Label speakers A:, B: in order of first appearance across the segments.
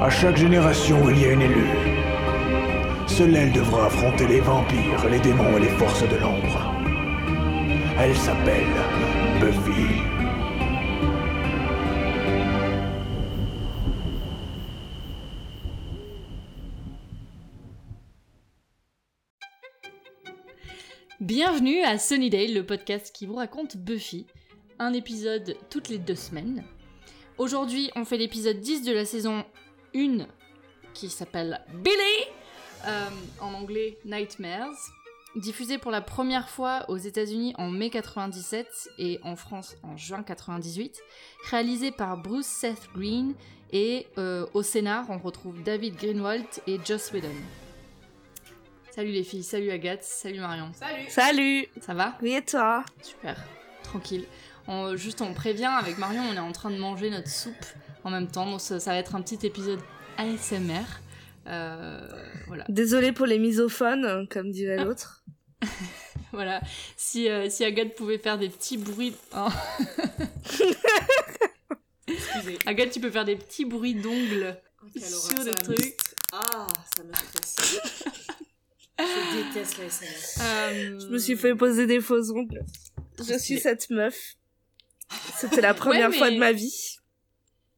A: À chaque génération, il y a une élue. Seule elle devra affronter les vampires, les démons et les forces de l'ombre. Elle s'appelle Buffy.
B: Bienvenue à Sunnydale, le podcast qui vous raconte Buffy, un épisode toutes les deux semaines. Aujourd'hui, on fait l'épisode 10 de la saison 1 qui s'appelle Billy, euh, en anglais Nightmares, diffusé pour la première fois aux États-Unis en mai 97 et en France en juin 98, réalisé par Bruce Seth Green et euh, au scénar, on retrouve David Greenwald et Joss Whedon. Salut les filles, salut Agathe, salut Marion.
C: Salut
D: Salut
B: Ça va
D: Oui et toi
B: Super, tranquille. On- juste, on prévient avec Marion, on est en train de manger notre soupe en même temps. Donc, ça, ça va être un petit épisode ASMR. Euh, voilà.
D: Désolée pour les misophones, euh, comme dirait l'autre.
B: voilà. Si, euh, si Agathe pouvait faire des petits bruits. hein.
C: Excusez.
B: Agathe, tu peux faire des petits bruits d'ongles.
C: Oh, quelle
B: Sur
C: horreur,
B: des
C: ça me-
B: trucs.
C: Ah, ça me fait passer. Je déteste la SMS.
B: Euh,
D: Je me suis fait poser des faux ongles. Ah, Je suis cette meuf. C'était la première
B: mais-
D: fois de ma vie.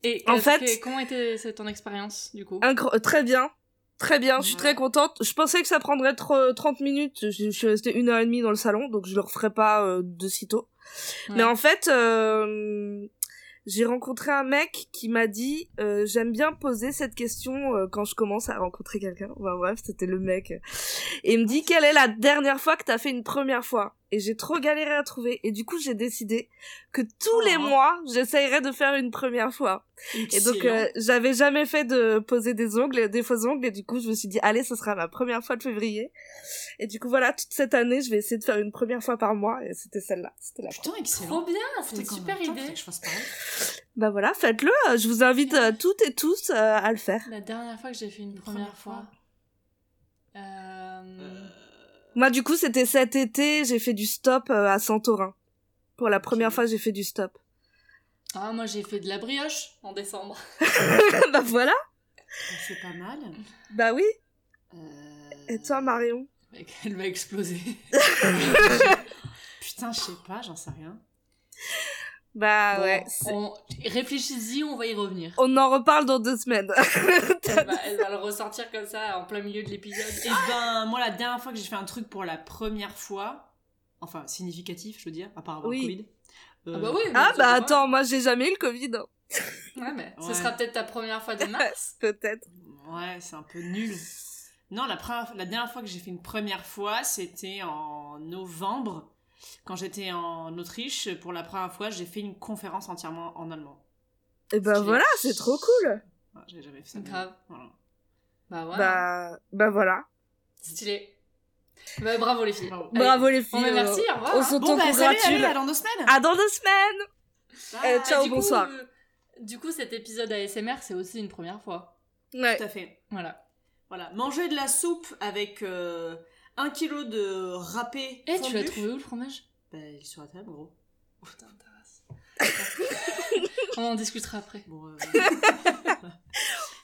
B: Et,
D: en
B: euh,
D: fait-
B: que- comment était cette- ton expérience du coup
D: Incro- euh, très bien. Très bien, je suis
B: Ouais.
D: très contente. Je pensais que ça prendrait tro- 30 minutes. Je, je suis restée une heure et demie dans le salon, donc je le referai pas euh, de sitôt.
B: Ouais.
D: Mais en fait, euh, j'ai rencontré un mec qui m'a dit euh, J'aime bien poser cette question euh, quand je commence à rencontrer quelqu'un. Enfin bref, c'était le mec. Et il me dit Quelle est la dernière fois que t'as fait une première fois Et j'ai trop galéré à trouver. Et du coup, j'ai décidé que tous les
B: Oh.
D: mois, j'essayerais de faire une première fois. Et donc euh, j'avais jamais fait de poser des ongles, des faux ongles, et du coup je me suis dit allez, ce sera ma première fois de février. Et du coup voilà, toute cette année je vais essayer de faire une première fois par mois, et c'était celle-là, c'était la.
C: Putain,
B: Trop
C: excellent.
B: bien, c'était une
C: Putain,
B: super
C: attends, faudrait
B: idée.
C: que Je fasse pareil.
D: Bah voilà, faites-le. euh, Je vous invite euh, toutes et tous euh, à le faire.
B: La dernière fois que j'ai fait une première,
C: première
B: fois. Euh,
D: Moi du coup c'était cet été, j'ai fait du stop euh, à Santorin. Pour la première
B: Ok.
D: fois j'ai fait du stop.
B: Ah, moi j'ai fait de la brioche en décembre.
D: bah voilà.
C: C'est pas mal.
D: Bah oui.
C: Euh,
D: Et toi Marion
B: Le mec- Elle m'a explosé.
C: Putain, je sais pas, j'en sais rien.
D: Bah
B: Bon,
D: ouais. c'est- Oh,
B: on- Réfléchis-y, on va y revenir.
D: On en reparle dans deux semaines.
B: Elle va, elle va le ressortir comme ça en plein milieu de l'épisode.
C: Et ben, moi, la dernière fois que j'ai fait un truc pour la première fois, enfin, significatif, je veux dire, à part avoir
D: Oui.
C: le Covid. euh,
B: Ah bah oui.
D: ah
B: mais
D: bah
B: c'est
D: attends, moi j'ai jamais eu le Covid, hein.
B: pas mal. Ouais, mais ce
C: Ouais.
B: sera peut-être ta première fois de mars.
D: peut-être.
C: Ouais, c'est un peu nul. Non, la, première- la dernière fois que j'ai fait une première fois, c'était en novembre, quand j'étais en Autriche. Pour la première fois, j'ai fait une conférence entièrement en allemand.
D: Et ben
C: Stylé.
D: voilà, c'est trop cool.
C: Ouais, J'avais jamais fait ça. mais-
B: Grave.
C: voilà.
B: Bah ouais.
D: Bah, bah voilà.
B: Stylé. Bah bravo les filles.
C: Bravo.
B: Allez.
D: Bravo les
B: Bon,
D: filles.
B: bah, merci,
D: euh,
B: au revoir.
D: On s'auto
C: Bon, bah, salut, allez, à
D: congratule. Ah,
C: dans deux semaines.
D: À dans deux semaines.
C: Bye.
D: euh, ciao,
B: du coup,
D: bonsoir.
B: euh, du coup, cet épisode ASMR, c'est aussi une première fois.
D: Ouais.
C: Tout à fait.
B: Voilà.
C: Voilà, manger de la soupe avec euh, un kilo de râpé.
B: Eh, tu
C: fondu.
B: l'as trouvé où le fromage
C: Bah, il est sur la table, gros.
B: Putain, terrasse. On en discutera après.
C: Bon, euh,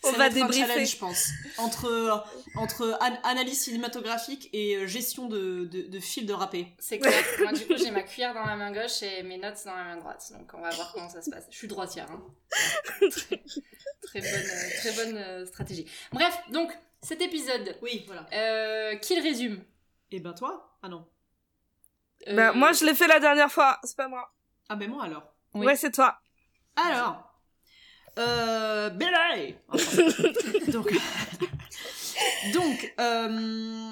D: On
C: ça
D: va
C: être un
D: débriefer.
C: challenge, je pense. Entre, euh, entre an- analyse cinématographique et euh, gestion de, de, de fil de râpé.
B: C'est clair. Moi, du coup, j'ai ma cuillère dans la main gauche et mes notes dans la main droite. Donc, on va voir comment ça se passe. Je suis droitière. hein. Très, très bonne, euh, très bonne euh, stratégie. Bref, donc, cet épisode,
C: Oui, voilà.
B: euh, qui le résume
C: Et ben toi Ah non.
B: Euh,
D: Bah moi je l'ai fait la dernière fois, c'est pas moi.
C: Ah ben moi alors.
B: Oui.
D: Ouais, c'est toi.
C: Alors. Euh, Billy Enfin, Donc, donc euh,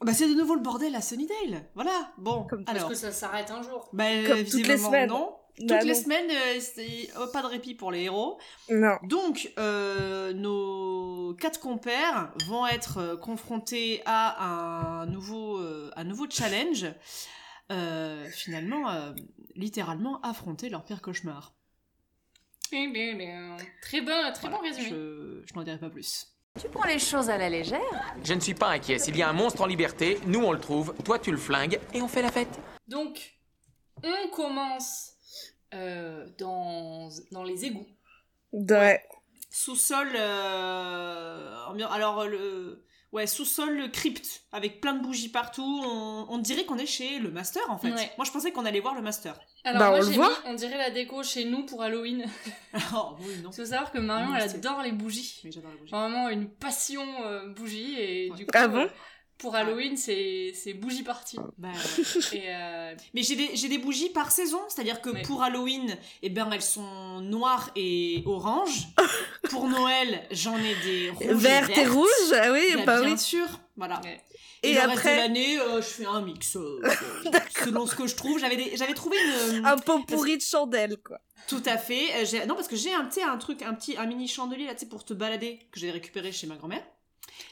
C: bah c'est de nouveau le bordel à Sunnydale. Voilà. Bon,
D: Comme-
B: Est-ce
C: alors.
B: que ça s'arrête un jour
C: Bah,
D: Comme toutes
C: visiblement,
D: les semaines.
C: Non. Toutes
D: Bah,
C: les
D: non.
C: semaines, euh, c'est euh, pas de répit pour les héros.
D: Non.
C: Donc, euh, nos quatre compères vont être euh, confrontés à un nouveau, euh, un nouveau challenge. Euh, finalement, euh, littéralement affronter leur pire cauchemar.
B: Très bon, très bon
C: Voilà,
B: résumé.
C: Je, je n'en dirai pas plus.
E: Tu prends les choses à la légère
F: Je ne suis pas inquiet. S'il y a un monstre en liberté, nous on le trouve, toi tu le flingues et on fait la fête.
B: Donc, on commence euh, dans, dans les égouts.
D: Ouais.
C: sous-sol. euh, ambiant- alors, le, ouais, sous-sol crypte, avec plein de bougies partout. On, on dirait qu'on est chez le master, en fait.
B: Ouais.
C: Moi, je pensais qu'on allait voir le master.
B: Alors
D: Bah,
B: moi
D: on le
B: j'ai
D: voit.
B: mis, on dirait la déco chez nous pour Halloween.
C: oh, oui, non.
B: Il faut savoir que Marion
C: Non,
B: elle
C: c'est-
B: adore les bougies.
C: Mais j'adore les bougies.
B: Vraiment une passion euh, bougie et
C: Ouais.
B: du coup
D: Ah bon
B: euh, pour Halloween c'est c'est bougie party.
C: Bah,
B: Et euh,
C: Mais j'ai des, j'ai des bougies par saison, c'est-à-dire que
B: Ouais.
C: pour Halloween, eh ben, elles sont noires et oranges. pour Noël, j'en ai des rouges.
D: Vert et
C: vertes.
D: rouge, ah oui,
C: Bah,
D: bah
C: bien
D: oui.
C: sûr, voilà.
B: Ouais.
C: Et,
D: Et
C: le reste
D: après-
C: de l'année, euh, je fais un mix. euh, euh, selon ce que je trouve, j'avais des- j'avais trouvé une... euh,
D: Un pot pourri de chandelle, quoi.
C: Tout à fait. euh, j'ai- Non, parce que j'ai un, tu sais, un truc, un petit un mini chandelier là, tu sais, pour te balader, que j'ai récupéré chez ma grand-mère.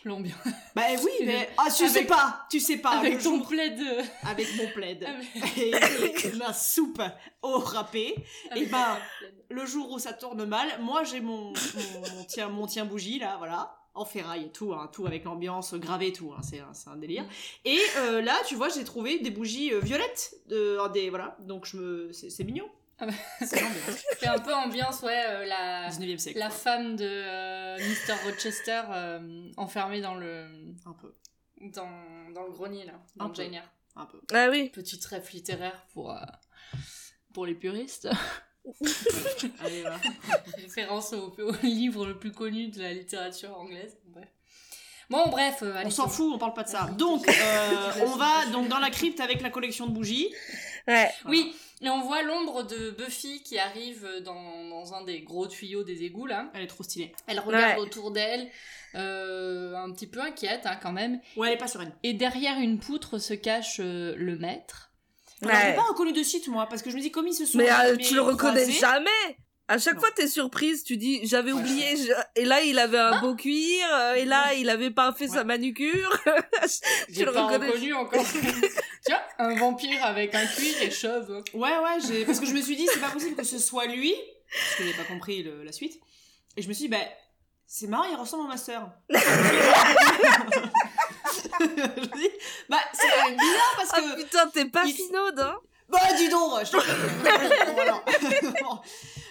B: l'ambiance
C: Bah oui, mais... Ah, tu sais
B: Avec-
C: pas, tu sais pas. le
B: avec ton Ah,
C: jour-
B: plaid. euh,
C: Avec mon plaid.
B: avec-
C: et ma soupe au râpé.
B: avec
C: ben,
B: ton plaid.
C: le jour où ça tourne mal, moi j'ai mon, mon, mon tien, mon tien bougie là, voilà, en ferraille et tout, hein, tout avec l'ambiance gravée et tout, hein, c'est un, c'est un délire. Et euh, là, tu vois, j'ai trouvé des bougies euh, violettes, de, un des, voilà, donc je me, c'est c'est mignon.
B: Ah bah.
C: C'est l'ambiance,
B: C'est un peu ambiance ouais euh, la
C: 19e siècle.
B: la femme de euh, Mr Rochester euh, enfermée dans le
C: Un peu,
B: dans, dans le grenier là, dans
C: Un
B: le
C: peu.
B: diner.
C: un peu.
D: Ah oui.
B: Petite rêve littéraire pour euh, pour les puristes.
C: Allez, voilà.
B: référence au, au livre le plus connu de la littérature anglaise. Bref. Bon, bref, euh, allez,
C: On s'en
B: c'est-
C: fout, on parle pas de ça.
B: Allez.
C: Donc, euh, on va donc dans la crypte avec la collection de bougies.
D: Ouais.
B: Oui, et on voit l'ombre de Buffy qui arrive dans, dans un des gros tuyaux des égouts là.
C: Elle est trop stylée.
B: Elle regarde
D: Ouais.
B: autour d'elle, euh, un petit peu inquiète hein, quand même.
C: Ouais, elle est pas sereine.
B: Et derrière une poutre se cache euh, le maître.
C: Alors, Je l'ai
D: Ouais.
C: pas reconnu de site, moi, parce que je me dis, comme ils se sont.
D: Mais euh,
C: jamais
D: tu le reconnais
C: croisés-
D: jamais À chaque
C: Non.
D: fois, t'es surprise, tu dis j'avais
C: Ouais. Ah.
D: oublié, je- et là il avait un beau cuir, euh, et là il avait pas fait
C: Ouais.
D: sa manucure.
B: J'ai
D: le
B: pas
D: reconnais.
B: reconnu encore. Tiens, un vampire avec un cuir et chauve.
C: Ouais, ouais, j'ai- parce que je me suis dit, c'est pas possible que ce soit lui, parce que j'ai pas compris le- la suite. Et je me suis dit, bah, c'est marrant, il ressemble à ma sœur. je me dis, bah, c'est quand même bizarre parce
D: Ah
C: que.
D: putain, t'es pas
C: il-
D: finaude, hein
C: Bah, dis donc, je te fais- Bon, alors. Bon.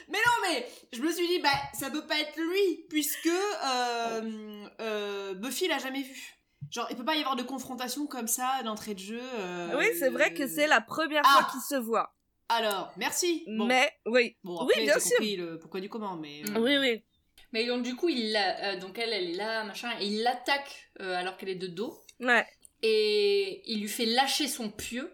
C: Mais non, mais je me suis dit, bah, ça peut pas être lui, puisque euh, euh, Buffy l'a jamais vu. Genre, il peut pas y avoir de confrontation comme ça à l'entrée de jeu. euh,
D: Oui, c'est vrai que c'est la première
C: Ah.
D: fois qu'ils se voient.
C: Alors, merci. Bon.
D: Mais oui.
C: Bon,
D: Oui,
C: après,
D: bien
C: j'ai
D: sûr.
C: compris le pourquoi du comment, mais... euh,
B: Mm.
D: Oui, oui.
B: Mais donc, du coup, il l'a- euh, donc elle, elle est là, machin, et il l'attaque euh, alors qu'elle est de dos.
D: Ouais.
B: et il lui fait lâcher son pieu.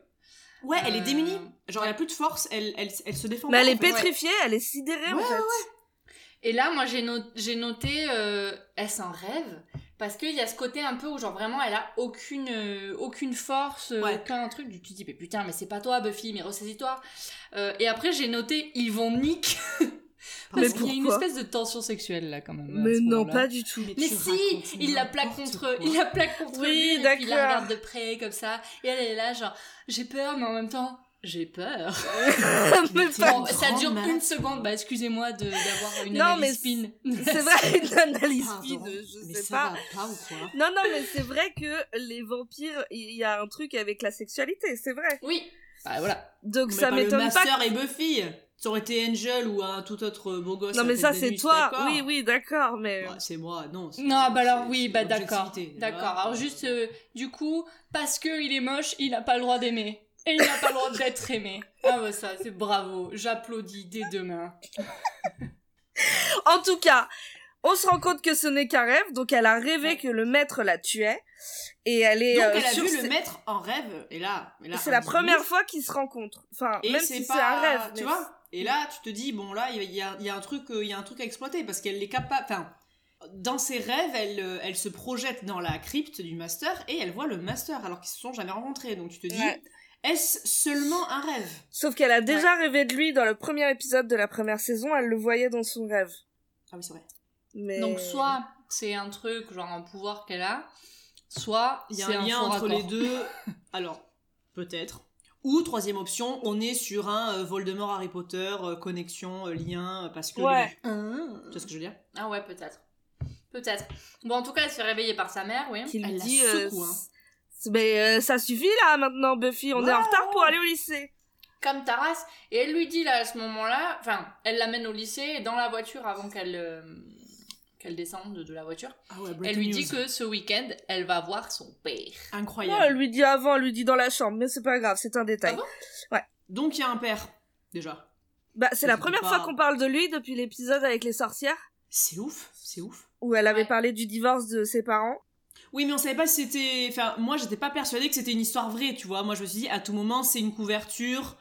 C: Ouais, elle est
B: Euh,
C: démunie. Genre, elle a plus de force, elle, elle, elle se défend.
D: Mais
C: pas,
D: elle
C: en
D: est
C: fait.
D: pétrifiée, elle est sidérée en
C: Ouais,
D: fait.
B: Et là, moi, j'ai no- j'ai noté, euh, est-ce un rêve Parce qu'il y a ce côté un peu où, genre, vraiment, elle a aucune, euh, aucune force, euh,
C: Ouais.
B: aucun truc. Tu te dis, mais putain, mais c'est pas toi, Buffy, mais ressaisis-toi. Euh, et après, j'ai noté, ils vont nick.
D: Mais
B: Parce qu'il y a une
D: pourquoi
B: espèce de tension sexuelle, là, quand même. à
D: Mais
B: ce
D: non,
B: moment-là.
D: pas du tout.
B: Mais
C: tu
B: si,
C: racontes
B: il la plaque
C: n'importe
B: contre,
C: quoi.
B: il la plaque contre
D: Oui,
B: lui, et puis il la
D: d'accord.
B: regarde de près comme ça, et elle est là genre, j'ai peur, mais en même temps, j'ai peur.
D: Mais
C: t'es-
D: pas-
B: Bon,
C: Une
B: ça dure
C: grande
B: une seconde. Bah, excusez-moi de- d'avoir une
D: Non,
B: analyse spin.
D: C'est vrai, une analyse
C: Pardon,
D: fine, je
C: mais
D: sais
C: ça
D: pas.
C: va pas ou quoi
D: Non, non, mais c'est vrai que les vampires, il y a un truc avec la sexualité, c'est vrai.
B: Oui. Bah voilà.
D: Donc
C: Mais
D: ça
C: pas
D: m'étonne
C: le
D: pas.
C: Master et Buffy Ça aurait été Angel ou un tout autre beau gosse.
D: Non,
C: à
D: mais
C: tête
D: ça,
C: de
D: c'est
C: nuque,
D: toi.
C: d'accord
D: Oui, euh. oui, d'accord, mais.
C: Bah, c'est moi, non. c'est-
B: Non, bah alors
C: c'est-
B: oui,
C: c'est
B: bah d'accord.
C: l'objectivité,
B: D'accord.
C: voilà.
B: Alors juste, euh, du coup, parce que il est moche, il n'a pas le droit d'aimer. Et il n'a pas le droit d'être aimé. Ah bah ça, c'est bravo. J'applaudis dès demain.
D: euh, En tout cas, on se rend compte que ce n'est qu'un rêve, donc elle a rêvé que le maître la tuait. Et elle est.
C: Donc,
D: euh,
C: elle a
D: sur
C: vu
D: ses-
C: le maître en rêve, et là. et là,
D: C'est
C: un
D: la
C: bisou.
D: première fois qu'ils se rencontrent. Enfin,
C: Et
D: même
C: c'est
D: si
C: pas.
D: c'est un rêve.
C: Tu
D: mais-
C: vois Et là, tu te dis, bon, là, il y a, il y a un truc euh, il y a un truc à exploiter parce qu'elle est capable. Enfin, dans ses rêves, elle, euh, elle se projette dans la crypte du master et elle voit le master alors qu'ils se sont jamais rencontrés. Donc tu te dis,
D: Ouais.
C: est-ce seulement un rêve
D: Sauf qu'elle a déjà rêvé de lui dans le premier épisode de la première saison, elle le voyait dans son rêve.
C: Ah oui, c'est vrai.
D: Mais...
C: Euh.
B: Donc soit c'est un truc genre un pouvoir qu'elle a, soit
C: Il y a
B: c'est
C: un lien
B: faux
C: entre
B: raccord.
C: les deux. Alors, peut-être. Ou troisième option, on est sur un euh, Voldemort Harry Potter, euh, connexion, euh, lien, euh, parce que.
D: Ouais.
C: les- Tu vois ce que je veux dire
B: Ah ouais, peut-être. Peut-être. Bon, en tout cas, elle se fait réveiller par sa mère, oui.
D: Qu'il
C: Elle la
D: dit.
C: secoue, hein.
D: c- Mais euh, ça suffit là maintenant, Buffy, on est en retard pour aller au lycée.
B: comme Taras et elle lui dit là à ce moment-là, enfin, elle l'amène au lycée et dans la voiture avant qu'elle euh, qu'elle descende de la voiture.
C: Ah ouais,
B: Elle lui dit que ce week-end, elle va voir son père.
D: Non, elle
C: Incroyable.
D: lui dit avant, elle lui dit dans la chambre, mais c'est pas grave, c'est un détail.
B: Ah bon
C: Donc il y a un père, déjà.
D: bah, c'est
C: Je
D: la
C: sais
D: première
C: pas.
D: fois qu'on parle de lui depuis l'épisode avec les sorcières,
C: C'est ouf, c'est ouf.
D: où elle avait
B: Ouais.
D: parlé du divorce de ses parents.
C: Oui, mais on savait pas si c'était. Enfin, moi, j'étais pas persuadée que c'était une histoire vraie, tu vois. Moi, je me suis dit, à tout moment, c'est une couverture.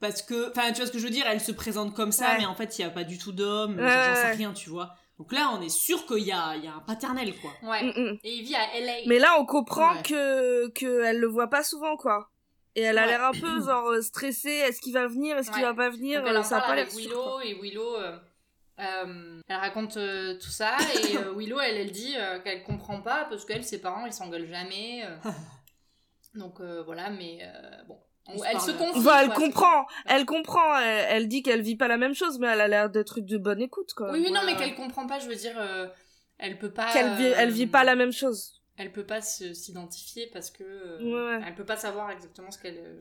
C: Parce que. Enfin, tu vois ce que je veux dire Elle se présente comme ça,
D: Ouais.
C: mais en fait, il y a pas du tout d'homme.
D: Ouais,
C: genre, J'en sais
D: ouais.
C: rien, tu vois. Donc là, on est sûr qu'il y a, il y a un paternel, quoi.
B: Ouais.
D: Mm, mm.
B: Et il vit à LA.
D: Mais là, on comprend
C: Ouais.
D: que que elle le voit pas souvent, quoi. Et elle a
C: Ouais.
D: l'air un peu genre euh, stressée. Est-ce qu'il va venir Est-ce qu'il
B: Ouais.
D: va pas venir
B: Donc elle
D: Euh,
B: en
D: Ça a
B: parle
D: pas l'air
B: avec
D: sûr,
B: Willow et Willow, euh, euh, elle raconte euh, tout ça et euh, Willow, elle, elle dit euh, qu'elle comprend pas parce qu'elle, ses parents, ils s'engueulent jamais. euh. Donc euh, voilà, mais euh, bon,
C: Ils se
B: elle se
C: parlent.
B: confie.
D: quoi. Bah, elle
B: quoi.
D: comprend. Elle comprend. Elle, elle dit qu'elle vit pas la même chose, mais elle a l'air d'être de bonne écoute, quoi.
B: Oui, oui, non,
C: Ouais,
B: mais
C: ouais.
B: qu'elle comprend pas. Je veux dire, euh, elle peut pas.
D: Qu'elle vit, elle
B: euh,
D: vit pas la même chose.
B: Elle peut pas se- s'identifier parce que euh,
D: Ouais, ouais.
B: elle peut pas savoir exactement ce qu'elle euh,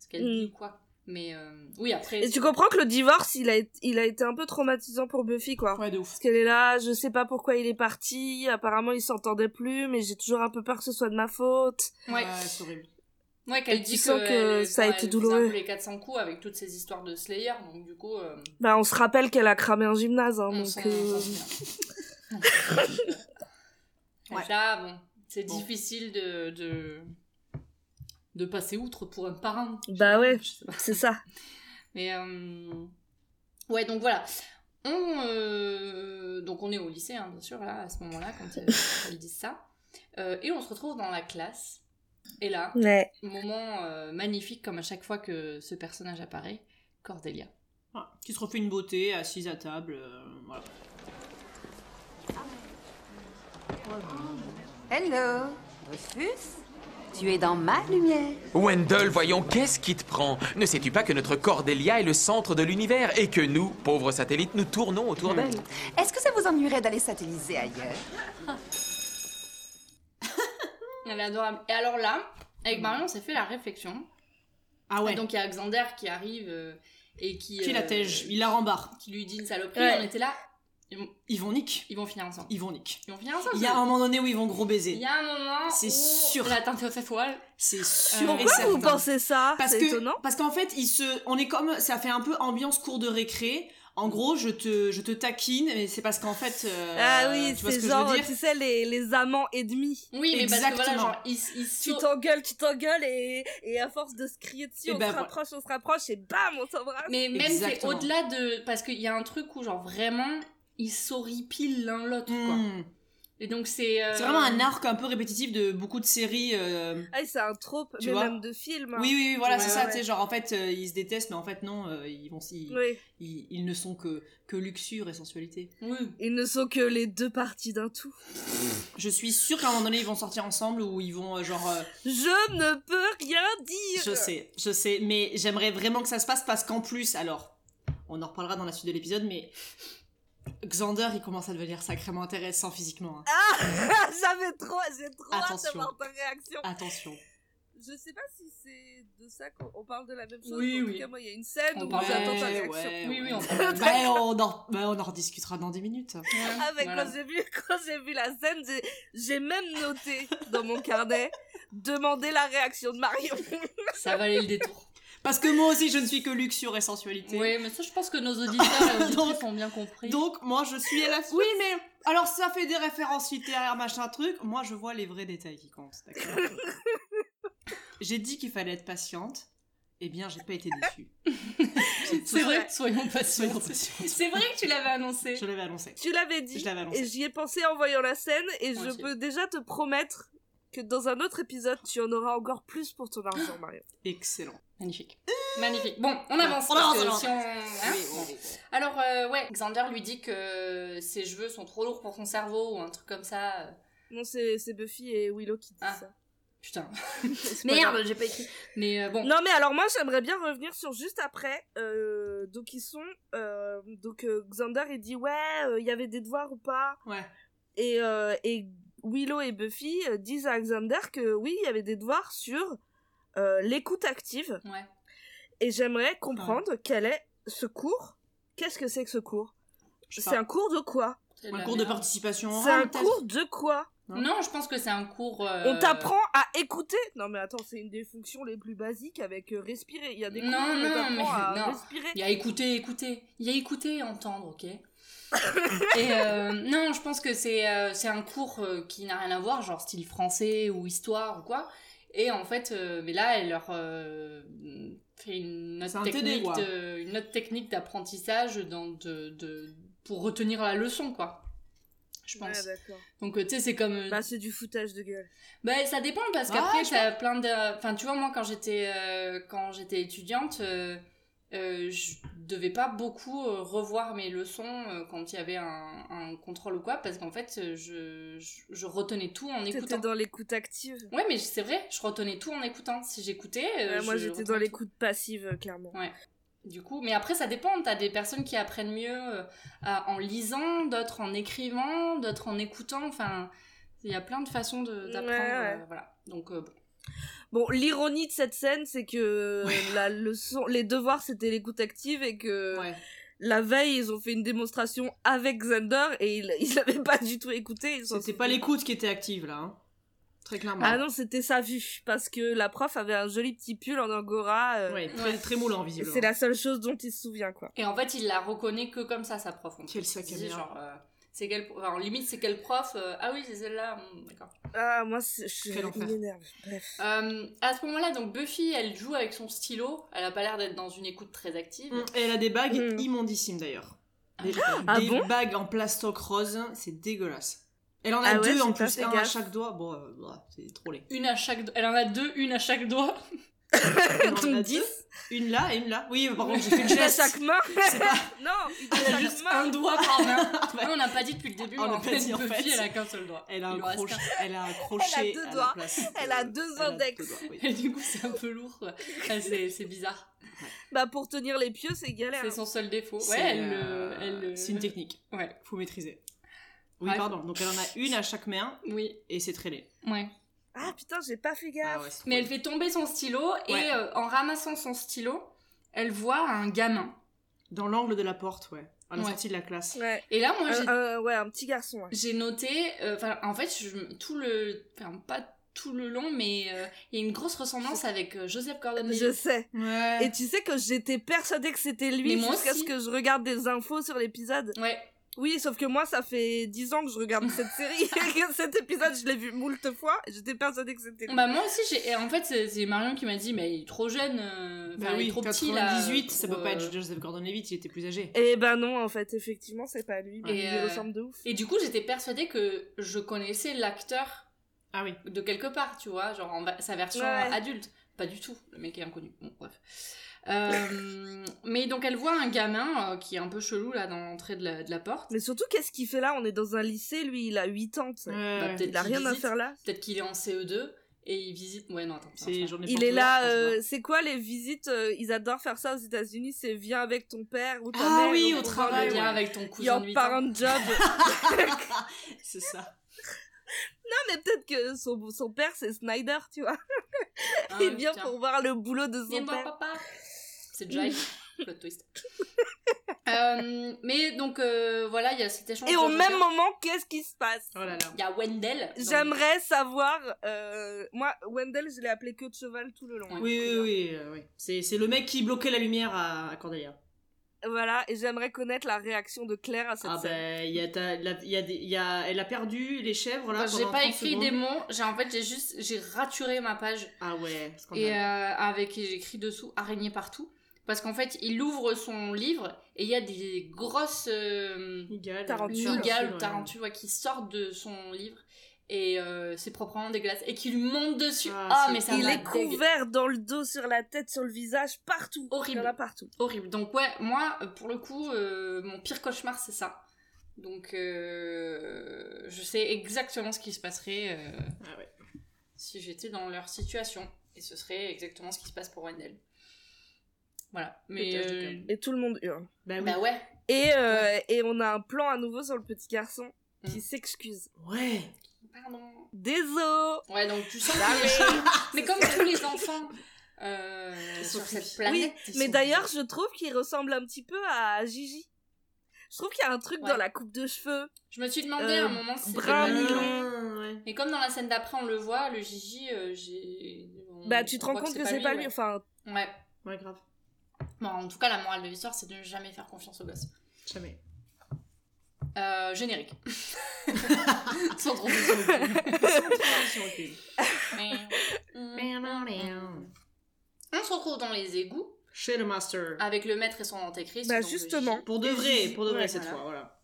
B: ce qu'elle
D: Mm.
B: dit ou quoi. Mais euh, oui, après.
D: Et tu comprends que le divorce, il a, été- il a été un peu traumatisant pour Buffy, quoi.
C: Ouais, de ouf.
D: Parce qu'elle est là, je sais pas pourquoi il est parti, apparemment ils s'entendaient plus, mais j'ai toujours un peu peur que ce soit de ma faute.
B: Ouais.
C: Ouais, Ah, c'est horrible.
B: Ouais, qu'elle
D: Euh, Et tu
B: dit
D: sens
B: que,
D: que ça a
B: elle
D: été
B: faisait
D: douloureux.
B: Un peu les 400 coups avec toutes ces histoires de Slayer, donc du coup, euh,
D: Bah, on se rappelle qu'elle a cramé un gymnase, hein,
B: on
D: donc.
B: s'en
D: euh,
B: on s'en souvient. On s'en souvient. Donc
C: Ouais.
B: Là, bon, c'est
C: Bon.
B: difficile de, de de passer outre pour un parent.
D: Bah ouais,
B: Je sais pas.
D: c'est ça.
B: Mais euh, ouais, donc voilà. On, euh, donc on est au lycée, hein, bien sûr, là, à ce moment-là, quand euh, quand elles disent ça. Euh, et on se retrouve dans la classe. Et là,
D: Ouais.
B: moment euh, magnifique, comme à chaque fois que ce personnage apparaît, Cordelia.
C: Ouais, Ah, qui se refait une beauté, assise à table. euh, voilà.
E: Hello, Rufus Tu es dans ma lumière.
F: Wendell, voyons, qu'est-ce qui te prend Ne sais-tu pas que notre Cordelia est le centre de l'univers et que nous, pauvres satellites, nous tournons
E: Hmm.
F: autour d'elle
E: Ben. Est-ce que ça vous ennuierait d'aller satelliser ailleurs
B: Elle est adorable. Et alors là, avec Marion, on s'est fait la réflexion.
C: Ah ouais,
B: Et donc il y a Xander qui arrive euh, et qui.
C: qui la
B: euh,
C: tège Il la rembarre.
B: Qui lui dit une saloperie.
D: Ouais.
B: On était là.
C: Ils vont nique.
B: Ils vont finir ensemble.
C: Ils vont nique.
B: Ils vont finir ensemble.
C: Il y a un moment donné où ils vont gros
B: Ah, Il
C: baiser.
B: y a un moment.
C: C'est
B: où
C: sûr.
B: La teinte aux étoiles.
C: C'est sûr
B: Pourquoi
C: et
D: Pourquoi vous
C: certain.
D: pensez ça
C: parce
D: Ah, C'est
C: que,
D: étonnant.
C: Parce qu'en fait, ils se, on est comme, ça fait un peu ambiance cours de récré. En gros, je te, je te taquine, mais c'est parce qu'en fait, euh,
D: ah oui,
C: tu vois ce
D: c'est
C: que
D: genre,
C: je veux dire
D: tu sais, les, les amants ennemis.
B: Oui, mais parce que voilà,
C: Exactement.
B: genre, ils, ils
D: Tu
B: sautent.
D: t'engueules, tu t'engueules, et, et à force de se crier dessus,
C: Et
D: on
C: ben
D: se
C: voilà.
D: rapproche, on se rapproche, et bam, on s'embrasse.
B: Mais même c'est
C: Exactement.
B: au-delà de. Parce qu'il y a un truc où, genre, vraiment, ils s'horripilent l'un l'autre, quoi.
C: Hmm.
D: Euh,
B: Et donc c'est. euh,
C: C'est vraiment un arc un peu répétitif de beaucoup de séries. euh,
D: Ah, c'est un trope,
C: Tu
D: mais
C: vois
D: même de film. hein.
C: Oui, oui, oui, voilà,
D: Ouais,
C: c'est ça.
D: ouais.
C: Tu sais, genre en fait, euh, ils se détestent, mais en fait non, euh, ils vont, ils,
D: Oui.
C: ils, ils ne sont que, que luxure et sensualité.
B: Oui.
D: Ils ne sont que les deux parties d'un tout.
C: Je suis sûre qu'à un moment donné, ils vont sortir ensemble ou ils vont euh, genre. euh,
D: Je ne peux rien dire.
C: Je sais, je sais, mais j'aimerais vraiment que ça se passe parce qu'en plus, alors, on en reparlera dans la suite de l'épisode, mais Xander, il commence à devenir sacrément intéressant physiquement.
B: Ah.
C: hein.
D: J'avais trop, j'ai trop hâte
C: Attention.
D: d'avoir ta réaction.
C: Attention.
D: Je sais pas si c'est de ça qu'on on parle de la même chose.
B: Oui,
D: en
B: oui.
D: tout cas, moi, il y a une scène
B: On
D: où
B: parle-
D: j'attends ta
B: Ouais,
D: réaction.
B: Oui, oui, on
C: Bah, on, en, bah, on en rediscutera dans 10 minutes.
D: Ah, mais
B: Voilà.
D: quand j'ai vu quand j'ai vu la scène, j'ai- j'ai même noté dans mon carnet demander la réaction de Marion.
B: Ça valait le détour.
C: Parce que moi aussi, je ne suis que luxure et sensualité.
B: Oui, mais ça, je pense que nos auditeurs et
C: Donc-
B: auditrices ont bien compris.
C: Donc, moi, je suis à la... Oui, mais... Alors, ça fait des références littéraires, machin, truc. Moi, je vois les vrais détails qui comptent, d'accord J'ai dit qu'il fallait être patiente. Eh bien, j'ai pas été déçue.
B: c'est vrai.
D: vrai.
B: Soyons
C: Soyons
B: patients.
C: patientes.
B: C'est vrai que tu l'avais annoncé.
C: Je l'avais annoncé.
D: tu l'avais dit
C: Je l'avais annoncé.
D: et j'y ai pensé en voyant la scène et
B: Moi
D: je
B: aussi.
D: peux déjà te promettre que dans un autre épisode, tu en auras encore plus pour ton argent, Marion.
C: Excellent.
B: Magnifique. Magnifique. Bon, on avance.
C: On
B: parce
C: avance,
B: que
C: on avance.
B: si on- hein, bon. Alors, euh, ouais, Xander lui dit que ses cheveux sont trop lourds pour son cerveau ou un truc comme ça.
D: Non, c'est c'est Buffy et Willow qui disent
B: Ah.
D: ça.
B: Putain.
D: C'est pas grave.
B: Merde, j'ai pas écrit. Mais euh, bon.
D: Non mais alors moi j'aimerais bien revenir sur juste après. Euh, donc ils sont euh, donc euh, Xander il dit ouais euh, il y avait des devoirs ou pas
C: Ouais.
D: et, euh, et Willow et Buffy euh, disent à Xander que oui il y avait des devoirs sur euh, l'écoute active
B: Ouais.
D: et j'aimerais comprendre quel est ce cours. Qu'est-ce que c'est que ce cours
C: Je sais
D: C'est
C: pas.
D: un cours de quoi
B: C'est
C: Un
B: la
C: cours de hein.
B: merde.
C: participation
D: C'est
C: orale,
D: un
C: peut-être
D: cours de quoi
B: Non, je pense que c'est un cours. euh,
D: On t'apprend à écouter Non mais attends, c'est une des fonctions les plus basiques avec euh, respirer. Il y a des
B: Non,
D: cours où
B: non,
D: on t'apprend
B: mais-
D: à
B: non.
D: respirer.
B: Il y a écouter, écouter. Il y a écouter et entendre, ok Et euh, non, je pense que c'est euh, c'est un cours euh, qui n'a rien à voir, genre style français ou histoire ou quoi. Et en fait, euh, mais là, elle leur euh, fait une autre
C: C'est un TD,
B: technique,
C: quoi.
B: de- une autre technique d'apprentissage dans de, de- pour retenir la leçon, quoi. Je pense.
D: Ouais, d'accord.
B: Donc, euh, tu sais, c'est comme euh,
D: Bah c'est du foutage de gueule.
B: bah, ça dépend parce
C: Ah,
B: qu'après
C: je
B: t'as plein de enfin tu vois moi quand j'étais euh, quand j'étais étudiante euh, euh, je devais pas beaucoup euh, revoir mes leçons euh, quand il y avait un, un contrôle ou quoi parce qu'en fait euh, je, je, je retenais tout en
D: T'étais
B: écoutant.
D: dans l'écoute active.
B: Ouais mais c'est vrai, je retenais tout en écoutant. Si j'écoutais euh,
D: Ouais, moi
B: je
D: j'étais
B: retenais
D: dans
B: tout.
D: l'écoute passive euh, clairement.
B: Du coup, mais après ça dépend, t'as des personnes qui apprennent mieux euh, à- en lisant, d'autres en écrivant, d'autres en écoutant, enfin il y a plein de façons de- d'apprendre
D: Ouais, ouais.
B: euh, voilà. Donc euh, bon.
D: Bon, l'ironie de cette scène, c'est que euh, la leçon, les devoirs, c'était l'écoute active et que
C: Ouais.
D: la veille, ils ont fait une démonstration avec Xander et ils, ils l'avaient pas du tout écouté. ils s'en
C: C'était
D: sont-
C: pas l'écoute qui était active, là. hein. Très clairement.
D: Ah non, c'était sa vue parce que la prof avait un joli petit pull en angora. euh,
C: Ouais, très,
B: Ouais.
C: très moulant,
D: et
C: visiblement.
D: c'est la seule chose dont il se soutient quoi.
B: Et en fait, il la reconnaît que comme ça, sa prof. En
C: Quel
B: fait.
C: sac à
B: Il se dit,
C: merde.
B: genre, euh, c'est quel... enfin, en limite, c'est quel prof euh, Ah oui, c'est celle-là. hmm, D'accord.
D: Ah moi, c'est- je
C: Quel
D: il
C: enfer.
D: m'énerve. Bref.
B: Euh, à ce moment-là, donc Buffy, elle joue avec son stylo. Elle a pas l'air d'être dans une écoute très active.
C: Mm, Et elle a des bagues
D: Mm.
C: immondissimes, d'ailleurs. Des,
D: Ah
C: des
D: bon
C: bagues en plastoc rose, c'est dégueulasse. Elle en a
D: Ah ouais,
C: deux en
D: j'ai pas
C: plus,
D: fait
C: un à
D: gaffe.
C: chaque doigt. Bon, euh, bah, c'est trop laid.
B: Une à chaque. do- Elle en a deux, une à chaque doigt.
C: Elle en a
D: Donc,
C: deux,
D: dix
C: Une là et une là. Oui, par contre, j'ai fait le
D: Une à
C: geste.
D: chaque main.
C: C'est pas-
D: non, une à
B: Elle a
D: chaque
B: juste
D: main.
B: un doigt par main.
C: Ouais.
B: Non, on n'a pas dit depuis le début.
C: On
B: mais
C: l'a
B: en
C: pas
B: fait,
C: dit, en
B: Buffy,
C: fait.
B: elle a qu'un seul doigt.
C: Elle a,
B: Il
C: un
B: lui reste
C: crochet,
B: un.
C: elle a un crochet
D: deux
C: à la
D: doigts.
C: place
D: Elle
C: de-
D: a deux
C: elle a
D: index.
C: doigts, oui.
B: Et du coup, c'est un peu lourd. quoi. Enfin, c'est c'est bizarre.
D: Bah pour tenir les pieux, c'est galère. hein.
B: C'est son seul défaut. Ouais,
C: C'est,
B: elle.
C: euh,
B: euh, elle, euh,
C: C'est une technique.
B: Ouais.
C: Faut maîtriser. Oui,
B: Ouais.
C: pardon. Donc elle en a une à chaque main
B: Oui,
C: et c'est très laid.
B: ouais.
D: Ah putain, j'ai pas fait gaffe.
C: Ah ouais, c'est trop
B: Mais elle
C: laid.
B: fait tomber son stylo et
C: Ouais.
B: euh, en ramassant son stylo, elle voit un gamin.
C: Dans l'angle de la porte, ouais. À la
B: Ouais.
C: sortie de la classe.
D: Ouais.
B: Et là,
C: Euh,
B: moi, j'ai-
D: Un- un- ouais, un petit garçon. ouais.
B: j'ai noté, euh, enfin, en fait, je- tout le, enfin, pas tout le long, mais euh, il y a une grosse ressemblance avec euh, Joseph
D: Je
B: Gordon-Levitt.
D: sais.
C: Ouais.
D: Et tu sais que j'étais persuadée que c'était lui
B: Mais moi
D: jusqu'à
B: aussi.
D: ce que je regarde des infos sur l'épisode.
B: Ouais,
D: Oui, sauf que moi, ça fait 10 ans que je regarde cette série et que cet épisode, je l'ai vu moult fois. et J'étais persuadée que c'était lui.
B: bah moi aussi, j'ai, et en fait, c'est c'est Marion qui m'a dit, mais il est trop jeune, euh,
C: Bah
B: enfin, il
C: oui,
B: est trop petit là.
C: 98, ça
B: pour,
C: peut pas
B: euh,
C: être Joseph Gordon-Levitt, il était plus âgé.
D: Eh ben non, en fait, effectivement, c'est pas lui. Mais
B: Et,
D: il
B: euh,
D: lui ressemble de ouf.
B: Et du coup, j'étais persuadée que je connaissais l'acteur
C: Ah oui.
B: de quelque part, tu vois, genre en va- sa version
D: Ouais.
B: adulte. Pas du tout, le mec est inconnu. Bon, bref. Euh, mais donc elle voit un gamin euh, qui est un peu chelou là dans l'entrée de la, de la porte.
D: Mais surtout, qu'est-ce qu'il fait là On est dans un lycée, lui, il a 8 ans. tu sais.
B: Bah,
C: Ouais, ouais.
B: peut-être
D: Il a
B: qu'il
D: rien à
B: visite.
D: faire là.
B: Peut-être qu'il est en CE2 et il visite. Ouais, non, attends. non,
C: C'est
B: ça-
C: journée
D: Il est
C: portuaire,
D: là,
C: je pense
D: euh, c'est quoi les visites euh, Ils adorent faire ça aux États-Unis, c'est viens avec ton père ou ta
C: Ah
D: mère.
C: oui,
D: ou
C: au
D: pour
B: Parle
D: voir
C: travail,
D: le-
B: bien
C: ouais.
B: avec ton cousin de
D: Your
B: huit ans.
D: parent job.
C: pas. C'est ça.
D: mais peut-être que son, son père c'est Snyder, tu vois.
B: Ah,
D: il vient
B: putain.
D: pour voir le boulot de
B: Viens
D: son
B: voir
D: père.
B: papa. C'est Jive. Plot twist. Euh, mais donc euh, voilà, il y a cet échange.
D: Et
B: de
D: au même
B: regards.
D: moment, qu'est-ce qui se passe
C: Oh là là.
B: Il y a Wendell. dans-
D: J'aimerais savoir. euh, moi, Wendell, je l'ai appelé queue de cheval tout le long.
B: Ouais. hein.
C: Oui, oui, oui. euh, oui. C'est c'est le mec qui bloquait la lumière à, à Cordelia.
D: Voilà, et j'aimerais connaître la réaction de Claire à cette
C: Ah
D: scène.
C: ben, il y a ta- la- il y a des- il y a- elle a perdu les chèvres là.
B: J'ai
C: pendant
B: pas
C: 30
B: écrit
C: secondes.
B: des mots. J'ai en fait, j'ai juste, j'ai raturé ma page
C: Ah ouais. scandale.
B: et euh, avec et j'écris dessous araignée partout parce qu'en fait il ouvre son livre et il y a des grosses euh,
C: Migale,
D: Tarentule.
C: euh,
B: migales
C: ouais.
B: ou tarentules ouais, qui sortent de son livre et euh, c'est proprement dégueulasse et qui lui monte dessus
C: Ah,
B: ah
C: c'est-
B: mais ça
D: Il
B: m'a
D: est
B: dégue-
D: couvert dans le dos, sur la tête, sur le visage, partout.
B: Horrible.
D: Il y en a partout.
B: horrible donc ouais moi euh, pour le coup euh, mon pire cauchemar c'est ça donc euh, je sais exactement ce qui se passerait euh,
C: Ah ouais.
B: si j'étais dans leur situation et ce serait exactement ce qui se passe pour Wendell voilà mais
C: Putain, je
B: euh,
C: déconne.
D: Et tout le monde hurle.
C: Bah oui.
B: bah ouais
D: Et, euh, et on a un plan à nouveau sur le petit garçon qui
B: Mm.
D: s'excuse.
C: Ouais.
B: pardon
D: Désolé.
B: Ouais, donc tu
C: Bah
B: sens qu'il est chaud. Mais comme tous les enfants euh,
C: Ils sont
B: sur cette
C: flippés.
B: planète.
D: Oui, mais d'ailleurs, je trouve qu'il ressemble un petit peu à Gigi. Je trouve qu'il y a un truc
B: Ouais.
D: dans la coupe de cheveux.
B: Je me suis demandé
D: Euh,
B: à un moment si c'était
D: brun
B: pas lui,
D: mignon.
B: hein.
C: Mmh, ouais.
B: Et comme dans la scène d'après, on le voit, le Gigi, euh, j'ai. on-
D: Bah, tu
B: Mm. on
D: te rends
B: voit
D: compte que c'est pas lui. Enfin,
B: ouais. Ouais.
C: Ouais, grave.
B: Bon, en tout cas, la morale de l'histoire, c'est de ne jamais faire confiance aux gosses.
C: Jamais.
B: Euh, générique. Sans trop de On se retrouve dans les égouts
C: Chez le master.
B: avec le maître et son antéchrist.
D: Bah,
B: donc le
D: justement.
B: Gigi.
C: ah, Pour de vrai, pour de vrai
B: Ouais,
C: cette
B: voilà.
C: fois, voilà.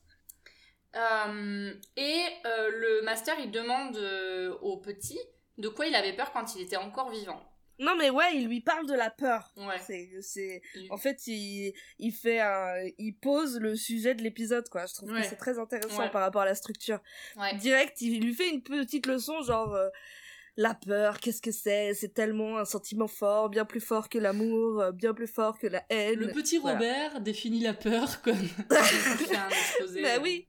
B: Euh, et euh, le master, il demande euh, au petit de quoi il avait peur quand il était encore vivant.
D: non, mais ouais, il lui parle de la peur.
B: Ouais.
D: C'est, c'est,
B: Il-
D: en fait, il, il fait un, il pose le sujet de l'épisode, quoi. Je trouve
C: Ouais.
D: que c'est très intéressant
B: Ouais.
D: par rapport à la structure.
B: ouais.
D: direct, il lui fait une petite leçon genre euh, la peur, qu'est-ce que c'est C'est tellement un sentiment fort, bien plus fort que l'amour, euh, bien plus fort que la haine.
B: Le petit
D: Voilà.
B: Robert définit la peur comme. Il fait un exposé.
D: Bah oui,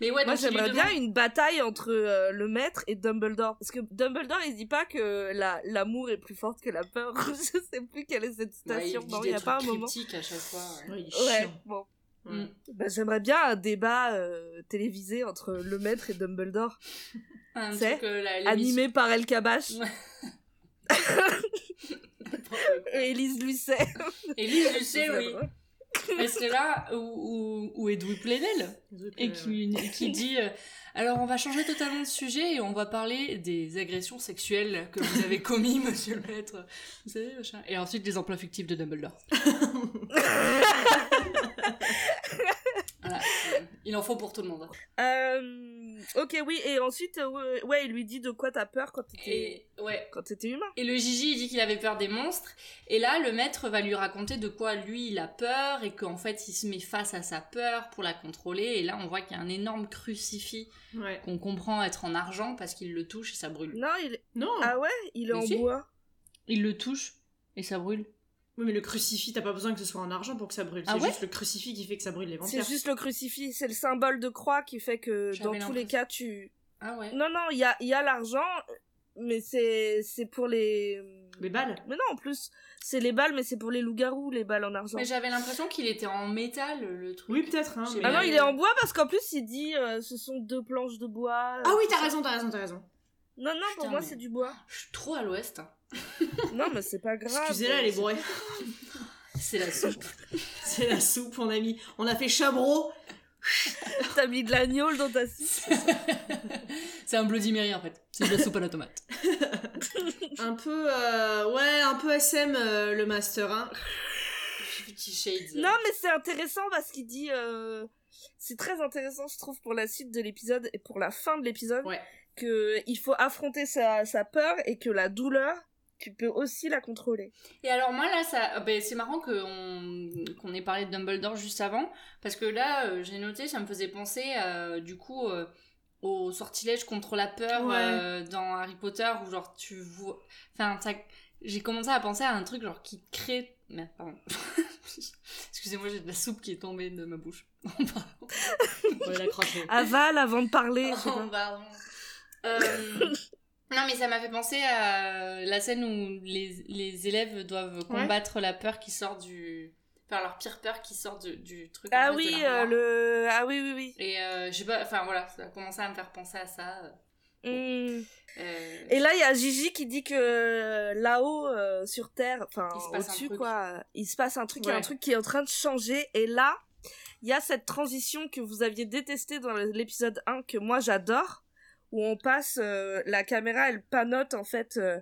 B: Mais ouais,
D: moi
B: donc il lui
D: j'aimerais
B: demande-
D: bien une bataille entre euh, le maître et Dumbledore. Parce que Dumbledore il dit pas que la- l'amour est plus forte que la peur. Je sais plus quelle est cette
B: Ouais,
D: citation.
B: il dit
D: non,
B: des
D: il y a
B: trucs
D: pas un moment.
B: cryptiques à chaque fois. ouais.
C: Ouais, il est
D: Ouais,
C: chiant.
D: bon.
C: Ouais.
B: Mm.
D: Bah, j'aimerais bien un débat euh, télévisé entre le maître et Dumbledore,
B: Un
D: C'est
B: truc, euh, la- l'émission-
D: animé par El Kabash
B: Ouais.
D: et Elise Lucet.
B: Et lui, je sais,
D: C'est
B: oui.
D: vrai.
B: Elle serait là où, où, où est Dewey Plenel
D: Euh,
B: et qui, qui dit euh, Alors, on va changer totalement de sujet et on va parler des agressions sexuelles que vous avez commis, monsieur le maître. Vous savez, machin. Et ensuite, des emplois fictifs de Dumbledore. voilà, c'est- il en faut pour tout le monde. hein.
D: Euh, ok, oui, et ensuite, euh, ouais, ouais, il lui dit de quoi t'as peur quand t'étais
B: Et, ouais.
D: quand t'étais humain.
B: et le Gigi, il dit qu'il avait peur des monstres. Et là, le maître va lui raconter de quoi lui, il a peur et qu'en fait, il se met face à sa peur pour la contrôler. Et là, on voit qu'il y a un énorme crucifix
C: Ouais.
B: qu'on comprend être en argent parce qu'il le touche et ça brûle.
D: Non, il
C: Non
D: ah ouais, il est
B: Mais
D: en
B: si.
D: bois.
B: Il le touche et ça brûle.
C: Oui, mais le crucifix, t'as pas besoin que ce soit en argent pour que ça brûle.
B: Ah
C: c'est
B: ouais
C: juste le crucifix qui fait que ça brûle
D: C'est
C: l'éventaire.
D: juste le crucifix, c'est le symbole de croix qui fait que
B: J'avais
D: dans tous les
B: l'impression-
D: cas tu.
B: Ah ouais.
D: Non non, il y a il y a l'argent, mais c'est c'est pour les.
C: Les balles
D: Mais non, en plus c'est les balles, mais c'est pour les loups-garous les balles en argent.
B: Mais j'avais l'impression qu'il était en métal le truc.
C: Oui, peut-être, hein.
B: Je sais
C: mais-
D: Ah
B: Mais-
D: non, il est en bois parce qu'en plus il dit euh, ce sont deux planches de bois.
C: Ah oui, t'as raison, t'as raison, t'as raison.
D: Non non, pour
B: Putain,
D: moi
B: mais-
D: c'est du bois.
B: Je suis trop à l'ouest. hein.
D: non mais c'est pas grave.
C: Excusez-la, les
D: C'est-
C: bourrés.
B: C'est la soupe.
C: C'est la soupe, on a mis. On a fait chabro.
D: T'as mis de l'agneau dans ta soupe.
B: C'est un Bloody Mary en fait. C'est de la soupe à la tomate.
C: Un peu. euh, ouais, un peu SM, euh, le master, hein.
B: Petit shades.
D: Non, mais c'est intéressant parce qu'il dit. euh, C'est très intéressant, je trouve, pour la suite de l'épisode et pour la fin de l'épisode,
C: Ouais.
D: que il faut affronter sa, sa peur et que la douleur, tu peux aussi la contrôler.
B: Et alors moi là, ça, ah ben, c'est marrant qu'on qu'on ait parlé de Dumbledore juste avant, parce que là, euh, j'ai noté, ça me faisait penser euh, du coup euh, au sortilège contre la peur
C: Ouais.
B: euh, dans Harry Potter, où genre tu vois... Enfin, ça- j'ai commencé à penser à un truc genre qui crée... Merde, pardon. Excusez-moi, j'ai de la soupe qui est tombée de ma bouche.
C: Ouais, la croquer.
D: Avale avant de parler. je sais
B: Oh,
D: pas.
B: pardon. Euh, non, mais ça m'a fait penser à la scène où les, les élèves doivent combattre la peur qui sort du. Enfin, leur pire peur qui sort du, du truc. en
D: Ah
B: face de
D: oui,
B: l'armoire.
D: euh, le. Ah oui, oui, oui.
B: Et euh, je sais pas, enfin voilà, ça a commencé à me faire penser à ça.
D: Mm.
B: euh,
D: Et là, il y a Gigi qui dit que euh, là-haut, euh, sur Terre, enfin
B: Il se passe un
D: au-dessus,
B: truc.
D: quoi, il se passe un truc, il y a un
C: Ouais.
D: truc qui est en train de changer. Et là, il y a cette transition que vous aviez détestée dans le- l'épisode 1, que moi j'adore, où on passe, euh, la caméra, elle panote en fait. euh,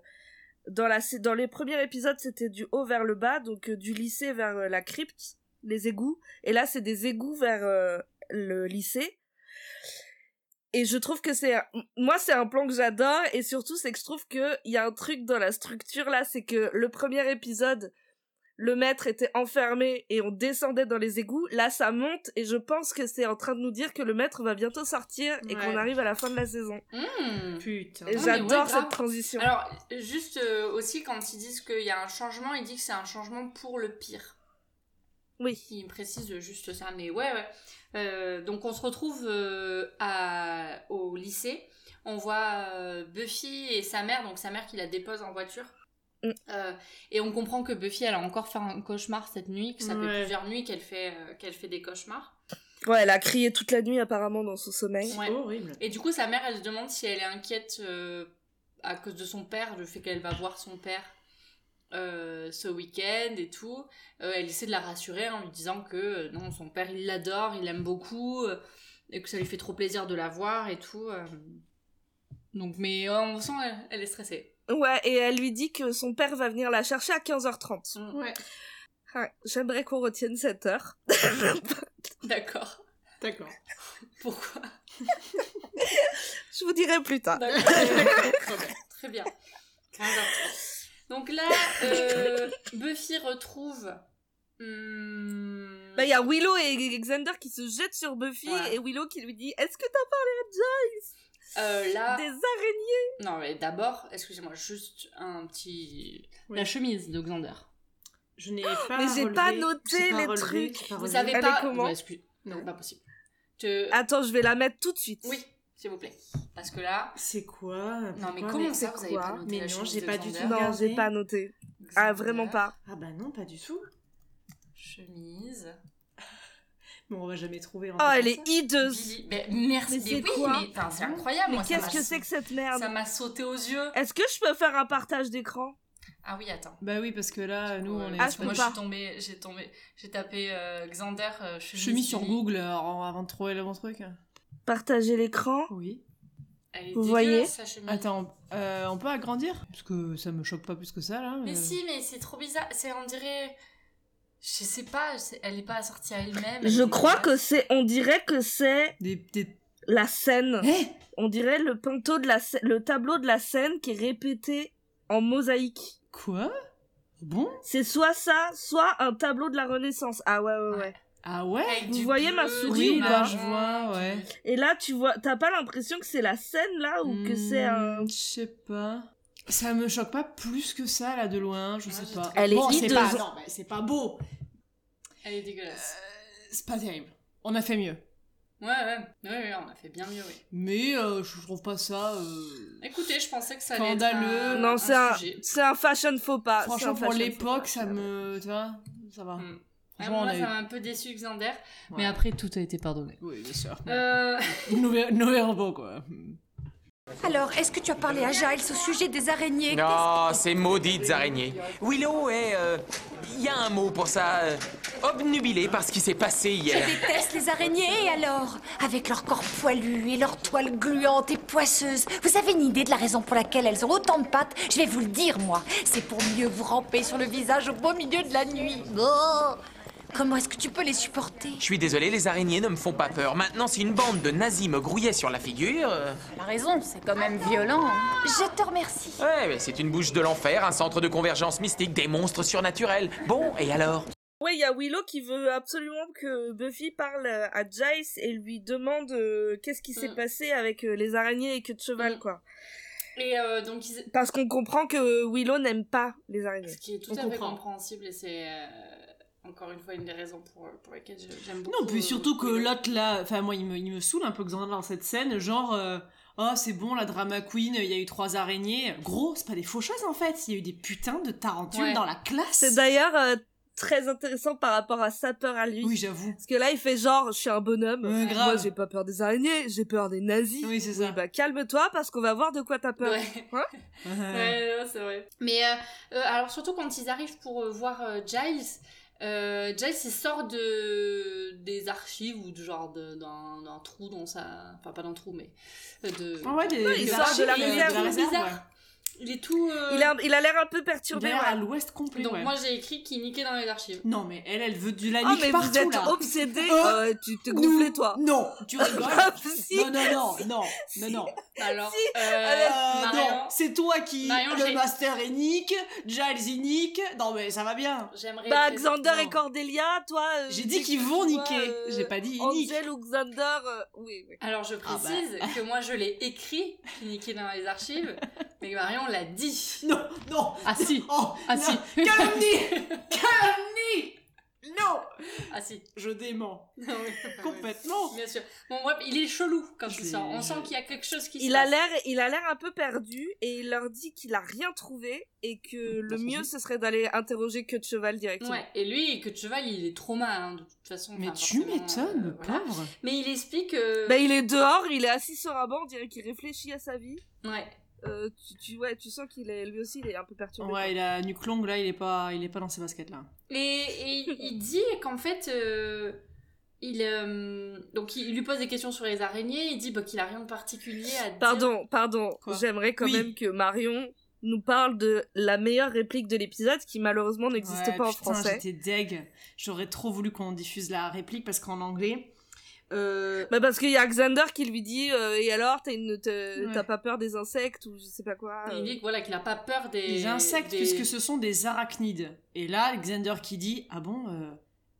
D: dans, la, c'est- dans les premiers épisodes, c'était du haut vers le bas, donc euh, du lycée vers euh, la crypte, les égouts. Et là, c'est des égouts vers euh, le lycée. Et je trouve que c'est moi c'est un plan que j'adore et surtout c'est que je trouve que il y a un truc dans la structure là, c'est que le premier épisode le maître était enfermé et on descendait dans les égouts. Là, ça monte et je pense que c'est en train de nous dire que le maître va bientôt sortir et
C: Ouais.
D: qu'on arrive à la fin de la saison.
B: hmm.
C: Putain.
D: Et
B: mais ouais,
D: j'adore
B: grave.
D: cette transition.
B: Alors, juste euh, aussi, quand ils disent qu'il y a un changement, ils disent que c'est un changement pour le pire.
D: Oui.
B: qui précise juste ça, mais ouais, ouais. Euh, donc on se retrouve euh, à, au lycée. On voit euh, Buffy et sa mère, donc sa mère qui la dépose en voiture.
D: Mm.
B: Euh, et on comprend que Buffy, elle a encore fait un cauchemar cette nuit, que ça
C: Ouais.
B: fait plusieurs nuits qu'elle fait, euh, qu'elle fait des cauchemars.
D: Ouais, elle a crié toute la nuit apparemment dans son sommeil.
B: Ouais.
C: Horrible.
B: Et du coup, sa mère, elle se demande si elle est inquiète euh, à cause de son père, le fait qu'elle va voir son père euh, ce week-end et tout. Euh, elle essaie de la rassurer en lui disant que euh, non, son père, il l'adore, il l'aime beaucoup, euh, et que ça lui fait trop plaisir de la voir et tout. euh. Donc, mais euh, on sent, elle, elle est stressée.
D: Ouais, et elle lui dit que son père va venir la chercher à 15h30.
B: Mm.
C: Ouais,
D: Ouais, J'aimerais qu'on retienne cette heure.
B: D'accord.
C: d'accord.
B: Pourquoi
D: Je vous dirai plus tard.
B: D'accord. Très bien. Très bien. 15 heures. Donc là, euh, Buffy retrouve. hum,
D: Bah, il y a Willow et Xander qui se jettent sur Buffy
B: Ouais.
D: et Willow qui lui dit Est-ce que t'as
B: euh, là,
D: des araignées
B: Non, mais d'abord, excusez-moi, juste un petit.
C: Oui.
B: La chemise de Xander.
C: Je n'ai pas.
D: mais j'ai
C: relevé-
D: pas noté
C: j'ai pas
D: les
C: relevé,
D: trucs.
C: j'ai pas
B: Vous
C: relevé.
B: avez
D: Elle
B: pas.
D: est comment
B: Ouais, excuse- Non, pas possible. Te-
D: Attends, je vais la mettre tout de suite.
B: Oui, s'il vous plaît. Parce que là.
C: C'est quoi
B: Non, mais
C: Pourquoi,
B: comment
D: c'est
B: ça, vous avez
D: quoi
B: pas noté
C: Mais
B: la
C: non,
B: chemise
C: j'ai
B: de
C: pas du
B: Xander
C: tout.
D: Non,
C: Regardez.
D: j'ai pas noté. Ah, vraiment pas.
C: Ah bah non, pas du tout.
B: Chemise.
C: Bon, on va jamais trouver. un
D: Oh,
C: truc
D: elle
C: comme
D: est
C: ça.
D: hideuse.
B: Billy. Mais merci.
D: Mais c'est
B: oui,
D: quoi
B: mais, enfin, C'est incroyable,
D: Mais
B: moi, ça
D: qu'est-ce
B: m'a-
D: que c'est que cette
B: Ça
D: merde
B: m'a sauté aux yeux.
D: Est-ce que je peux faire un partage d'écran
B: Ah oui, attends.
C: Bah oui, parce que là, nous, on est.
D: Ah,
B: Parce
D: je
B: que
D: peux
B: moi,
D: pas.
B: je suis tombée, j'ai tombé, j'ai tapé euh, Xander euh, chemise.
C: chemise sur
B: Billy.
C: Google euh, en- avant de trouver le bon truc.
D: Partager l'écran
C: Oui.
B: Elle est
D: Vous voyez
B: dégueulasse, sa
D: Mm.
B: chemise.
C: Attends, euh, on peut agrandir Parce que ça me choque pas plus que ça, là.
B: Mais
C: euh.
B: si, mais c'est trop bizarre. C'est, on dirait. Je sais pas, c'est- elle est pas assortie à elle-même. elle
D: Je
B: est
D: crois que
B: dégueulasse.
D: c'est. On dirait que c'est
C: Des. des...
D: la scène.
C: Eh
D: On dirait le pinto de la scè- le tableau de la scène qui est répété en mosaïque.
C: Quoi Bon
D: C'est soit ça, soit un tableau de la Renaissance. Ah ouais, ouais, ouais.
B: Ouais.
C: Ah ouais
B: Avec
D: Vous
B: du
D: voyez ma
B: bleu,
D: souris
B: du
D: ou pas
B: marron,
C: Je vois,
B: du-
C: ouais.
D: Et là, tu vois, t'as pas l'impression que c'est la scène là ou que c'est un.
C: Hmm, Je sais pas. Ça me choque pas plus que ça, là, de loin, je
B: Moi,
C: sais
B: j'ai
C: pas.
B: trouvé-
D: Elle est
C: Bon, c'est
D: hideuse.
C: pas, non, mais c'est pas beau.
B: Elle est
C: Euh,
B: dégueulasse.
C: c'est pas terrible. On a fait mieux.
B: Ouais, ouais, ouais, ouais, on a fait bien mieux, oui.
C: Mais euh, je trouve pas ça. euh,
B: Écoutez, je pensais que ça allait
C: Scandaleux.
B: être un,
D: Non, c'est un,
B: sujet.
D: c'est un fashion faux pas. Ah, c'est un
C: Hmm. Franchement, pour
D: fashion
C: l'époque,
D: faux
C: ça
D: pas.
C: me. Tu vois Ça va.
B: Mm. Ouais,
C: Franchement, on
B: moi,
C: a
B: ça
C: eu-
B: m'a un peu déçu Xander, mais
C: Ouais.
B: après, tout a été pardonné.
C: Oui, bien sûr.
B: Euh,
C: Nouvel, nouvel robot, quoi.
E: Alors, est-ce que tu as parlé à Giles au sujet des araignées
F: Non, Ah, ces maudites araignées. Willow est. euh, Il y a un mot pour ça. euh, obnubilée par ce qui s'est passé
E: Je
F: hier.
E: déteste les araignées, et alors Avec leur corps poilu et leur toile gluante et poisseuse. Vous avez une idée de la raison pour laquelle elles ont autant de pattes Je vais vous le dire, moi. C'est pour mieux vous ramper sur le visage au beau milieu de la nuit. Oh Comment est-ce que tu peux les supporter
F: Je suis désolé, les araignées ne me font pas peur. Maintenant, si une bande de nazis me grouillait sur la figure. euh,
G: La raison, c'est quand même violent. hein.
E: Je te remercie.
F: Ouais, mais c'est une bouche de l'enfer, un centre de convergence mystique, des monstres surnaturels. Bon, et alors
D: Ouais, il y a Willow qui veut absolument que Buffy parle euh, à Giles et lui demande euh, qu'est-ce qui
C: Hmm.
D: s'est
B: Mm.
D: passé avec euh, les araignées et queue de cheval,
B: Mm.
D: quoi.
B: et euh, donc, ils-
D: Parce qu'on comprend que Willow n'aime pas les araignées.
B: ce qui est tout
C: On
B: à fait
C: comprend.
B: compréhensible, et c'est euh, encore une fois une des raisons pour, pour lesquelles je- j'aime beaucoup.
C: Non, puis surtout que
B: euh,
C: l'autre là, enfin moi il me, il me saoule un peu que Xander dans cette scène, genre euh, oh c'est bon la drama queen, il y a eu trois araignées. Gros, c'est pas des faucheuses en fait, il y a eu des putains de tarentules
B: Ouais.
C: dans la classe.
D: C'est d'ailleurs euh, très intéressant par rapport à sa peur à lui.
C: Oui, j'avoue.
D: Parce que là, il fait genre, je suis un bonhomme.
C: Ouais, grave.
D: Moi, j'ai pas peur des araignées, j'ai peur des nazis.
C: Oui, c'est ça.
D: Bah, calme-toi parce qu'on va voir de quoi t'as peur.
B: Ouais. Ouais, non, c'est vrai. Mais euh, euh, alors surtout quand ils arrivent pour euh, voir euh, Giles, euh, Giles il sort de des archives ou de genre de- d'un d'un trou dans sa, enfin pas d'un trou mais euh, de.
C: Ah ouais, des,
D: Non, il
C: des
D: sort de
C: archives,
D: la
C: euh,
D: réserve.
B: Bizarre.
C: ouais.
B: Il est tout. euh,
D: Il a il a l'air un peu
C: Il
D: perturbé.
C: a l'air
D: ouais.
C: à l'ouest complet.
B: Donc
C: ouais.
B: moi j'ai écrit qu'il niquait dans les archives.
C: Non mais elle, elle veut du la
D: Oh,
C: nique
D: mais
C: partout
D: vous êtes
C: là.
D: obsédé.
C: Ah.
D: Euh, tu t'es gonflé, toi.
C: Non, tu rigoles.
D: Ah, si.
C: non, non, non, non, non, non.
B: Alors.
D: Si,
B: euh,
C: Euh,
B: Marion,
C: non, c'est toi qui
B: Marion, j'ai-
C: le master est nique, Giles il nique. Non mais ça va bien.
B: J'aimerais.
D: Bah,
B: présenter-
D: Xander
C: non.
D: et Cordelia, toi. euh,
C: J'ai dit
D: tu-
C: qu'ils vont
D: toi,
C: niquer.
D: euh,
C: J'ai pas dit ils niquent.
D: Angel ou Xander. euh, Oui, oui.
B: Alors je
C: Ah bah.
B: précise que moi je l'ai écrit qu'il niquait dans les archives, mais Marion l'a dit.
C: Non, non.
B: Ah si.
C: Oh,
B: Ah
C: non.
B: si.
C: Calomnie Calomnie Non
B: Ah si,
C: Je dément
B: Ah oui.
C: complètement.
B: bien sûr. Bon bref, il est chelou quand
C: Je
B: il
C: l'ai-
B: sort. On
C: je-
B: sent qu'il y a quelque chose qui se
D: Il a
B: passe.
D: l'air, il a l'air un peu perdu et il leur dit qu'il a rien trouvé et que le mieux ce serait d'aller interroger que de cheval directement.
B: Ouais, et lui, que de cheval, il est trauma, hein, de toute façon.
C: Mais
B: enfin,
C: tu
B: forcément,
C: m'étonnes,
B: euh,
C: le
B: voilà.
C: pauvre.
B: Mais il explique. euh,
D: Bah il est dehors, il est assis sur un banc, on dirait qu'il réfléchit à sa vie.
B: Ouais.
D: Euh, tu, tu, ouais, tu sens qu'il est, lui aussi, il est un peu perturbé.
C: Ouais, il a nuque longue là, il est pas, il est pas dans ses baskets là.
B: Et, et il- il dit qu'en fait, euh, il euh, donc il, il lui pose des questions sur les araignées. Il dit bah, qu'il a rien de particulier à dire.
D: Pardon, pardon.
C: Quoi
D: J'aimerais quand
C: Oui.
D: même que Marion nous parle de la meilleure réplique de l'épisode qui malheureusement n'existe
C: Ouais,
D: pas en
C: putain,
D: français.
C: J'étais deg. J'aurais trop voulu qu'on diffuse la réplique parce qu'en anglais. euh,
D: Bah parce qu'il y a Xander qui lui dit euh, et alors t'as une- t'as
C: Ouais.
D: t'as pas peur des insectes ou je sais pas quoi.
B: Il
D: euh.
B: dit que, voilà qu'il a pas peur des
C: les insectes,
B: des-
C: puisque ce sont des arachnides. Et là, Xander qui dit Ah bon, euh,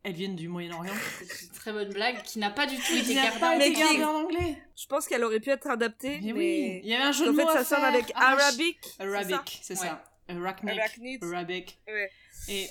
C: elles viennent du Moyen-Orient
B: C'est une très bonne blague qui n'a pas du tout été
C: Il n'a
B: gardée.
C: pas
B: en
C: été
B: tête.
D: Mais qui-
C: gardé en anglais.
D: Je pense qu'elle aurait pu être adaptée.
C: Mais oui, il y avait un jeu
D: En
C: de
D: fait,
C: mots. à
D: ça sonne
C: faire.
D: avec
C: Ah,
D: Arabic. c'est ça
C: Arabic, c'est ça. Arachnic.
D: Arachnid.
C: Arabic.
D: Ouais.
C: Et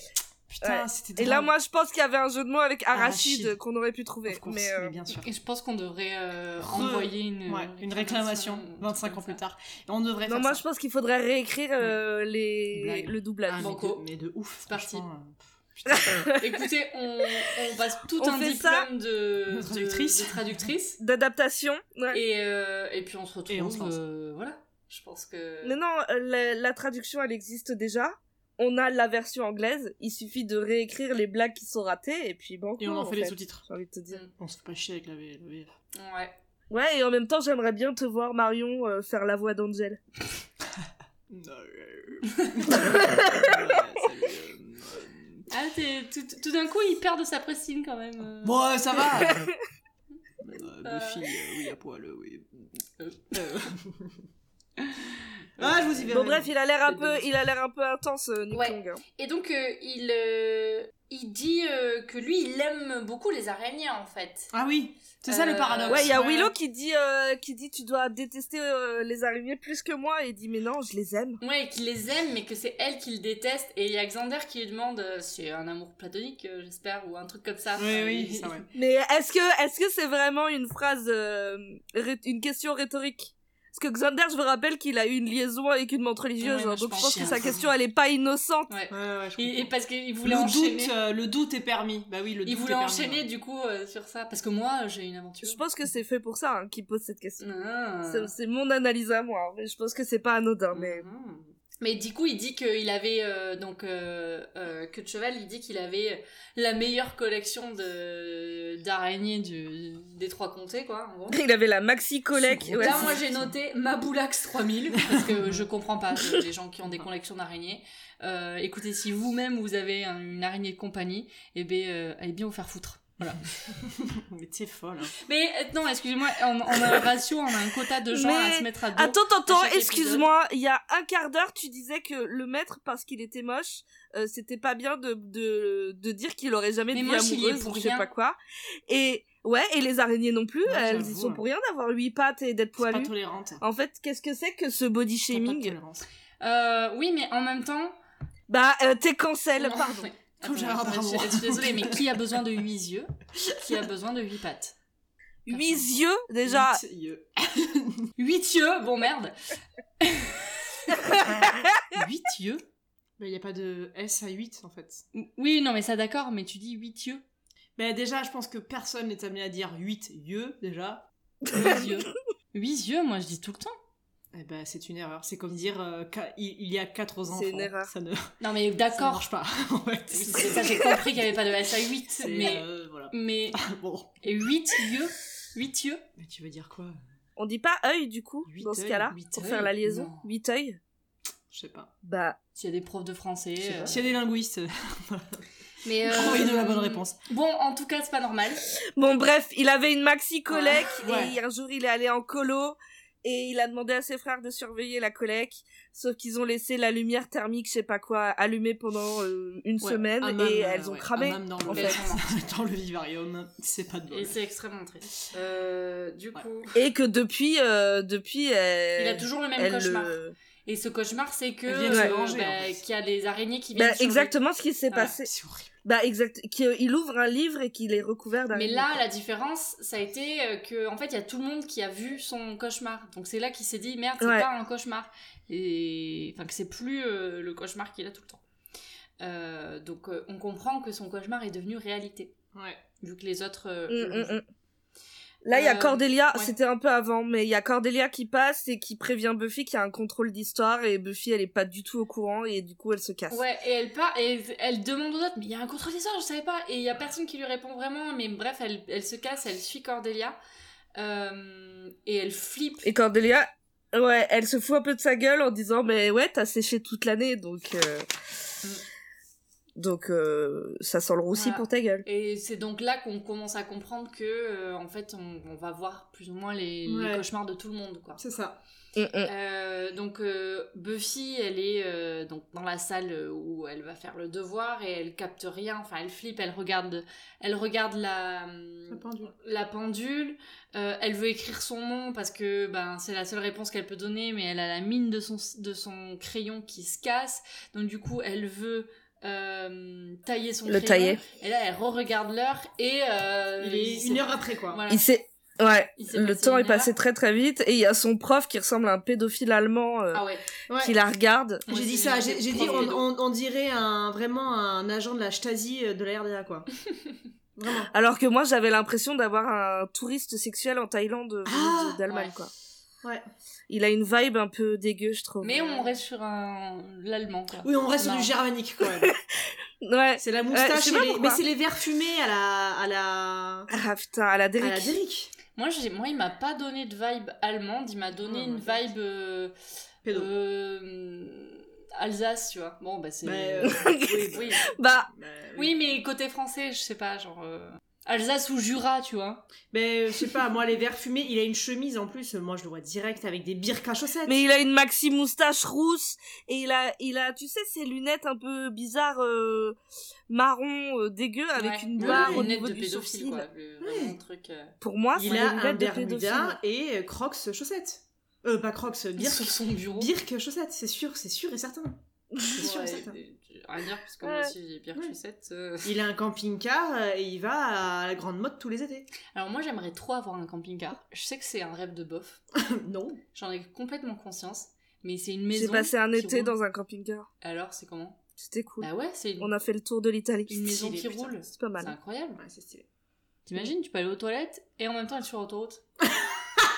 C: putain,
D: Ouais.
C: c'était
D: Et
C: drôle.
D: là, moi, je pense qu'il y avait un jeu de mots avec arachide,
C: Arachide.
D: qu'on aurait pu
C: Of
D: trouver.
C: course,
D: mais, euh,
C: mais bien sûr.
B: Et je pense qu'on devrait euh,
C: Re-
B: envoyer une,
C: Ouais, une réclamation 25 ans plus tard. Et on devrait
D: Non,
C: faire
D: moi,
C: ça.
D: je pense qu'il faudrait réécrire euh, les...
C: Blague.
D: le
C: Ah,
D: doublage.
C: mais,
B: Banco.
C: de, mais de ouf,
B: C'est parti.
C: franchement, euh,
B: Écoutez, on, on passe tout
D: On
B: un
D: fait
B: diplôme
D: ça.
B: de, de-
C: Traductrice.
B: de traductrice.
D: D'adaptation. ouais.
B: Et, euh, et puis on se retrouve.
C: Et on se lance.
B: euh, voilà. Je pense que.
D: Mais non, euh, la, la traduction, elle existe déjà. On a la version anglaise. Il suffit de réécrire les blagues qui sont ratées. Et puis, bon.
C: Et on en fait, les
D: fait.
C: sous-titres.
D: J'ai envie de te dire.
C: On se fait pas chier avec la V- la VF.
B: Mm, Ouais.
D: Ouais, et en même temps, j'aimerais bien te voir, Marion, euh, faire la voix d'Angel.
B: Ah, t'es- tout, tout d'un coup, il perd de sa prestine quand même. euh.
C: Bon, euh, ça va euh, Buffy,
B: Euh.
C: euh, oui, à poil, euh, oui.
B: Euh,
C: Ah, je vous y verrai.
D: Bon, bref, il a l'air un
B: C'est
D: peu,
B: dommage.
D: il a l'air un peu intense, euh, Nick
B: Ouais.
D: Long, hein.
B: Et donc, euh, il, euh, il dit euh, que lui, il aime beaucoup les araignées en fait.
C: Ah oui, c'est ça
B: Euh,
C: le paradoxe.
D: Ouais, il y a Willow qui dit, euh, qui dit tu dois détester euh, les araignées plus que moi et il dit mais non je les aime.
B: Ouais, et qu'il les aime, mais que c'est elle qui le déteste. Et il y a Xander qui lui demande euh, c'est un amour platonique, euh, j'espère, ou un truc comme ça.
C: Oui,
B: Enfin,
C: oui,
B: il-
C: ça, ouais.
D: Mais est-ce que est-ce que c'est vraiment une phrase euh, rhé- une question rhétorique Parce que Xander je vous rappelle qu'il a eu une liaison avec une montre religieuse
C: Ouais, moi,
D: hein,
C: je
D: donc je
C: pense
D: pense
C: qu'il
D: que
C: y
D: sa
C: a un-
D: question elle est pas innocente.
B: Ouais.
C: Ouais, ouais, je
B: Et, et
C: comprends.
B: parce qu'il voulait
C: le
B: enchaîner.
C: doute, euh, le doute est permis. Bah oui, le doute
B: il voulait
C: est permis,
B: enchaîner
C: ouais.
B: du coup euh, sur ça. Parce que moi, euh, j'ai une aventure.
D: Je pense que c'est fait pour ça hein, qu'il pose cette question.
B: Ah.
D: C'est- C'est mon analyse à moi, hein, mais je pense que c'est pas anodin. Mais
B: Mhm. Mais du coup, il dit qu'il avait euh, donc euh, euh, que de cheval. Il dit qu'il avait euh, la meilleure collection de d'araignées du des trois comtés, quoi. En gros.
D: il avait la maxi collègue.
C: Ce gros
D: Ouais,
B: Là,
C: c'est
B: moi,
C: ça.
B: j'ai noté Maboulax 3000 parce que je comprends pas euh, les gens qui
D: Ah.
B: ont des collections d'araignées. Euh, écoutez, si vous-même vous avez un- une araignée de compagnie, eh ben, euh, allez bien vous faire foutre.
C: Mais t'es folle. hein.
B: Mais euh, non, excusez-moi, on, on a un ratio, on a un quota de gens
D: Mais-
B: à se mettre à dos.
D: Attends, attends,
B: chaque épisode.
D: excuse-moi, il y a un quart d'heure, tu disais que le maître, parce qu'il était moche, euh, c'était pas bien de, de, de dire qu'il aurait jamais
B: Mais
D: de vie
B: moche, il y est
D: amoureuse,
B: pour
D: je sais
B: rien.
D: pas quoi. Et ouais, et les araignées non plus,
C: Ouais,
D: elles y
C: j'avoue,
D: sont
C: hein.
D: pour rien d'avoir huit pattes et d'être
C: C'est pas
D: poilues.
C: tolérante.
D: En fait, qu'est-ce que c'est que ce body
C: T'as pas de
D: shaming
C: tolérance.
B: Euh, oui, mais en même temps.
D: Bah, euh, t'es cancel,
B: Non,
D: pardon.
B: mais-
C: Comme
B: Attends,
C: Gérard
B: je-
C: Darmon.
B: Je suis désolée, mais qui a besoin de huit yeux Qui a besoin de huit pattes
D: Huit yeux, déjà.
C: Huit yeux.
B: 8 yeux, bon merde.
C: Huit yeux Mais il n'y a pas de S à 8 en fait.
B: Oui, non, mais ça d'accord, mais tu dis 8 yeux.
C: Mais déjà, je pense que personne n'est amené à dire 8 yeux déjà.
B: 8 yeux. 8 yeux, moi je dis tout le temps.
C: Eh ben, c'est une erreur. C'est comme dire euh, qu'à- il il y a quatre enfants.
D: C'est une erreur.
C: Ça ne ça
B: Non, mais
C: ne
B: d'accord.
C: marche pas. en fait.
B: Oui, c'est ça, j'ai compris qu'il n'y avait pas de S à 8,
C: C'est,
B: mais,
C: euh, voilà.
B: mais
C: Bon.
B: et 8 yeux 8 yeux
C: Mais tu veux dire quoi
D: On dit pas œil, du coup,
C: Huit
D: dans ce
C: œils,
D: cas-là,
C: huit
D: pour
C: œils,
D: faire la liaison.
B: non.
D: Huit œils
C: Je sais pas.
D: Bah,
B: S'il y a des profs de français. euh,
C: S'il y a des linguistes,
B: Mais euh,
C: envoyez-nous la bonne réponse.
B: Bon, en tout cas, c'est pas normal.
D: Bon, bref, il avait une maxi collecte
B: Ah,
C: Ouais.
D: et un jour il est allé en colo et il a demandé à ses frères de surveiller la collecte. Sauf qu'ils ont laissé la lumière thermique, je sais pas quoi, allumée pendant euh, une
C: Ouais,
D: semaine
C: un
D: et
C: âme,
D: elles ont
C: ouais,
D: cramé.
C: un âme dans
D: en
C: le, dans le vivarium, c'est pas de bol.
B: Et c'est extrêmement triste. Euh, du
C: Ouais.
B: coup,
D: Et que depuis, euh, depuis, euh,
B: il a toujours le même
D: elle euh,
B: cauchemar.
D: le-
B: Et ce cauchemar, c'est que
C: Elles viennent se
B: euh,
C: venger,
B: bah,
C: en fait.
B: qu'il y a les araignées qui viennent.
D: Bah,
B: sur lui.
D: exactement ce qui s'est
B: Voilà.
D: passé.
C: C'est horrible.
D: Bah, exact. Qu'il ouvre un livre et qu'il est recouvert d'un.
B: Mais là, la différence, ça a été euh, que en fait, il y a tout le monde qui a vu son cauchemar. Donc c'est là qu'il s'est dit merde, c'est
D: Ouais.
B: pas un cauchemar. Et enfin que c'est plus euh, le cauchemar qu'il a tout le temps. Euh, donc euh, on comprend que son cauchemar est devenu réalité,
C: Ouais.
B: vu que les autres. euh,
D: Mm,
B: le-
D: mm, mm. Là, il y a
B: Euh,
D: Cordelia,
B: ouais.
D: c'était un peu avant, mais il y a Cordelia qui passe et qui prévient Buffy qu'il y a un contrôle d'histoire et Buffy, elle est pas du tout au courant et du coup, elle se casse.
B: Ouais, et elle part, et elle demande aux autres, mais il y a un contrôle des ordres, je savais pas. Et il y a personne qui lui répond vraiment, mais bref, elle, elle se casse, elle suit Cordelia. Euh, et elle flippe.
D: Et Cordelia, ouais, elle se fout un peu de sa gueule en disant, mais ouais, t'as séché toute l'année, donc, euh,
B: Mm.
D: donc, euh, ça sent le roussi
B: Voilà.
D: pour ta gueule.
B: Et c'est donc là qu'on commence à comprendre que, euh, en fait, on, on va voir plus ou moins les, les
C: Ouais.
B: cauchemars de tout le monde, quoi.
C: C'est ça.
D: Mm, mm.
B: Euh, donc euh, Buffy, elle est euh, donc dans la salle euh, où elle va faire le devoir et elle capte rien. Enfin, elle flippe, elle regarde, elle regarde la,
C: La pendule.
B: la pendule. Euh, elle veut écrire son nom parce que ben c'est la seule réponse qu'elle peut donner, mais elle a la mine de son de son crayon qui se casse. Donc du coup, elle veut euh, tailler son
D: Le
B: crayon.
D: tailler.
B: Et là, elle re-regarde l'heure et euh,
C: Il est
B: c'est-
C: une heure après, quoi.
B: Voilà.
D: Il s'est, ouais,
B: Il s'est
D: le
B: passé
D: temps
B: une
D: est passé
B: heure.
D: très très vite et il y a son prof qui ressemble à un pédophile allemand euh,
B: Ah ouais.
C: Ouais.
D: qui la regarde.
B: Ouais,
C: J'ai dit
B: c'est
C: ça,
B: une
C: j'ai j'ai
B: prof
C: dit on,
B: pédo.
C: on- on dirait un, vraiment un agent de la Stasi euh, de la RDA, quoi. vraiment.
D: Alors que moi, j'avais l'impression d'avoir un touriste sexuel en Thaïlande venu
C: Ah,
D: de- d'Allemagne,
B: ouais.
D: quoi.
C: Ouais.
D: Il a une vibe un peu dégueu, je trouve.
B: Mais on reste sur un... l'allemand. quoi.
C: Oui, on reste sur
B: Non.
C: du germanique, quoi.
D: Ouais.
C: C'est la
D: Ouais, je
C: moustache,
D: sais
C: et
D: pas
C: les-
D: pourquoi.
C: mais c'est les verres fumés à la... à la...
D: Ah putain, à la
C: à
D: Derrick.
C: la Derrick.
B: Moi, j'ai- moi, il m'a pas donné de vibe allemande, il m'a donné
C: Oh,
B: une
C: my God.
B: vibe euh,
C: Pédo.
B: euh, Alsace, tu vois. Bon, bah c'est.
C: Bah, euh, oui, bah,
B: oui.
D: Bah,
C: bah,
B: Oui, mais côté français, je sais pas, genre. euh, Alsace ou Jura, tu vois.
C: Mais euh, je sais pas, moi, les verres fumés, il a une chemise en plus, euh, moi je le vois direct avec des birques à chaussettes.
D: mais il a une maxi moustache rousse et il a, il a, tu sais, ces lunettes un peu bizarres, euh, marron euh, dégueu avec
B: Ouais.
D: une
B: Oui,
D: barre
B: oui,
D: au
B: une
D: niveau
B: lunette de
D: du
B: pédophile,
D: sourcil.
B: quoi. le- vraiment un truc. euh,
D: Pour moi, c'est
C: il a
D: une
C: un
D: lunette de pédophile.
C: Bermuda et euh, Crocs chaussettes. Euh, pas Crocs, birques.
B: sur son bureau.
C: Birques chaussettes, c'est sûr, c'est sûr et certain. C'est sûr et
B: Ouais,
C: certain.
B: et- et- Rien à dire, parce que
D: Ouais.
B: moi aussi, j'ai pire
C: Ouais.
B: chaussettes. euh.
C: Il a un camping-car euh, et il va à la grande mode tous les étés.
B: Alors, moi, j'aimerais trop avoir un camping-car. Je sais que c'est un rêve de bof.
C: non.
B: J'en ai complètement conscience. Mais c'est une maison.
D: J'ai passé un
B: qui
D: été
B: roule.
D: dans un camping-car.
B: Alors, c'est comment
D: C'était cool.
B: Bah ouais, c'est une
D: On a fait le tour de l'Italie.
B: Une maison qui
C: putain.
B: roule.
D: C'est pas
B: C'est
D: mal.
B: incroyable.
C: Ouais, c'est stylé.
B: T'imagines, tu peux aller aux toilettes et en même temps être sur l'autoroute.
C: Ah,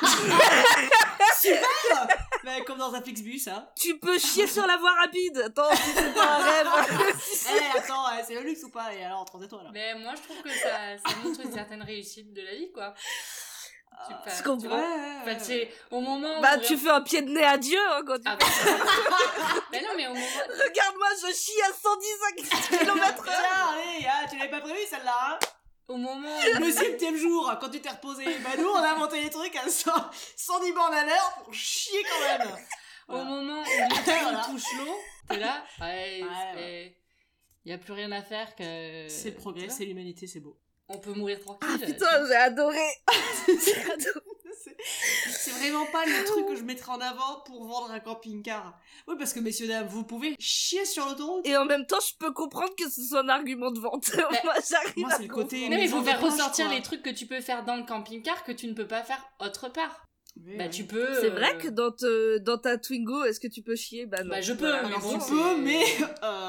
C: Mais comme dans un Flixbus, hein.
D: Tu peux chier sur la voie rapide. Attends, c'est pas un rêve. Bah,
C: Eh, attends, eh, c'est le luxe ou pas Et alors, 30 étoiles. là.
B: Mais moi, je trouve que ça, ça montre une certaine réussite de la vie, quoi. Tu
C: Ah,
B: pas-
D: je
B: tu
D: comprends.
B: vois
C: ouais,
B: Enfin, c'est au moment où.
D: Bah, tu fais un pied de nez à Dieu hein, quand tu...
B: Ah bah. Mais non, mais au moment.
D: Regarde-moi, je chie à 110 km
C: Tiens, allez, ah, tu l'avais pas prévu celle-là, hein
B: Au moment.
C: Le septième jour, quand tu t'es reposé, bah nous, on a inventé les trucs hein, à 100, 110 bornes à l'heure pour chier quand même.
B: Au
C: Voilà.
B: moment où les truies
C: Voilà.
B: touchent l'eau, t'es là. Ouais,
C: Ouais,
B: Il n'y a plus rien à faire que.
C: C'est le progrès,
B: tu vois,
C: c'est l'humanité, c'est beau.
B: On peut mourir tranquille.
D: Ah putain, j'ai adoré. J'ai adoré.
C: C'est- C'est vraiment pas le truc que je mettrais en avant pour vendre un camping-car. Oui, parce que messieurs, dames, vous pouvez chier sur l'autoroute.
D: Et en même temps, je peux comprendre que ce soit un argument de vente.
B: Bah,
D: Moi, j'arrive
C: Moi,
D: à
C: c'est le
D: comprendre.
C: côté-
B: Non, mais il
C: maison
B: faut
C: de
B: faire
C: proche,
B: ressortir
C: quoi.
B: les trucs que tu peux faire dans le camping-car que tu ne peux pas faire autre part. Bah, tu peux.
D: C'est
B: euh,
D: vrai que dans, te- dans ta Twingo, est-ce que tu peux chier Bah non.
B: Bah, je peux, mais
D: merci.
B: bon,
C: Tu peux, mais. euh,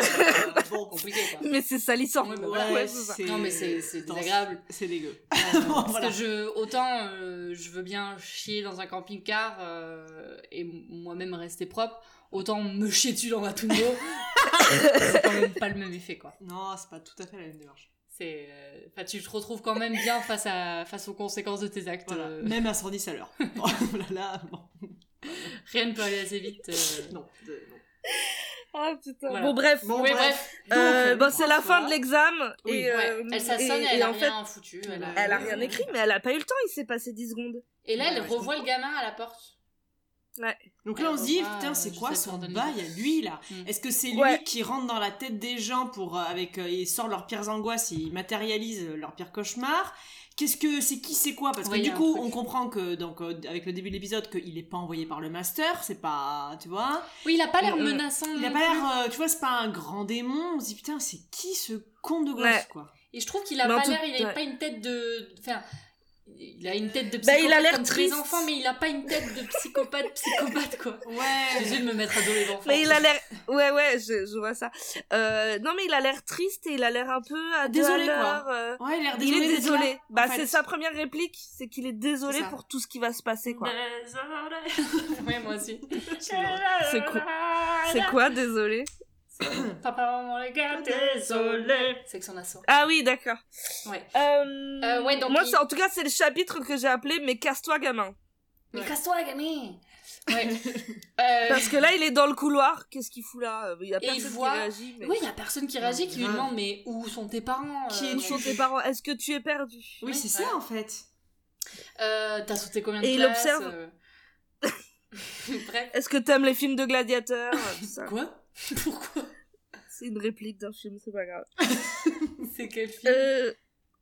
C: bon,
B: compliqué quoi.
D: Mais c'est salissant.
B: Ouais, bah,
C: ouais,
D: Ouais, c'est ça.
C: c'est-
B: Non mais c'est c'est
C: Dans-
B: désagréable.
C: C'est dégueu.
B: Euh, Parce
C: Voilà.
B: que je autant euh, je veux bien chier dans un camping-car euh, et m- moi-même rester propre, autant me chier dessus dans ma Twingo. c'est quand même pas le même effet quoi.
C: Non, c'est pas tout à fait la même démarche.
B: C'est euh, enfin, tu te retrouves quand même bien face à face aux conséquences de tes actes.
C: Voilà.
B: euh,
C: Même à 110 à l'heure. Oh là là, bon.
B: rien ne peut aller assez vite. euh.
C: Non. de- non.
D: Ah putain.
B: Voilà.
D: Bon, bref.
C: Bon,
B: oui,
C: bref.
B: bref,
D: Euh,
C: Donc,
D: bon,
C: le
D: c'est la
C: prof,
D: fin
C: là,
D: de l'examen.
C: Oui,
D: et,
B: ouais.
D: euh,
B: elle
D: et-
B: s'assonne,
D: et
B: elle a
D: en fait,
B: rien foutu. Elle a,
D: elle a rien écrit, mais elle a pas eu le temps. Il s'est passé 10 secondes.
B: Et là, elle
C: Ouais, je
B: revoit le gamin à la porte.
D: Ouais.
C: Donc là, on se dit,
B: Ah,
C: putain, c'est
B: je
C: quoi
B: sais pas
C: son
B: en donner
C: bail à lui, là
B: Mm.
C: Est-ce que c'est lui
D: Ouais.
C: qui rentre dans la tête des gens pour, euh, avec, euh, il sort leurs pires angoisses, il matérialise euh, leurs pires cauchemars Qu'est-ce que c'est qui, c'est quoi Parce que
B: Ouais, y
C: du
B: a un
C: coup,
B: truc.
C: on comprend que, donc, euh, avec le début de l'épisode, qu'il n'est pas envoyé par le master, c'est pas, tu vois
B: Oui, il a pas l'air
C: Euh,
B: menaçant.
C: Il a
B: non
C: pas
B: plus.
C: l'air, euh, tu vois, c'est pas un grand démon. On se dit, putain, c'est qui ce con de gosse,
D: Ouais.
C: quoi
B: Et je trouve qu'il a
D: Mais en
B: pas
D: tout-
B: l'air, il a
D: ouais.
B: pas une tête de. Enfin, il a une tête de
D: Bah,
B: psychopathe.
D: il a l'air
B: comme tous
D: triste.
B: les enfants, mais il a pas une tête de psychopathe, psychopathe quoi. Je suis
C: Ouais.
B: obligée de me mettre à dos les enfants.
D: Mais il a l'air, ouais ouais, je, je vois ça. Euh, non mais il a l'air triste et il a l'air un peu à deux à
C: Désolé, quoi.
D: l'heure, euh,
C: Ouais, il a l'air
D: Il
C: désolé.
D: est
C: d'être là.
D: désolé. Bah
C: fait.
D: c'est sa première réplique, c'est qu'il est désolé
C: C'est ça.
D: pour tout ce qui va se passer quoi.
B: Désolée. ouais, moi aussi.
D: C'est quoi C'est quoi désolé
B: Papa, maman, les gars, désolé. C'est que son assaut.
D: Ah oui d'accord.
B: Ouais.
D: Euh,
B: Euh, ouais, donc
D: moi
B: il-
D: c'est en tout cas c'est le chapitre que j'ai appelé mais casse-toi gamin
B: Mais
C: Ouais.
B: casse-toi, gamin Ouais. Euh,
D: parce que là il est dans le couloir qu'est-ce qu'il fout là Euh, il y a personne
B: voit-
D: qui réagit mais...
B: Oui, il y a personne qui réagit, qui lui
C: Grave.
B: demande mais où sont tes parents
C: Qui
B: euh,
C: es-tu
D: Où sont tes parents est-ce que tu es perdu
C: Oui, c'est ça, en fait.
B: euh, T'as sauté combien de
D: Et il
B: classes,
D: observe.
B: euh, Bref.
D: est-ce que t'aimes les films de gladiateurs Euh, Tout ça.
B: Quoi Pourquoi
D: c'est une réplique d'un film c'est pas grave
B: C'est quel film
D: euh,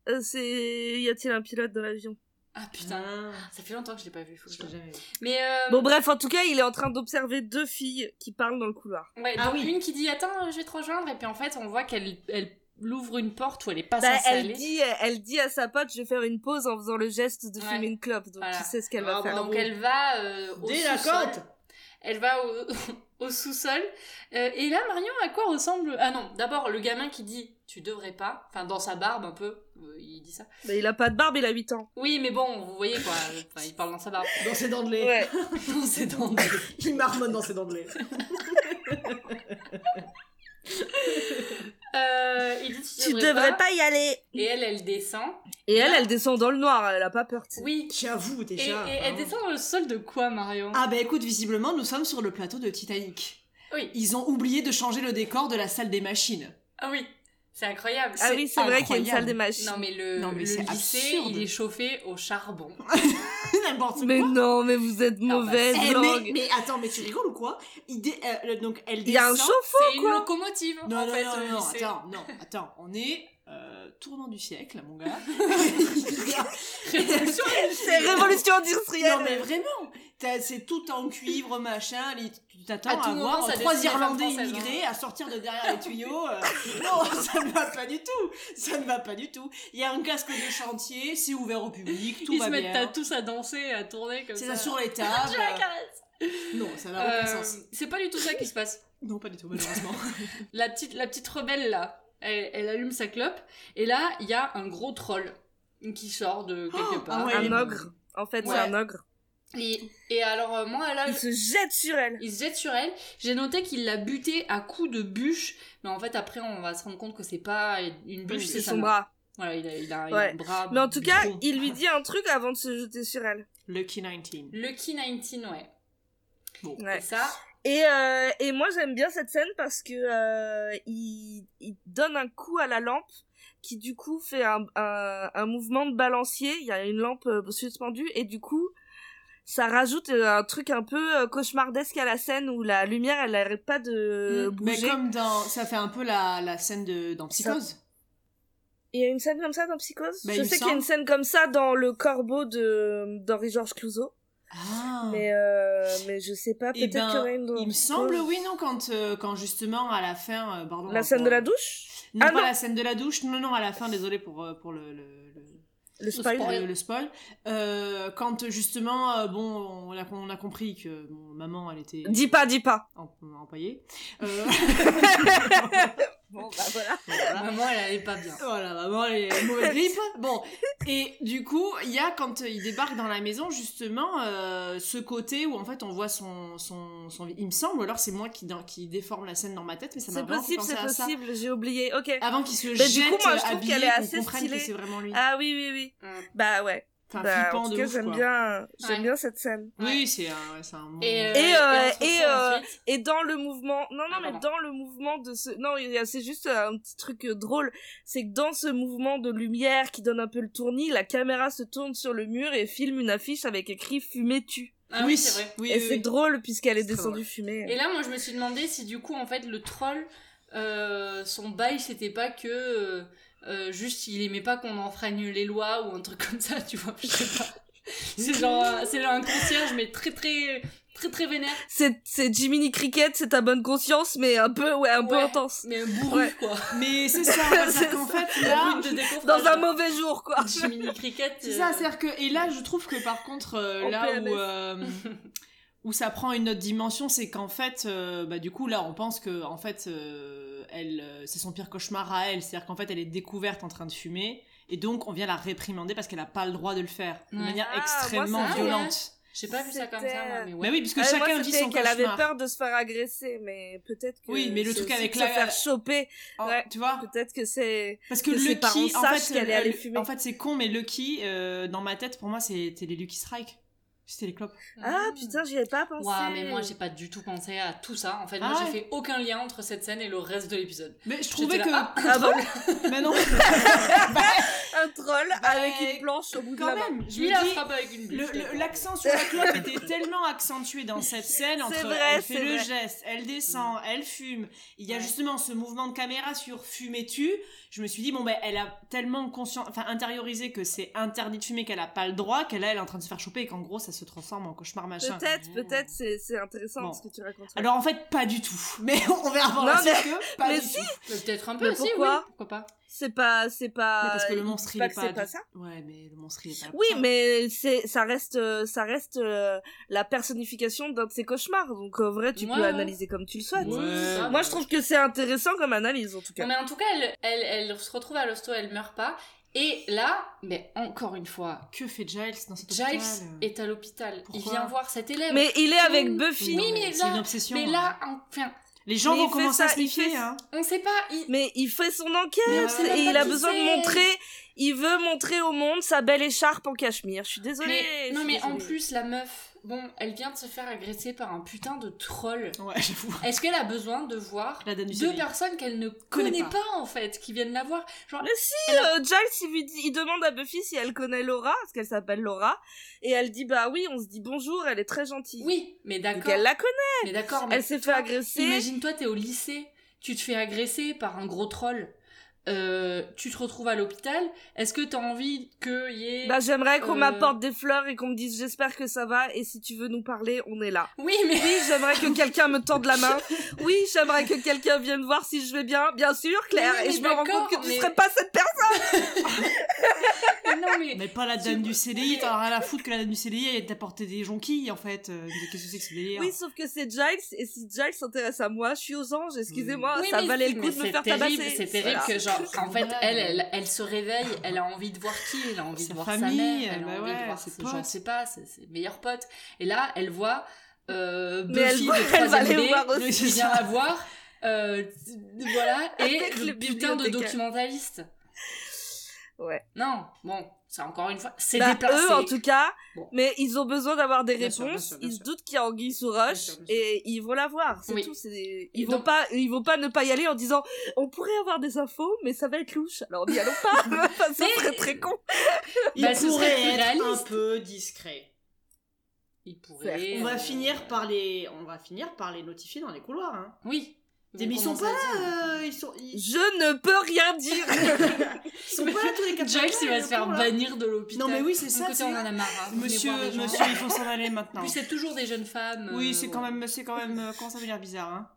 D: euh, c'est y a-t-il un pilote dans l'avion
B: Ah putain, ça fait longtemps que je l'ai pas vu. Faut que je le- Mais euh,
D: bon bref en tout cas il est en train d'observer deux filles qui parlent dans le couloir
B: ouais,
C: Ah
B: donc
C: oui.
B: une qui dit attends, je vais te rejoindre, et puis en fait on voit qu'elle elle ouvre une porte où elle est pas
D: Bah,
B: censée
D: elle
B: aller.
D: dit, elle dit à sa pote, je vais faire une pause en faisant le geste de
B: Ouais.
D: fumer une clope. Donc
B: Voilà.
D: tu sais ce qu'elle va
B: Ah,
D: faire.
B: donc elle va euh, au
C: Dès la
B: sous-sol.
C: côte.
B: Elle va au, au sous-sol. Euh, et là, Marion, à quoi ressemble Ah non, d'abord le gamin qui dit tu devrais pas, enfin dans sa barbe un peu, euh, il dit ça.
D: Bah, il a pas de barbe, il a 8 ans.
B: Oui, mais bon, vous voyez quoi, euh, enfin, il parle dans sa barbe.
C: Dans ses dents de lait.
D: Ouais.
B: Non, c'est dans
C: Il marmonne dans ses dents de lait.
B: Euh, il dit tu,
D: Tu devrais pas y aller.
B: Et elle, elle descend.
D: Et elle, elle descend dans le noir, elle a pas peur. tu sais.
B: Oui.
C: J'avoue,
B: Et,
C: déjà.
B: et elle
C: hein.
B: descend dans le sol de quoi, Marion
C: Ah bah écoute, visiblement, nous sommes sur le plateau de Titanic.
B: Oui.
C: Ils ont oublié de changer le décor de la salle des machines.
B: Ah oui, c'est incroyable.
D: Ah oui, c'est vrai qu'il y a une
C: incroyable.
D: salle des machines.
B: Non mais le,
C: Non, mais
B: le
C: c'est
B: lycée,
C: absurde.
B: il est chauffé au charbon.
C: N'importe
D: Mais
C: quoi.
D: non, mais vous êtes
B: Non, bah,
D: mauvaise
C: Eh,
D: langue.
C: mais, mais attends, mais tu rigoles ou quoi Il dé- euh, le- Donc elle descend...
D: Il y a un chauffe.
B: C'est une locomotive
C: Non,
B: en
C: non,
B: fait. euh,
C: non,
B: le
C: non,
B: lycée.
C: attends, non, attends, on est euh, tournant du siècle, mon gars.
B: Révolution.
D: C'est révolution industrielle.
C: non mais vraiment, T'as- c'est tout en cuivre, machin, les- tu t'attends
B: À
C: à,
B: tout moment,
C: voir
B: ça
C: trois
B: dessine les femmes
C: Irlandais
B: françaises,
C: immigrés à sortir de derrière les tuyaux. euh, non, ça ne va pas du tout, ça ne va pas du tout. Il y a un casque de chantier, c'est ouvert au public, tout
B: Ils
C: va
B: se mettent à
C: bien.
B: tous à danser, à tourner comme
C: C'est
B: ça.
C: ça sur les tables.
B: Je la caresse.
C: Non, ça n'a aucun
B: Euh,
C: sens.
B: C'est pas du tout ça qui se passe.
C: Non, pas du tout, malheureusement.
B: La petite, la petite rebelle là, elle, elle allume sa clope et là il y a un gros troll qui sort de quelque
C: Oh,
B: part.
C: ah ouais,
D: Un
C: mais-
D: ogre. En fait,
B: Ouais.
D: c'est un ogre.
B: Et, et alors euh, moi là,
D: Il se jette sur elle.
B: Il se jette sur elle. J'ai noté qu'il l'a butée à coups de bûche, mais en fait après on va se rendre compte que c'est pas une bûche, c'est
D: C'est
B: sa
D: son
B: main.
D: bras.
B: Voilà, il a, il a
D: Ouais.
B: un bras.
D: Mais en tout cas,
B: bouchon.
D: il lui dit un truc avant de se jeter sur elle.
C: Lucky 19.
B: Lucky 19, ouais.
C: Bon.
D: Ouais.
B: Et ça,
D: Et, euh, et moi j'aime bien cette scène parce que euh, il, il donne un coup à la lampe qui du coup fait un, un, un mouvement de balancier. Il y a une lampe euh, suspendue et du coup ça rajoute euh, un truc un peu euh, cauchemardesque à la scène où la lumière elle n'arrête pas de
B: Mm,
C: Mais
D: bouger.
C: comme dans, ça fait un peu la, la scène de, dans Psychose.
D: Il y a une scène comme ça dans Psychose.
C: Bah, il
D: Je
C: me
D: sais qu'il y a
C: semble.
D: une scène comme ça dans Le Corbeau de d'Henri Georges Clouzot,
C: Ah.
D: mais euh, mais je sais pas.
C: Eh
D: Peut-être
C: ben,
D: qu'il y en a une dans
C: Il me
D: Psychose.
C: semble, oui, non, quand, euh, quand justement à la fin, euh, pardon.
D: La
C: pour-
D: scène de la douche,
C: Non,
D: Ah
C: pas
D: non.
C: la scène de la douche. Non, non, à la fin, désolé pour, euh, pour le, le, le-
D: le spoil.
B: spoil.
C: le- le spoil. Euh, quand euh, justement, euh, bon, on a, on a compris que bon, maman, elle était
D: Dis pas, dis pas.
C: en- empaillée. Euh,
D: Bon bah voilà.
C: voilà.
B: maman elle allait pas bien.
C: Voilà, maman, elle est mauvaise grippe. Bon, et du coup, il y a quand euh, il débarque dans la maison, justement, euh, ce côté où en fait on voit son. son, son- il me semble, ou alors c'est moi qui, dans- qui déforme la scène dans ma tête, mais ça m'a
D: C'est
C: vraiment fait
D: possible,
C: penser
D: c'est
C: à ça.
D: possible, j'ai oublié. Ok. Ah,
C: Avant qu'il se
D: du
C: jette
D: coup, moi, je trouve
C: habillé,
D: qu'elle est
C: qu'on
D: assez
C: comprenne
D: stylée.
C: que c'est vraiment lui.
D: Ah oui, oui, oui.
B: Mm.
D: Bah ouais.
C: Enfin,
D: Bah,
C: flippant
D: en tout
C: de
D: cas,
C: ouf,
D: j'aime
C: quoi.
D: bien, j'aime
B: Ouais.
D: bien cette scène.
C: Oui, c'est un, ouais, c'est un moment.
B: Et, euh,
D: Et, euh,
B: on se
D: et,
B: retrouve
D: euh,
B: ensuite.
D: Et dans le mouvement, non, non,
B: Ah,
D: mais
B: pardon.
D: dans le mouvement de ce, non, il y a- c'est juste euh, un petit truc euh, drôle, c'est que dans ce mouvement de lumière qui donne un peu le tournis, la caméra se tourne sur le mur et filme une affiche avec écrit "Fumez tu".
B: Ah oui, c'est vrai.
C: Oui,
D: Et
C: oui,
D: c'est
C: oui.
D: drôle puisqu'elle est,
C: C'est très
D: descendue
B: Et
D: fumée.
B: là, moi, je me suis demandé si du coup, en fait, le troll, euh, son bail, c'était pas que euh, euh, juste il aimait pas qu'on enfreigne les lois ou un truc comme ça, tu vois. Je sais pas. C'est genre, un- c'est genre un concierge, mais très très très très vénère,
D: C'est c'est Jiminy Cricket, c'est ta bonne conscience, mais un peu ouais, un peu
B: Ouais.
D: intense.
B: mais un bourru
D: Ouais.
B: quoi.
C: Mais c'est ça, on va dire
D: C'est
C: qu'en
D: ça.
C: fait,
B: Un
C: là,
B: brut de décoffrage.
D: Dans un mauvais jour quoi.
B: Jiminy Cricket.
C: c'est
B: euh,
C: ça, c'est-à-dire que, et là, je trouve que par contre, euh,
D: En
C: là
D: PLS.
C: où, euh, où ça prend une autre dimension, c'est qu'en fait, euh, bah, du coup, là, on pense que, en fait, euh, elle, euh, c'est son pire cauchemar à elle, c'est-à-dire qu'en fait, elle est découverte en train de fumer, et donc, on vient la réprimander parce qu'elle n'a pas le droit de le faire, de
B: Ouais.
C: manière
D: Ah, moi,
C: extrêmement
B: ça, ouais.
C: violente.
B: J'ai pas vu ça comme ça,
D: C'était-
B: moi, mais
C: Mais
B: ouais.
C: oui, puisque
D: Ouais, moi,
C: chacun vit
D: c'était
C: son
D: qu'elle
C: cauchemar.
D: avait peur de se faire agresser, mais peut-être que
C: Oui, mais le
D: c'est
C: truc
D: aussi
C: avec
D: de
C: la-
D: se faire choper,
C: Oh,
D: Ouais.
C: Tu vois
D: peut-être que c'est
C: Parce que,
D: Que ses
C: Lucky,
D: parents
C: en
D: sachent
C: fait,
D: qu'elle est
C: euh,
D: allée
C: le-
D: fumer.
C: En fait, c'est con, mais Lucky, euh, dans ma tête, pour moi, c'était les Lucky Strike. C'était les clopes.
D: ah putain, j'y avais pas pensé.
B: Ouah, mais moi j'ai pas du tout pensé à tout ça. En fait,
C: Ah
B: moi j'ai
C: ouais.
B: fait aucun lien entre cette scène et le reste de l'épisode.
C: Mais je trouvais que.
B: J'étais là,
D: Ah bon
C: mais non,
D: un troll
C: Bah,
D: avec une planche au bout de la
C: quand
D: main.
C: même. Je
B: il a
C: me dis,
B: frappé avec une
C: le-
B: bûche.
C: le- l'accent sur la clope était tellement accentué dans cette scène entre
D: C'est vrai,
C: elle fait
D: c'est
C: le
D: vrai.
C: geste, elle descend, elle fume. Il y a
B: Ouais.
C: justement ce mouvement de caméra sur fumer-tu. Je me suis dit bon ben elle a tellement conscient, enfin intériorisé que c'est interdit de fumer qu'elle a pas le droit, qu'elle là, elle est en train de se faire choper et qu'en gros ça se transforme en cauchemar machin.
D: Peut-être, peut-être, c'est c'est intéressant
C: Bon.
D: ce que tu racontes.
C: Alors en fait pas du tout, mais on verra par la
D: Non, mais-
C: suite que pas
D: mais
C: du
D: si. euh,
C: tout.
B: Mais Peut-être un peu,
D: Mais
B: si, oui.
D: pourquoi
B: Pourquoi pas
D: C'est pas, c'est pas.
C: Mais parce que le
D: il
C: monstre
D: dit
C: il est
D: que
C: pas,
D: c'est pas
C: du-
D: ça.
C: Ouais mais le monstre il est pas.
D: Oui,
C: ça.
D: mais c'est, ça reste, euh, ça reste euh, la personnification d'un de ses cauchemars. Donc en vrai, tu
B: Ouais,
D: peux
B: ouais.
D: analyser comme tu le souhaites.
B: Ouais, ça
D: Moi,
B: va.
D: je trouve que c'est intéressant comme analyse en tout cas.
B: Non, mais en tout cas, elle, elle, elle se retrouve à l'hosto, elle meurt pas. Et là, mais encore une fois,
C: Que fait Giles dans cette
B: Giles
C: hôpital
B: est à l'hôpital. Il
C: euh. Pourquoi
B: vient voir cet élève.
D: Mais il est avec
C: Mmh.
D: Buffy.
B: Oui, mais
C: c'est
B: là-
C: une obsession. hein.
B: Mais là, enfin,
C: les gens
D: Mais
C: vont
D: il fait
C: commencer
D: ça,
C: à se
D: il
C: méfier.
D: fait-
C: Hein.
B: on sait pas. il-
D: Mais il fait son
C: Mais on
D: enquête
C: sait même
D: et
B: pas
D: il a
B: qui
D: besoin de
B: c'est.
D: montrer. Il veut montrer au monde sa belle écharpe en cachemire. Je suis désolée.
B: mais-
D: je
B: non,
D: suis
B: mais en
D: désolée.
B: plus, la meuf, bon, elle vient de se faire agresser par un putain de troll.
C: Ouais, j'avoue.
B: Est-ce qu'elle a besoin de voir
C: La dame du
B: deux
C: sommeil.
B: personnes qu'elle ne connaît pas. en fait, qui viennent la voir Genre,
D: Mais si, euh, Giles, il, lui dit, il demande à Buffy si elle connaît Laura, parce qu'elle s'appelle Laura, et elle dit bah oui, on se dit bonjour, elle est très gentille.
B: oui, mais
D: Donc
B: d'accord.
D: elle la connaît,
B: Mais d'accord, mais
D: elle s'est fait agresser.
B: Imagine-toi, t'es au lycée, tu te fais agresser par un gros troll, euh, tu te retrouves à l'hôpital, est-ce que t'as envie qu'il y ait...
D: Bah j'aimerais qu'on
B: Euh.
D: m'apporte des fleurs et qu'on me dise j'espère que ça va, et si tu veux nous parler, on est là.
B: Oui, mais...
D: Oui, j'aimerais que quelqu'un me tende la main. Oui, j'aimerais que quelqu'un vienne voir si je vais bien, bien sûr, Claire,
B: Mais oui,
D: et
B: mais
D: je me rends
B: d'accord,
D: compte que tu
B: mais-
D: serais pas cette personne.
B: mais non, mais...
C: Mais pas la
B: Tu-
C: dame du CDI, t'en as rien à foutre que la dame du CDI elle t'a porté des jonquilles en fait. Euh, Qu'est-ce que c'est que ce délire
D: Oui, sauf que c'est Giles, et si Giles s'intéresse à moi, je suis aux anges, excusez-moi,
B: Oui,
D: Oh, ça
B: mais
D: valait le
B: c'est-
D: coup de
B: mais
D: me
B: c'est
D: faire
B: terrible,
D: tabasser.
B: C'est terrible que,
D: Voilà.
B: genre, en fait,
C: Ouais.
B: elle, elle, elle se réveille, elle a envie de voir qui Elle a envie
C: Sa
B: de voir sa
C: famille,
B: mère, elle
C: bah
B: a envie
C: ouais,
B: de voir
C: ses
B: ses, genre,
C: potes.
B: sais pas, ses, ses meilleurs potes. Et là, elle voit euh,
D: Mais elle
B: Buffy
D: voit-
B: de
D: elle va
B: 3ème
D: aller
B: B,
D: voir
B: qui
D: aussi.
B: vient la voir, euh, voilà, et
D: Avec
B: le
D: le
B: putain de
D: bibliothécaire.
B: documentaliste.
D: Ouais.
B: Non, bon, c'est encore une fois, c'est
D: Bah,
B: déplacé.
D: eux en tout cas
B: Bon.
D: mais ils ont besoin d'avoir des
C: Bien
D: réponses
C: sûr, bien sûr, bien
D: ils se
C: sûr.
D: doutent qu'il y a anguille sous
C: Bien
D: roche
C: sûr, bien sûr.
D: et ils vont la voir c'est
B: Oui.
D: tout c'est des- ils
B: Et
D: vont
B: donc-
D: pas ils vont pas ne pas y aller en disant on pourrait avoir des infos mais ça va être louche alors n'y allons pas Enfin, ça
B: Mais-
D: serait très con
C: Il
B: Bah, ce
C: pourrait
B: serait
C: être
B: irréaliste.
C: un peu discret.
B: Ils pourraient,
C: On va
B: euh,
C: finir par les, on va finir par les notifier dans les couloirs. Hein.
B: Oui.
C: Mais ils sont
B: commencer
C: pas
B: à dire,
C: là, euh, ils sont, ils,
D: je ne peux rien dire
C: ils sont pas là tous les quatre.
B: Jax, il va
C: matins,
B: se faire
C: euh, là.
B: bannir de l'hôpital.
C: Non mais oui c'est
B: D'un
C: ça.
B: côté, on en
C: c'est-
B: a marre. hein. Venez
C: Monsieur,
B: voir les gens.
C: monsieur, il faut s'en aller maintenant.
B: Puis c'est toujours des jeunes femmes. euh,
C: Oui, c'est quand
B: voilà.
C: même, c'est quand même, euh, comment ça veut dire bizarre, hein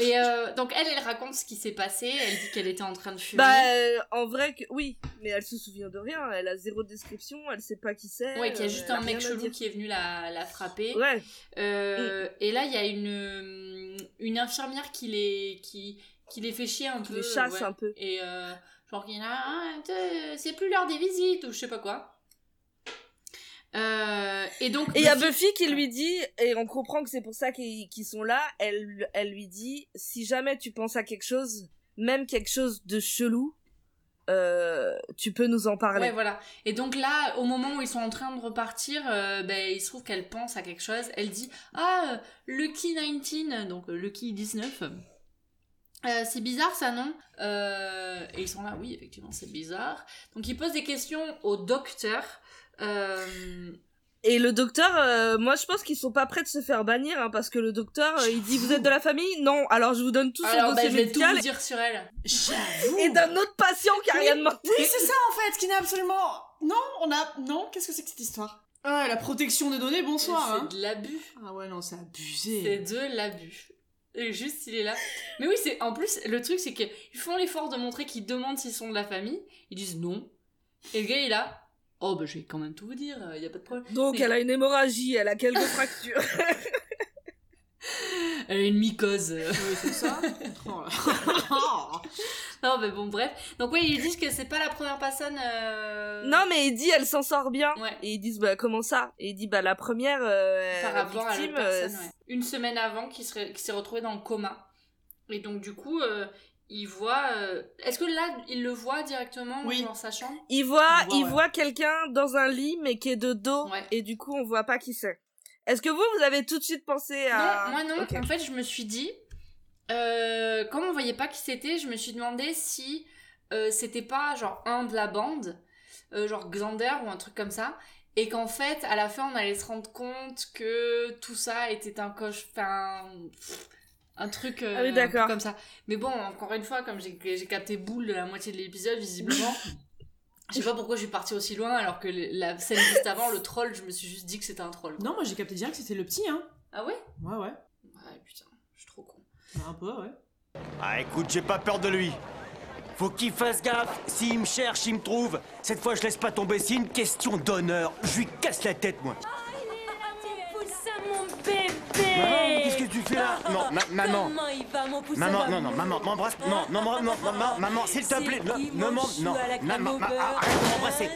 B: Et euh, donc elle, elle raconte ce qui s'est passé. Elle dit qu'elle était en train de fumer.
D: bah euh, en vrai que oui mais elle se souvient de rien elle a zéro description elle sait pas qui c'est
B: ouais, qu'il y a
D: euh,
B: juste
D: elle
B: un
D: rien
B: mec
D: à
B: chelou
D: dire.
B: qui est venu la, la frapper.
D: ouais
B: Euh, Et là, il y a une, euh, une infirmière qui les, qui, qui les fait chier un
D: qui
B: peu.
D: les chasse hein.
B: ouais.
D: un peu
B: Et euh, genre qu'il y en a un, deux, c'est plus l'heure des visites ou je sais pas quoi. Euh, et donc
D: Et il y a Buffy qui lui dit, et on comprend que c'est pour ça qu'ils qu'ils sont là, elle, elle lui dit, si jamais tu penses à quelque chose, même quelque chose de chelou, euh, tu peux nous en parler.
B: Ouais, voilà. Et donc là, au moment où ils sont en train de repartir, euh, ben, il se trouve qu'elle pense à quelque chose. Elle dit Ah, euh, Lucky 19, donc euh, Lucky 19. Euh, c'est bizarre ça, non Euh, Et ils sont là, oui, effectivement, c'est bizarre. Donc ils posent des questions au docteur. Euh,
D: Et le docteur, euh, moi je pense qu'ils sont pas prêts de se faire bannir hein, parce que le docteur, euh, il dit vous êtes de la famille Non, alors je vous donne tout ce
B: Alors, bah,
D: dossier
B: je vais tout
D: médical
B: vous dire sur elle.
C: J'avoue.
D: et d'un autre patient qui a rien demandé.
C: Oui, c'est ça en fait, qui n'a absolument. Non, on a. Non, qu'est-ce que c'est que cette histoire Ah, la protection des données, bonsoir. hein.
B: C'est de l'abus.
C: Ah ouais, non, c'est
B: C'est
C: abusé.
B: de l'abus. Et Juste, il est là. Mais oui, c'est en plus, le truc, c'est qu'ils font l'effort de montrer qu'ils demandent s'ils sont de la famille. Ils disent non. Et le gars, il est là. Oh, bah, je vais quand même tout vous dire, il n'y a pas de problème.
D: Donc elle a une hémorragie, elle a quelques fractures.
B: Euh. Elle a une mycose. euh.
C: Oui, c'est ça. Oh là.
B: non, mais bon, bref. Donc, oui, ils disent que c'est pas la première personne. euh,
D: non mais il dit elle s'en sort bien.
B: Ouais.
D: Et ils disent bah comment ça Et il dit bah la première euh,
B: Par rapport à l'autre
D: victime, euh,
B: personne, ouais. Une semaine avant, qui serait- qui s'est retrouvée dans le coma. Et donc, du coup, euh, il voit. euh, Est-ce que là, il le voit directement
C: Oui.
B: dans sa chambre
D: Il voit,
C: On voit,
D: il
C: ouais.
D: voit quelqu'un dans un lit, mais qui est de dos,
B: Ouais.
D: et du coup, on voit pas qui c'est. Est-ce que vous, vous avez tout de suite pensé à...
B: Non, moi non.
D: Ok.
B: En fait, je me suis dit, euh, comme on voyait pas qui c'était, je me suis demandé si euh, c'était pas genre un de la bande, euh, genre Xander ou un truc comme ça, et qu'en fait, à la fin, on allait se rendre compte que tout ça était un coche, enfin, pff, un truc euh,
D: Ah oui,
B: un peu
D: d'accord.
B: comme ça. Mais bon, encore une fois, comme j'ai j'ai capté boule de la moitié de l'épisode, visiblement. Je sais pas pourquoi je suis partie aussi loin alors que le- la scène juste avant, le troll, je me suis juste dit que c'était un troll. quoi.
C: non, moi j'ai capté direct que c'était le petit, hein.
B: Ah ouais
C: Ouais, ouais.
B: Ouais, putain, je suis trop con.
C: Bah, Un peu, ouais.
H: Ah écoute, j'ai pas peur de lui. Faut qu'il fasse gaffe. S'il me cherche, il me trouve. Cette fois, je laisse pas tomber. C'est une question d'honneur. Je lui casse la tête, moi.
I: Ah, Poussin, mon
H: Maman, qu'est-ce
I: bébé Ah,
H: que tu fais là Non, ma- maman.
I: Comment il va, mon poussin
H: Maman,
I: va
H: non, non, maman,
I: mourir.
H: m'embrasse. Non, non, maman, non, maman, maman, s'il te
I: C'est
H: plaît. Non,
I: qui,
H: non,
I: mon
H: maman,
I: chou
H: non,
I: à la crème
H: maman,
I: au
H: ma-
I: beurre
H: arrête de m'embrasser.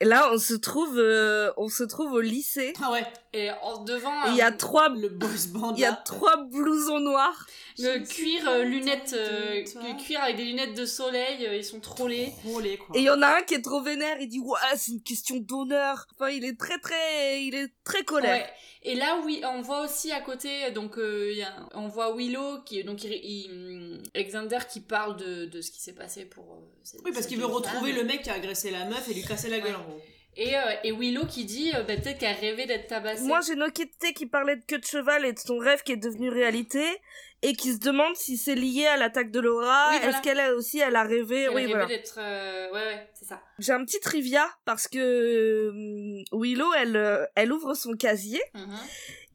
D: Et là, on se trouve, euh, on se trouve au lycée.
C: Ah ouais,
B: Et en devant, euh,
D: Et Il y a
B: un-
D: trois,
C: le boss band.
D: il y a
C: là.
D: trois blousons noirs.
B: le cuir, euh, lunettes, euh,
C: Toi.
B: le cuir avec des lunettes de soleil, euh, ils sont trollés.
C: Trop laid, quoi.
D: Et il y en a un qui est trop vénère. Il dit ouais, c'est une question d'honneur. Enfin, il est très, très, il est très colère.
B: Ouais. Et là, oui, on voit aussi à côté, donc euh, il y a- on voit Willow qui, donc il, il- Alexander qui parle de, de ce qui s'est passé pour. euh, cette-
C: Oui, parce
B: cette
C: qu'il veut
B: jeune
C: retrouver
B: femme.
C: le mec qui a agressé la meuf et lui casser la gueule, en gros.
B: Et, euh, et Willow qui dit, euh, bah, peut-être qu'elle rêvait d'être tabassée.
D: Moi, j'ai Nokité qui parlait de queue de cheval et de son rêve qui est devenu réalité et qui se demande si c'est lié à l'attaque de Laura.
B: Oui, voilà.
D: Est-ce qu'elle a aussi, elle a rêvé.
B: Elle
D: oui,
B: rêvait
D: voilà.
B: d'être. euh, Ouais, ouais, c'est ça.
D: J'ai un petit trivia parce que euh, Willow, elle, euh, elle ouvre son casier
B: Mhm.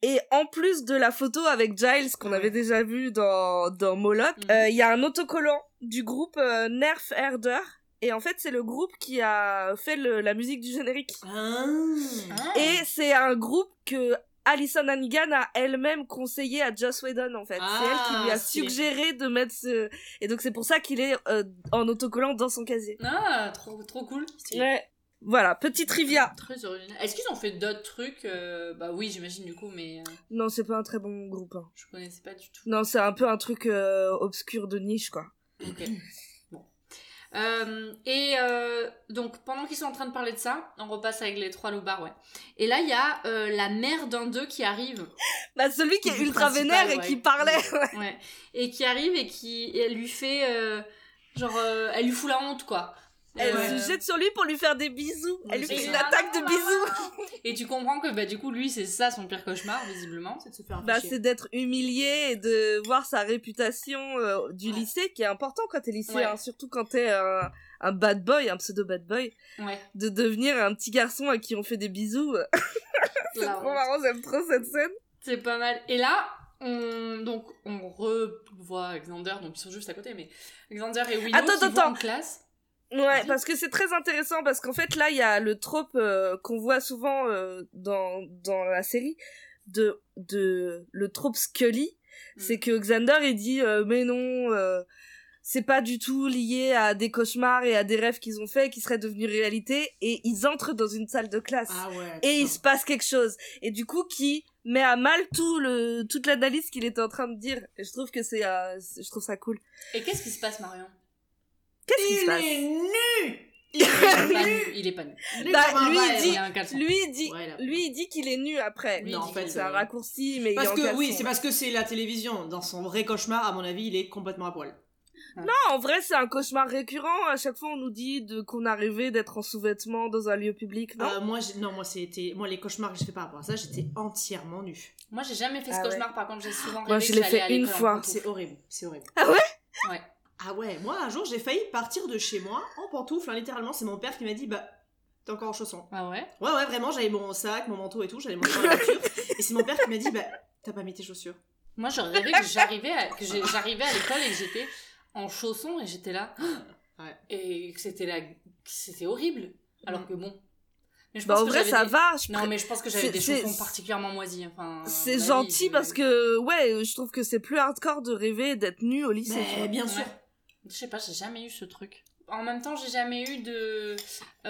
D: et en plus de la photo avec Giles qu'on avait déjà vu dans, dans Moloch, euh,
B: Mhm.
D: il y a un autocollant du groupe euh, Nerf Herder et en fait c'est le groupe qui a fait le- la musique du générique.
B: Ah.
D: Et c'est un groupe que Alison Hannigan a elle-même conseillé à Joss Whedon en fait. c'est elle qui lui
C: Ah,
D: a
C: stylé.
D: suggéré de mettre ce... Et donc c'est pour ça qu'il est euh, en autocollant dans son casier.
B: Ah, trop, trop cool. C'est-
D: Ouais. Voilà, petit trivia.
B: Très original. Est-ce qu'ils ont fait d'autres trucs euh, Bah oui, j'imagine du coup, mais euh,
D: Non, c'est pas un très bon groupe. hein.
B: je connaissais pas du tout.
D: Non, c'est un peu un truc euh, obscur de niche, quoi.
B: Ok. Bon. Euh, et euh, donc, pendant qu'ils sont en train de parler de ça, on repasse avec les trois loupards, ouais. Et là, il y a euh, la mère d'un d'eux qui arrive.
D: Bah, celui qui est
B: Du
D: ultra
B: principal,
D: vénère et
B: ouais.
D: qui parlait.
B: Ouais. Et qui arrive et qui et elle lui fait. euh, genre, euh, elle lui fout la honte, quoi.
D: Elle
B: Euh,
D: se jette sur lui pour lui faire des bisous. Elle lui
B: c'est
D: fait une
B: ça. Ah,
D: attaque de bisous.
B: Et tu comprends que, bah, du coup, lui, c'est ça son pire cauchemar, visiblement.
C: C'est de se faire
D: Bah,
C: fichier.
D: c'est d'être humilié et de voir sa réputation euh, du lycée, qui est important quand t'es lycée,
B: Ouais.
D: hein, surtout quand t'es un, un bad boy, un pseudo bad boy,
B: Ouais.
D: de devenir un petit garçon à qui on fait des bisous. c'est
B: La
D: trop
B: honte.
D: marrant, j'aime trop cette scène.
B: C'est pas mal. Et là, on, donc, on revoit Xander, donc ils sont juste à côté, mais Xander et Willow
D: Attends,
B: qui
D: attends,
B: vont en
D: attends.
B: classe.
D: Ouais, parce que c'est très intéressant parce qu'en fait là il y a le trope euh, qu'on voit souvent euh, dans dans la série de de le trope Scully,
B: Mm.
D: c'est que Xander il dit euh, mais non euh, c'est pas du tout lié à des cauchemars et à des rêves qu'ils ont faits et qui seraient devenus réalité et ils entrent dans une salle de classe
C: Ah ouais.
D: et il
C: putain.
D: se passe quelque chose et du coup qui met à mal tout le toute l'analyse qu'il était en train de dire et je trouve que c'est euh, c'est- je trouve ça cool.
B: Et qu'est-ce qui se passe, Marion
D: Qu'est-ce qui se
C: Il
D: passe
C: est nu
D: Ah
B: Il est pas nu, Il est pas Eh nu.
C: Il est
D: Bah,
C: comme un
D: lui, il
C: bal.
D: dit-
B: Il a un caleçon.
D: Lui il dit,
C: Ouais, là.
D: lui il dit qu'il est nu après.
B: Lui, il
D: Lui, il
B: dit
D: en fait,
B: qu'il
D: c'est
B: est
D: un
B: nu.
D: raccourci, mais il est
C: euh, Parce
D: en
C: que
D: caleçon.
C: oui, c'est parce que c'est la télévision. Dans son vrai cauchemar, à mon avis, il est complètement à poil.
D: Non, en vrai, c'est un cauchemar récurrent. À chaque fois, on nous dit de- qu'on arrivait d'être en sous-vêtements dans un lieu public, non
C: Euh, moi, j'ai- non, moi, c'était, moi, les cauchemars que j'ai fait par rapport à ça, j'étais entièrement nue.
B: Moi, j'ai jamais fait ce
D: Ah ouais.
B: cauchemar, par contre, j'ai souvent rêvé
D: Moi, je
B: que
D: l'ai
B: j'allais
D: fait
B: à
D: une
B: l'école en
D: fois.
B: pantoufles.
C: Ah, C'est horrible, c'est horrible.
D: Ah
C: ouais
B: Ouais.
C: Ah ouais, moi, un jour, j'ai failli partir de chez moi en pantoufles. hein, littéralement, c'est mon père qui m'a dit, bah, t'es encore en chaussons.
B: Ah ouais
C: Ouais, ouais, vraiment, j'avais mon sac, mon manteau et tout, j'allais monter dans la voiture. et c'est mon père qui m'a dit, bah, t'as pas mis tes chaussures.
B: Moi, je rêvais que j'arrivais à, que j'ai- j'arrivais à l'école et que j'étais en chaussons et j'étais là.
C: Ouais.
B: Et que c'était là, c'était horrible. Alors que bon. Mais je
D: Bah, en
B: que
D: vrai,
B: j'avais
D: ça
B: des-
D: va. je
B: Non, mais je pense que j'avais
D: C'est-
B: des
D: c'est-
B: chaussons particulièrement moisis. Enfin,
C: euh,
B: à
C: bah
D: C'est
B: mon avis,
D: gentil
B: je-
D: parce que, ouais, je trouve que c'est plus hardcore de rêver d'être nu au lycée. tu vois.
C: Mais bien
B: Ouais.
C: sûr.
B: Je sais pas, j'ai jamais eu ce truc. En même temps, j'ai jamais eu de.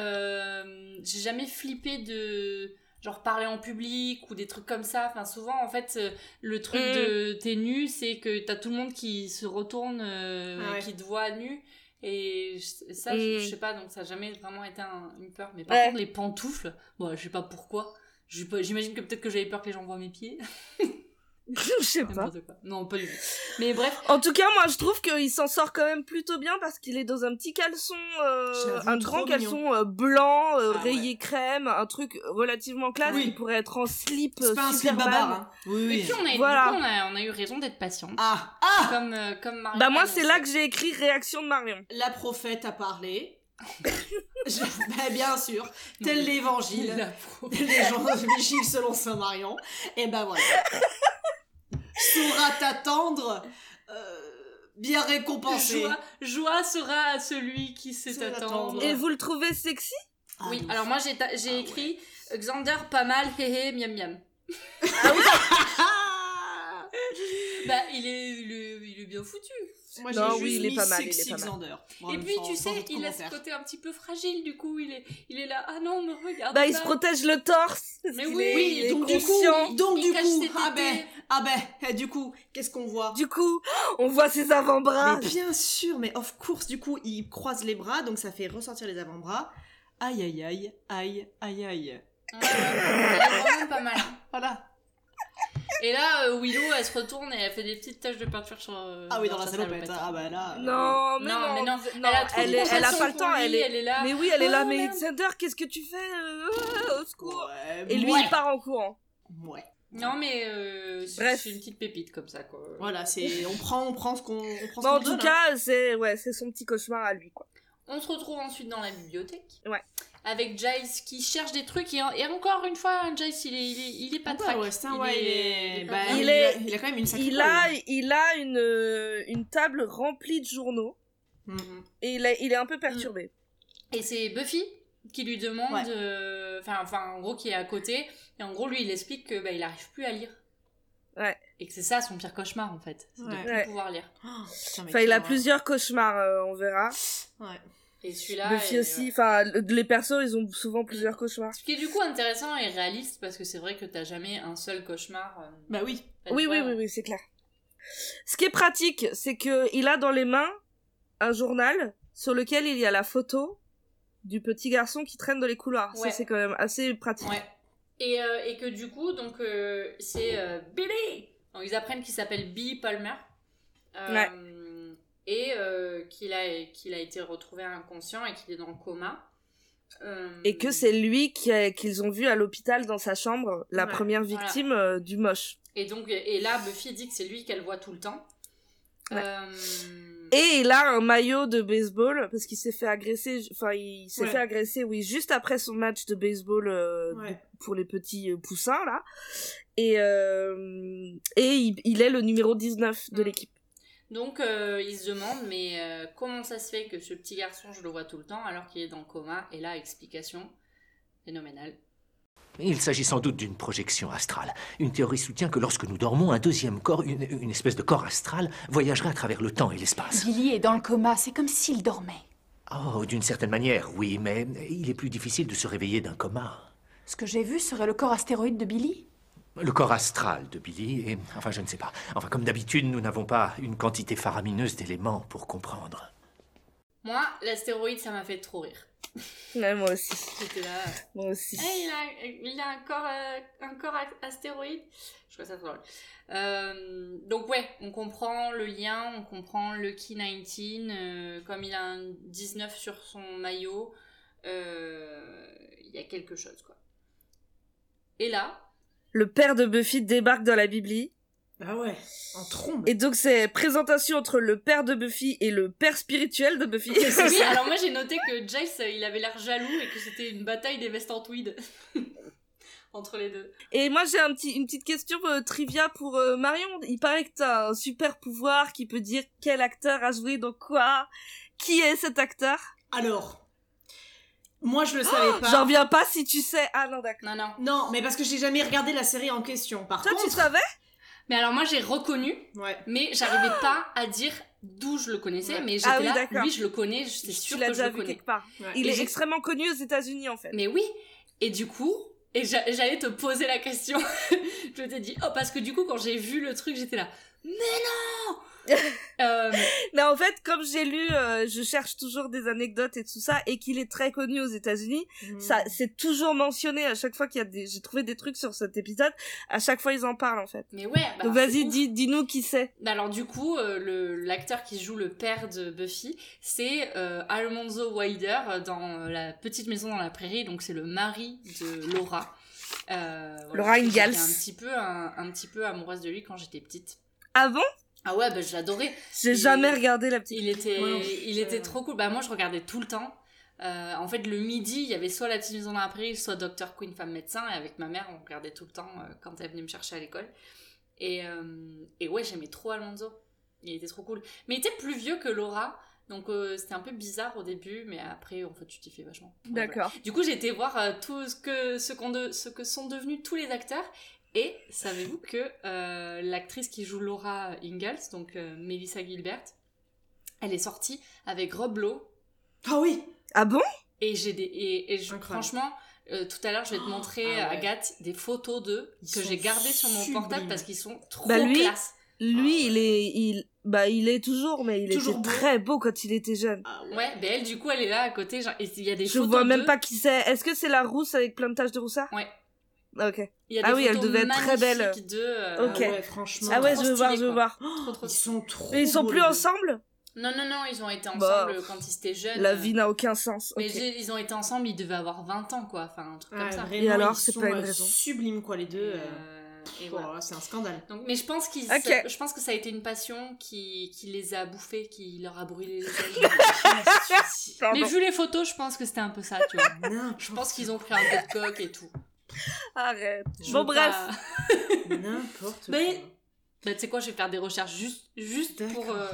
B: euh, j'ai jamais flippé de. Genre parler en public ou des trucs comme ça. Enfin, souvent, en fait, euh, le truc
D: Mm.
B: de t'es nu, c'est que t'as tout le monde qui se retourne, euh,
C: Ah ouais.
B: qui te voit nu. Et je- ça, je,
D: Mm.
B: je sais pas, donc ça a jamais vraiment été un- une peur. Mais par
D: Ouais.
B: contre, les pantoufles, bon, je sais pas pourquoi. Je sais pas- J'imagine que peut-être que j'avais peur que les gens voient mes pieds.
D: je sais pas.
B: N'importe quoi. Non, pas du tout. Mais bref,
D: En tout cas, moi, je trouve qu'il s'en sort quand même plutôt bien parce qu'il est dans un petit caleçon, euh,
C: J'avoue,
D: un
C: trop
D: grand
C: mignon.
D: caleçon euh, blanc, euh,
C: Ah ouais.
D: rayé crème, un truc relativement classe
C: Oui.
D: qui pourrait être en slip
C: C'est
D: euh,
C: pas un slip
D: Superman.
C: babar, hein. Oui,
B: Et puis on a, du
D: Voilà.
B: coup, on a, on a eu raison d'être patient.
C: Ah, ah
B: Comme, euh, comme Marion.
D: Bah moi, c'est là que j'ai écrit réaction de Marion.
C: La prophète a parlé. Je- bah, bien sûr, tel
B: mais-
C: l'évangile.
B: La pro-
C: Les gens vigilent selon Saint Marion. Et ben voilà. Saura t'attendre, euh, bien récompensé.
B: Joie, joie sera à celui qui sait
C: Sait
B: attendre.
C: attendre.
D: Et vous le trouvez sexy
C: Ah,
B: Oui,
C: non.
B: alors moi j'ai ta- j'ai
C: Ah
B: écrit Xander pas mal, hé hé, miam miam.
C: Ah
B: Bah il est, il est, il est bien foutu.
C: Moi
D: Non,
C: j'ai
D: oui,
C: juste
D: il est
C: mis
D: pas mal, il est
C: sexy
D: pas mal.
C: Xander.
D: Oh,
C: Bon,
B: Et puis
C: sans-
B: tu
C: sans
B: sais,
C: autre
B: il a ce
C: commentaire.
B: côté un petit peu fragile du coup, il est, il est là, ah non, me regarde.
D: Bah il
B: pas.
D: se protège le torse. parce
B: Mais
D: qu'il
B: oui,
D: est-
B: oui,
D: il est
C: donc du coup,
D: conscient.
C: Donc
B: Il
C: du
B: cache
C: coup,
B: ses
C: ah
B: tétés.
C: ben, ah ben, eh, du coup, qu'est-ce qu'on voit
D: Du coup, on voit ses avant-bras.
C: Mais Ah, bien sûr, mais of course, du coup, il croise les bras, donc ça fait ressortir les avant-bras. Aïe, aïe, aïe, aïe, aïe, aïe.
B: Ouais, ouais, ouais, il est vraiment pas mal.
C: Voilà.
B: Et là, euh, Willow elle se retourne et elle fait des petites taches de peinture sur. euh,
C: Ah oui, dans la
B: sa
C: salopette. Ah bah là. euh,
D: Non, mais
B: Non,
D: non,
B: mais non,
D: non, elle, est- elle a pas le temps, elle est.
B: là.
D: Mais oui, elle est
B: Oh,
D: là, mais
B: merde.
D: Xander, qu'est-ce que tu fais euh, ah, Au secours
C: Ouais,
D: Et lui,
C: ouais,
D: il part en courant.
C: ouais.
B: Non, mais euh, c'est
D: Bref.
B: c'est une petite pépite comme ça, quoi.
C: Voilà, c'est on prend, on prend ce qu'on, on prend ce
D: Bah, en
C: qu'on
D: tout
C: donne, hein.
D: cas, c'est ouais, c'est son petit cauchemar à lui, quoi.
B: On se retrouve ensuite dans la bibliothèque.
D: Ouais.
B: Avec Giles qui cherche des trucs. Et, et encore une fois, hein, Giles, il est, il est, il est pas
C: Ah bah,
B: track.
C: Weston, ouais, il est- bah,
B: pas-
D: il
C: il
D: est-
C: a- il a quand même une sacrée.
D: Il a, il a une, euh, une table remplie de journaux
C: Mhm. Mhm.
D: et il est, il est un peu perturbé.
B: Et c'est Buffy qui lui demande.
C: Ouais.
B: euh, Enfin, enfin, en gros, qui est à côté. Et en gros, lui, il explique que bah, il arrive plus à lire.
D: Ouais.
B: Et que c'est ça son pire cauchemar, en fait. C'est de
C: Ouais.
B: plus
D: Ouais.
B: pouvoir lire.
C: Oh, putain, mais
D: Enfin, il a
C: quelle
D: plusieurs cauchemars, euh, on verra.
C: horreur. Ouais.
B: Et celui-là.
D: Buffy
B: euh,
D: aussi, enfin, le- les persos, ils ont souvent plusieurs cauchemars.
B: Ce qui est du coup intéressant et réaliste parce que c'est vrai que t'as jamais un seul cauchemar. euh,
C: Bah oui.
B: pas de
D: Oui,
B: fois.
D: oui, oui, oui, c'est clair. Ce qui est pratique, c'est que il a dans les mains un journal sur lequel il y a la photo du petit garçon qui traîne dans les couloirs.
B: Ouais.
D: Ça, c'est quand même assez pratique.
B: Ouais. Et, euh, et que du coup, donc, euh, c'est euh, Billy Donc, Ils apprennent qu'il s'appelle Billy Palmer. Euh, Et euh, qu'il a, qu'il a été retrouvé inconscient et qu'il est dans le coma. Euh,
D: Et que c'est lui qui a- qu'ils ont vu à l'hôpital dans sa chambre, la
C: Ouais,
D: première
B: voilà.
D: victime euh, du moche.
B: Et donc, et là, Buffy dit que c'est lui qu'elle voit tout le temps.
D: Ouais.
B: Euh,
D: Et il a un maillot de baseball parce qu'il s'est fait agresser, ju- enfin il s'est
C: Ouais.
D: fait agresser, oui, juste après son match de baseball euh,
C: Ouais.
D: pour les petits euh, poussins là. Et euh, et il, il est le numéro 19 de
B: Mm.
D: l'équipe.
B: Donc euh, il se demande mais euh, comment ça se fait que ce petit garçon je le vois tout le temps alors qu'il est dans le coma et là explication phénoménale.
J: Il s'agit sans doute d'une projection astrale. Une théorie soutient que lorsque nous dormons, un deuxième corps, une, une espèce de corps astral, voyagerait à travers le temps et l'espace.
G: Billy est dans le coma, c'est comme s'il dormait.
J: Oh, d'une certaine manière, oui, mais il est plus difficile de se réveiller d'un coma.
G: Ce que j'ai vu serait le corps astéroïde de Billy.
J: Le corps astral de Billy et... Enfin, je ne sais pas. Enfin, comme d'habitude, nous n'avons pas une quantité faramineuse d'éléments pour comprendre.
B: Moi, l'astéroïde, ça m'a fait trop rire.
D: Ouais, moi aussi.
B: J'étais là. euh,
D: Moi aussi.
B: Eh, il, a, il a un corps, euh, un corps a- astéroïde. Je trouve ça trop drôle. Euh, donc ouais, on comprend le lien, on comprend le Key 19, euh, comme il a un 19 sur son maillot, euh, il y a quelque chose quoi. Et là,
D: Le père de Buffy débarque dans la Bibli.
C: Ah ouais, en trombe.
D: Et donc, c'est présentation entre le père de Buffy et le père spirituel de Buffy.
B: oui, alors moi j'ai noté que Giles euh, il avait l'air jaloux et que c'était une bataille des vestes en tweed entre les deux.
D: Et moi, j'ai un petit, une petite question euh, trivia pour euh, Marion. Il paraît que t'as un super pouvoir qui peut dire quel acteur a joué dans quoi. Qui est cet acteur
C: Alors, moi je le savais pas.
D: J'en reviens pas si tu sais. Ah non, d'accord.
B: Non non.
C: Non, mais parce que j'ai jamais regardé la série en question. Par
D: Toi,
C: contre,
D: tu savais
B: Mais alors moi j'ai reconnu
C: ouais.
B: mais j'arrivais pas à dire d'où je le connaissais,
C: Ouais.
B: mais j'étais
D: Ah oui,
B: là,
D: d'accord.
B: lui je le connais, je- c'est
D: Tu
B: sûr
D: l'as
B: que je
D: déjà
B: le
D: vu
B: connais.
D: quelque part.
C: Ouais.
D: Il
B: Et
D: est
B: j'ai-
D: extrêmement connu aux États-Unis, en fait.
B: Mais oui, et du coup, et j'a- j'allais te poser la question, je t'ai dit, oh parce que du coup quand j'ai vu le truc j'étais là, mais non Euh,
D: Mais en fait, comme j'ai lu, euh, je cherche toujours des anecdotes et tout ça, et qu'il est très connu aux États-Unis, ça c'est toujours mentionné à chaque fois qu'il y a des. J'ai trouvé des trucs sur cet épisode. À chaque fois, ils en parlent en fait.
B: Mais ouais, bah,
D: Donc
B: c'est
D: vas-y,
B: ouf.
D: dis, dis-nous qui c'est.
B: Bah alors du coup, euh, le- l'acteur qui joue le père de Buffy, c'est euh, Alonzo Wilder euh, dans euh, La Petite Maison dans la Prairie, donc c'est le mari de Laura. Euh, voilà,
D: Laura
B: j'étais
D: Ingalls.
B: un petit peu un, un petit peu amoureuse de lui quand j'étais petite.
D: Ah bon
B: Ah ouais, bah je l'adorais.
D: J'ai
B: Il-
D: jamais regardé la petite.
B: Il était,
C: Moi non plus,
B: il était
C: euh.
B: trop cool. Bah moi je regardais tout le temps. Euh, en fait le midi, il y avait soit La Petite Maison dans la Prairie, soit Docteur Queen femme médecin. Et avec ma mère, on regardait tout le temps euh, quand elle venait me chercher à l'école. Et, euh, et ouais, j'aimais trop Alonso. Il était trop cool. Mais il était plus vieux que Laura. Donc euh, c'était un peu bizarre au début, mais après en fait tu t'y fais vachement. Ouais, voilà.
D: D'accord.
B: Du coup j'ai été voir euh, tout ce que ce, qu'on de- ce que sont devenus tous les acteurs. Et savez-vous que euh, l'actrice qui joue Laura Ingalls, donc euh, Melissa Gilbert, elle est sortie avec Rob Lowe.
C: Ah oui.
D: Ah bon
B: Et j'ai des et, et je-
C: Incroyable.
B: franchement, euh, tout à l'heure je vais
D: Oh,
B: te montrer euh,
C: ah ouais.
B: Agathe des photos d'eux
C: Ils
B: que
C: sont
B: j'ai gardées sur mon
C: sublimes.
B: portable parce qu'ils sont trop
D: Bah, lui,
B: classe.
D: Lui, il est, il, bah, il est toujours, mais il
C: Toujours
D: était
C: beau.
D: très beau quand il était jeune.
C: Ah ouais.
B: Ouais, ben elle du coup elle est là à côté. genre, et il y a des
D: Je
B: photos
D: vois même
B: d'eux.
D: pas qui c'est. Est-ce que c'est la rousse avec plein de taches de roussard
B: Ouais.
D: Ok.
B: Il y a des
D: Ah oui, elle
B: photos
D: devait être très belle.
B: magnifiques d'eux, euh,
D: Ok.
C: Ah ouais, franchement.
D: Ah ouais,
B: trop
D: je veux voir,
B: stylé,
D: je veux
B: quoi.
D: voir.
B: trop, trop
C: Ils sont trop.
D: Mais ils sont
C: beaux,
D: plus
C: les deux.
D: ensemble
B: Non, non, non, ils ont été
D: Bah,
B: ensemble quand ils étaient jeunes.
D: La vie n'a aucun sens.
B: Euh, Mais
D: ok.
B: j'ai- ils ont été ensemble, ils devaient avoir 20 ans, quoi. Enfin, un truc
C: Ah,
B: comme ça.
C: vraiment,
D: Et alors,
C: ils
D: c'est
C: sont,
D: pas une
C: euh,
D: raison.
C: Sublimes quoi les deux.
B: Et,
C: euh,
B: euh, et
C: pff,
B: voilà.
C: oh, c'est un scandale.
B: Donc, mais je pense qu'ils,
D: Ok.
B: ça- je pense que ça a été une passion qui, qui les a bouffés, qui leur a brûlé les ailes.
D: Pardon.
B: mais vu les photos, je pense que c'était un peu ça, tu vois. Je
C: Ah, N'importe
B: pense qu'ils ont pris un peu de coque et tout.
D: Arrête.
C: Je
D: Bon,
B: veux
D: bref.
B: pas-
C: N'importe
B: Mais- Bah, tu sais quoi, je vais faire des recherches juste, juste pour.
C: D'accord.
B: euh,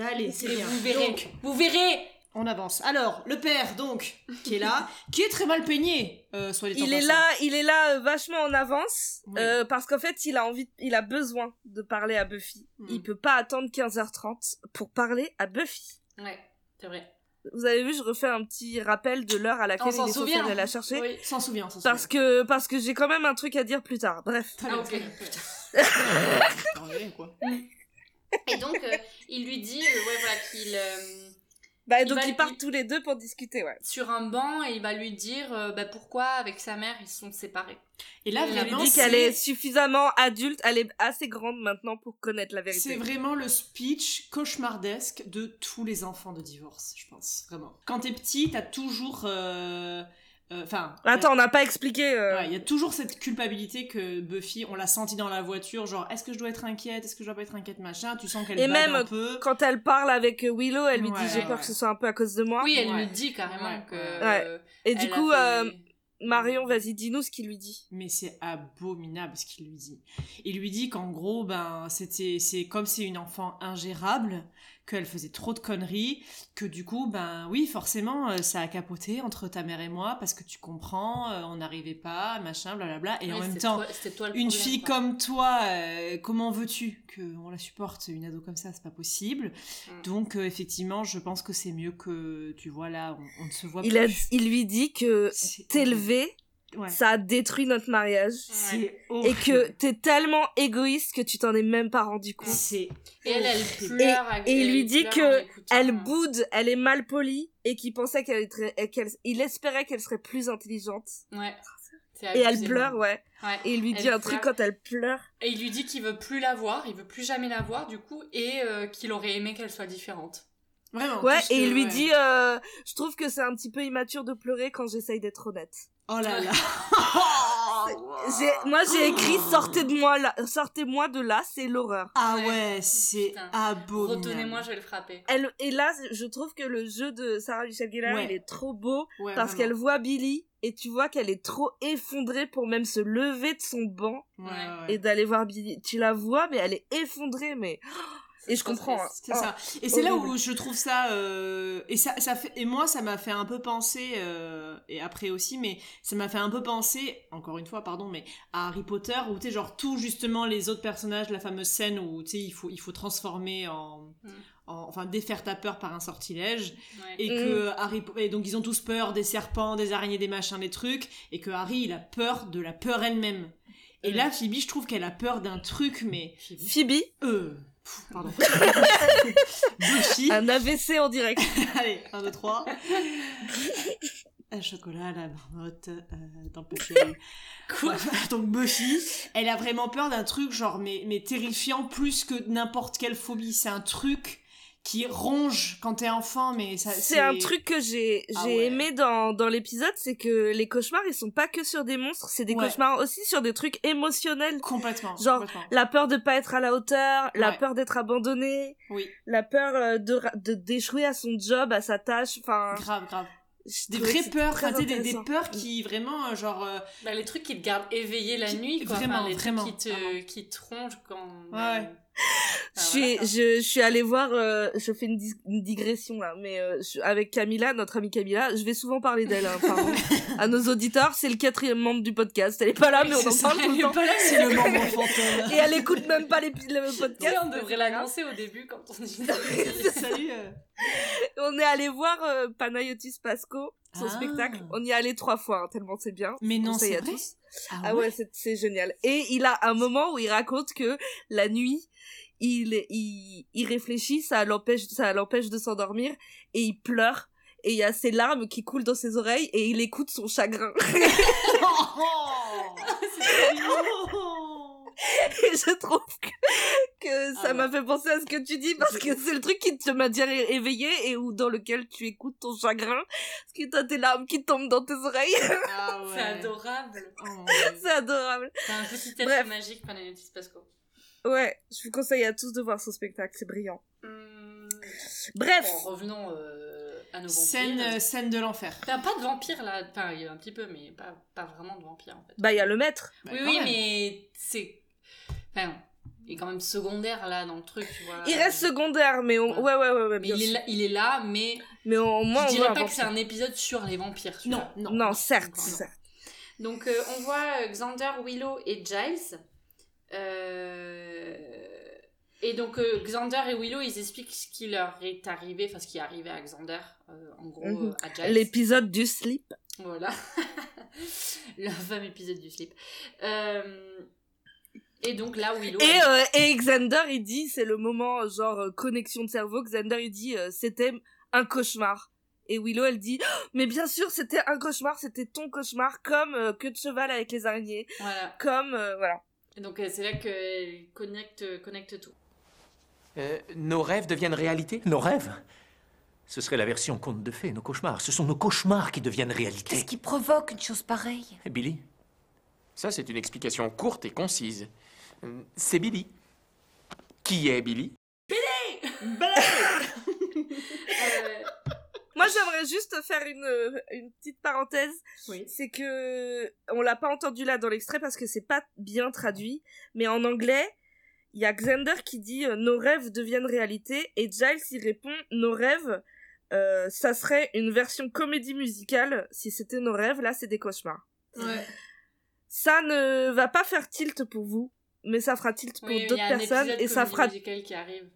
C: quoi. Allez, c'est
B: et
C: bien.
B: vous verrez.
C: Donc,
B: vous verrez
C: on avance. Alors, le père, donc, qui est là, qui est très mal peigné, euh, soit dit en
D: Il est
C: passant.
D: là, il est là euh, vachement en avance
C: Oui.
D: euh, parce qu'en fait, il a envie, il a besoin de parler à Buffy.
C: Mm.
D: Il peut pas attendre 15h30 pour parler à Buffy.
B: Ouais, c'est vrai.
D: Vous avez vu, je refais un petit rappel de l'heure à laquelle
B: On s'en
D: il est censé
B: souvient.
D: aller la chercher
B: Oui.
C: S'en souvient, on s'en souvient.
D: parce que parce que j'ai quand même un truc à dire plus tard. Bref.
C: Très
B: Ah,
C: bien,
B: ok. Ah,
C: très bien, putain. T'en reviens, quoi.
B: Et donc, euh, il lui dit, euh, ouais, voilà, qu'il. euh,
D: Bah
B: Il
D: donc
B: va-
D: ils partent
B: il-
D: tous les deux pour discuter, ouais.
B: sur un banc et il va lui dire euh, bah, pourquoi avec sa mère ils se sont séparés.
C: Et là,
B: Il lui
C: vraiment,
D: Il dit
C: c'est-
D: qu'elle est suffisamment adulte, elle est assez grande maintenant pour connaître la
C: c'est
D: vérité.
C: vraiment le speech cauchemardesque de tous les enfants de divorce, je pense, vraiment. Quand t'es petit, t'as toujours... euh, euh, Enfin... t'as-
D: Attends, on n'a pas expliqué.
C: ouais, Il
D: euh,
C: y a toujours cette culpabilité que Buffy, on l'a senti dans la voiture, genre est-ce que je dois être inquiète, est-ce que je dois pas être inquiète, machin. Tu sens qu'elle
D: Et
C: bade
D: même
C: un peu.
D: Quand elle parle avec euh, Willow, elle lui
C: Ouais,
D: dit j'ai
B: ouais.
D: peur que ce soit un peu à cause de moi.
B: Oui, elle
C: Ouais.
B: lui dit carrément
C: Ouais.
B: que.
D: Ouais.
B: euh,
D: Et du
B: elle
D: coup,
B: a fait-
D: euh, Marion, vas-y, dis-nous ce qu'il lui dit.
C: Mais c'est abominable ce qu'il lui dit. Il lui dit qu'en gros, ben, c'était, c'est comme c'est une enfant ingérable, qu'elle faisait trop de conneries, que du coup, ben oui, forcément, euh, ça a capoté entre ta mère et moi parce que tu comprends, euh, on n'arrivait pas, machin, blablabla. Et
B: Oui,
C: en même
B: c'était
C: temps,
B: toi- c'était toi le
C: une
B: problème,
C: fille
B: quoi.
C: comme toi, euh, comment veux-tu qu'on la supporte Une ado comme ça, c'est pas possible.
B: Mm.
C: Donc euh, effectivement, je pense que c'est mieux que tu vois là, on, on ne se voit
D: Il,
C: plus.
D: a, il lui dit que
C: C'est-
D: t'élever,
C: Ouais.
D: ça a détruit notre mariage.
C: C'est
D: Et
C: horrible.
D: que t'es tellement égoïste que tu t'en es même pas rendu compte.
C: C'est
B: Et elle, elle
C: horrible.
B: pleure.
D: et il
B: elle
D: lui dit
B: pleure
D: que
B: en écoutant,
D: Elle
B: euh,
D: boude, elle est mal polie et qu'il pensait qu'elle était, et qu'elle, il espérait qu'elle serait plus intelligente.
B: Ouais. C'est
D: Et elle
B: abusé,
D: pleure,
B: hein.
D: ouais.
B: Ouais.
D: Et il lui
B: Elle
D: dit un
B: pleure.
D: truc quand elle pleure.
B: Et il lui dit qu'il veut plus la voir, il veut plus jamais la voir du coup, et euh, qu'il aurait aimé qu'elle soit différente.
C: Vraiment.
D: Ouais,
C: tout ce
D: et il
C: que-
D: lui
C: ouais.
D: dit, euh, je trouve que c'est un petit peu immature de pleurer quand j'essaye d'être honnête.
C: Oh là là.
D: J'ai- Moi, j'ai écrit, sortez de moi là, sortez-moi de là, c'est l'horreur.
C: Ah ouais, c'est
B: Putain.
C: abominable.
B: Retenez-moi, je vais le frapper.
D: Elle, et là, je trouve que le jeu de Sarah Michelle Gellar,
C: Ouais.
D: il est trop beau
C: Ouais,
D: parce qu'elle
C: vraiment.
D: voit Billy et tu vois qu'elle est trop effondrée pour même se lever de son banc
C: Ouais, ouais, ouais.
D: et d'aller voir Billy. Tu la vois, mais elle est effondrée, mais et je
B: trop
D: comprends.
B: triste.
C: C'est
D: hein.
C: ça. Et c'est là
D: horrible.
C: où je trouve ça, euh, et ça, ça fait, et moi ça m'a fait un peu penser, euh, et après aussi, mais ça m'a fait un peu penser, encore une fois, pardon, mais à Harry Potter où tu sais genre tout justement les autres personnages, la fameuse scène où tu sais il faut il faut transformer en,
B: Mm.
C: en- enfin défaire ta peur par un sortilège,
B: Ouais.
C: et que Harry, et donc ils ont tous peur des serpents, des araignées, des machins, des trucs, et que Harry il a peur de la peur elle-même. Et là, Phoebe, je trouve qu'elle a peur d'un truc, mais
D: Oh, Phoebe,
C: euh. pff, Pardon. Buffy.
D: un AVC en direct.
C: Allez, 1, 2, 3. Un chocolat, la marmotte, euh, dans le papier. Quoi Donc Buffy, elle a vraiment peur d'un truc genre mais, mais terrifiant plus que n'importe quelle phobie. C'est un truc qui ronge quand t'es enfant, mais ça.
D: C'est un truc que j'ai j'ai
C: Ah ouais.
D: aimé dans, dans l'épisode, c'est que les cauchemars, ils sont pas que sur des monstres, c'est des
C: Ouais.
D: cauchemars aussi sur des trucs émotionnels.
C: complètement.
D: genre,
C: complètement.
D: La peur de pas être à la hauteur, la
C: Ouais.
D: peur d'être abandonné,
C: oui,
D: la peur euh, de ra- de- d'échouer à son job, à sa tâche, enfin...
C: grave, grave.
D: je
C: Des
D: trouvais que
C: vraies
D: c'est
C: peurs,
D: très
C: enfin, tu sais, des, Ah, des
D: intéressant.
C: peurs qui vraiment euh, genre. euh,
B: Bah, les trucs qui te gardent éveillé la
C: Qui-
B: nuit, quoi.
C: vraiment,
B: Enfin, les
C: vraiment,
B: trucs qui te,
C: vraiment.
B: qui te rongent quand. Enfin,
C: Ouais.
D: Je suis,
B: Ah, voilà.
D: je, je suis allée voir, euh, je fais une, dis- une digression là, mais euh, je- avec Camilla, notre amie Camilla, je vais souvent parler d'elle hein, par an. à nos auditeurs. C'est le quatrième membre du podcast. Elle est pas là, mais on en
C: c'est ça,
D: parle tout
C: elle
D: le
C: est
D: temps.
C: pas là, c'est le moment fantôme.
D: Et elle écoute même pas les, le
B: Tu
D: podcast.
B: sais, on devrait l'annoncer au début quand on dit.
C: Salut. euh.
D: On est allé voir euh, Panayotis Pasco, son
C: Ah.
D: spectacle. On y est allé trois fois, hein, tellement c'est bien.
C: Mais non,
D: Conseil
C: c'est
D: à
C: vrai.
D: tous. Ah ouais, c'est- c'est génial. Et il a un moment où il raconte que la nuit, il, il, il réfléchit, ça l'empêche, ça l'empêche de s'endormir, et il pleure. Et il y a ses larmes qui coulent dans ses oreilles et il écoute son chagrin.
C: Ah
D: Et je trouve que, que ça
C: Ah ouais.
D: m'a fait penser à ce que tu dis parce que c'est le truc qui te maintient é- éveillé et où, dans lequel tu écoutes ton chagrin. Parce que t'as tes larmes qui tombent dans tes oreilles.
C: Ah ouais.
B: C'est adorable.
C: Oh mon Dieu.
D: c'est adorable.
B: C'est un petit être
D: Bref.
B: magique, Panayotis Pasco.
D: Ouais, je vous conseille à tous de voir son spectacle, c'est brillant. Hmm,
B: Hum,
D: Bref.
B: En revenant euh, à nos vampires.
C: Scène, euh, scène de l'enfer.
B: Enfin, pas de vampire là, enfin il y a un petit peu, mais pas, pas vraiment de vampire en fait.
D: Bah, il y a le maître.
C: Bah,
B: oui,
C: quand
B: oui,
C: même.
B: mais c'est. Enfin, il est quand même secondaire là dans le truc, tu vois.
D: Il reste secondaire, mais on... ouais, ouais, ouais,
B: Mais
D: ouais, bien
B: il est,
D: sûr.
B: là, il est là, mais
D: Mais au moins,
B: je
D: on voit
B: dirais pas
D: un
B: que c'est
D: vampire.
B: un épisode sur les vampires. tu
C: Non,
B: vois.
C: non.
D: Non, certes,
B: Non.
D: certes.
B: Donc euh, on voit euh, Xander, Willow et Giles. Euh, Et donc euh, Xander et Willow, ils expliquent ce qui leur est arrivé, enfin ce qui est arrivé à Xander, euh, en gros
D: Mhm.
B: euh, à Giles.
D: L'épisode du slip.
B: Voilà. L'infâme épisode du slip. Euh, Et donc là, Willow.
D: Et, euh, et Xander, il dit, c'est le moment, euh, genre, euh, connexion de cerveau. Xander, il dit, euh, c'était un cauchemar. Et Willow, elle dit, Oh, mais bien sûr, c'était un cauchemar, c'était ton cauchemar, comme euh, queue de cheval avec les araignées,
B: Voilà.
D: comme, euh, voilà.
B: Et donc euh, c'est là qu'elle connecte, connecte tout.
F: Euh, nos rêves deviennent réalité
J: Nos rêves Ce serait la version conte de fées, nos cauchemars. Ce sont nos cauchemars qui deviennent réalité. Eh,
E: Qu'est-ce qui provoque une chose pareille
J: Billy
F: Ça, c'est une explication courte et concise. Euh, C'est Billy. Qui est Billy
B: Euh,
D: Moi, j'aimerais juste faire une, euh, une petite parenthèse.
B: Oui.
D: C'est que on l'a pas entendu là dans l'extrait parce que c'est pas bien traduit, mais en anglais, il y a Xander qui dit euh, nos rêves deviennent réalité et Giles y répond nos rêves euh, ça serait une version comédie musicale si c'était nos rêves là c'est des cauchemars.
C: Ouais.
D: Ça ne va pas faire tilt pour vous, mais ça fera tilt pour
B: oui, il y a
D: d'autres
B: un
D: personnes
B: épisode
D: et ça
B: comédie
D: fera
B: musicale qui arrive.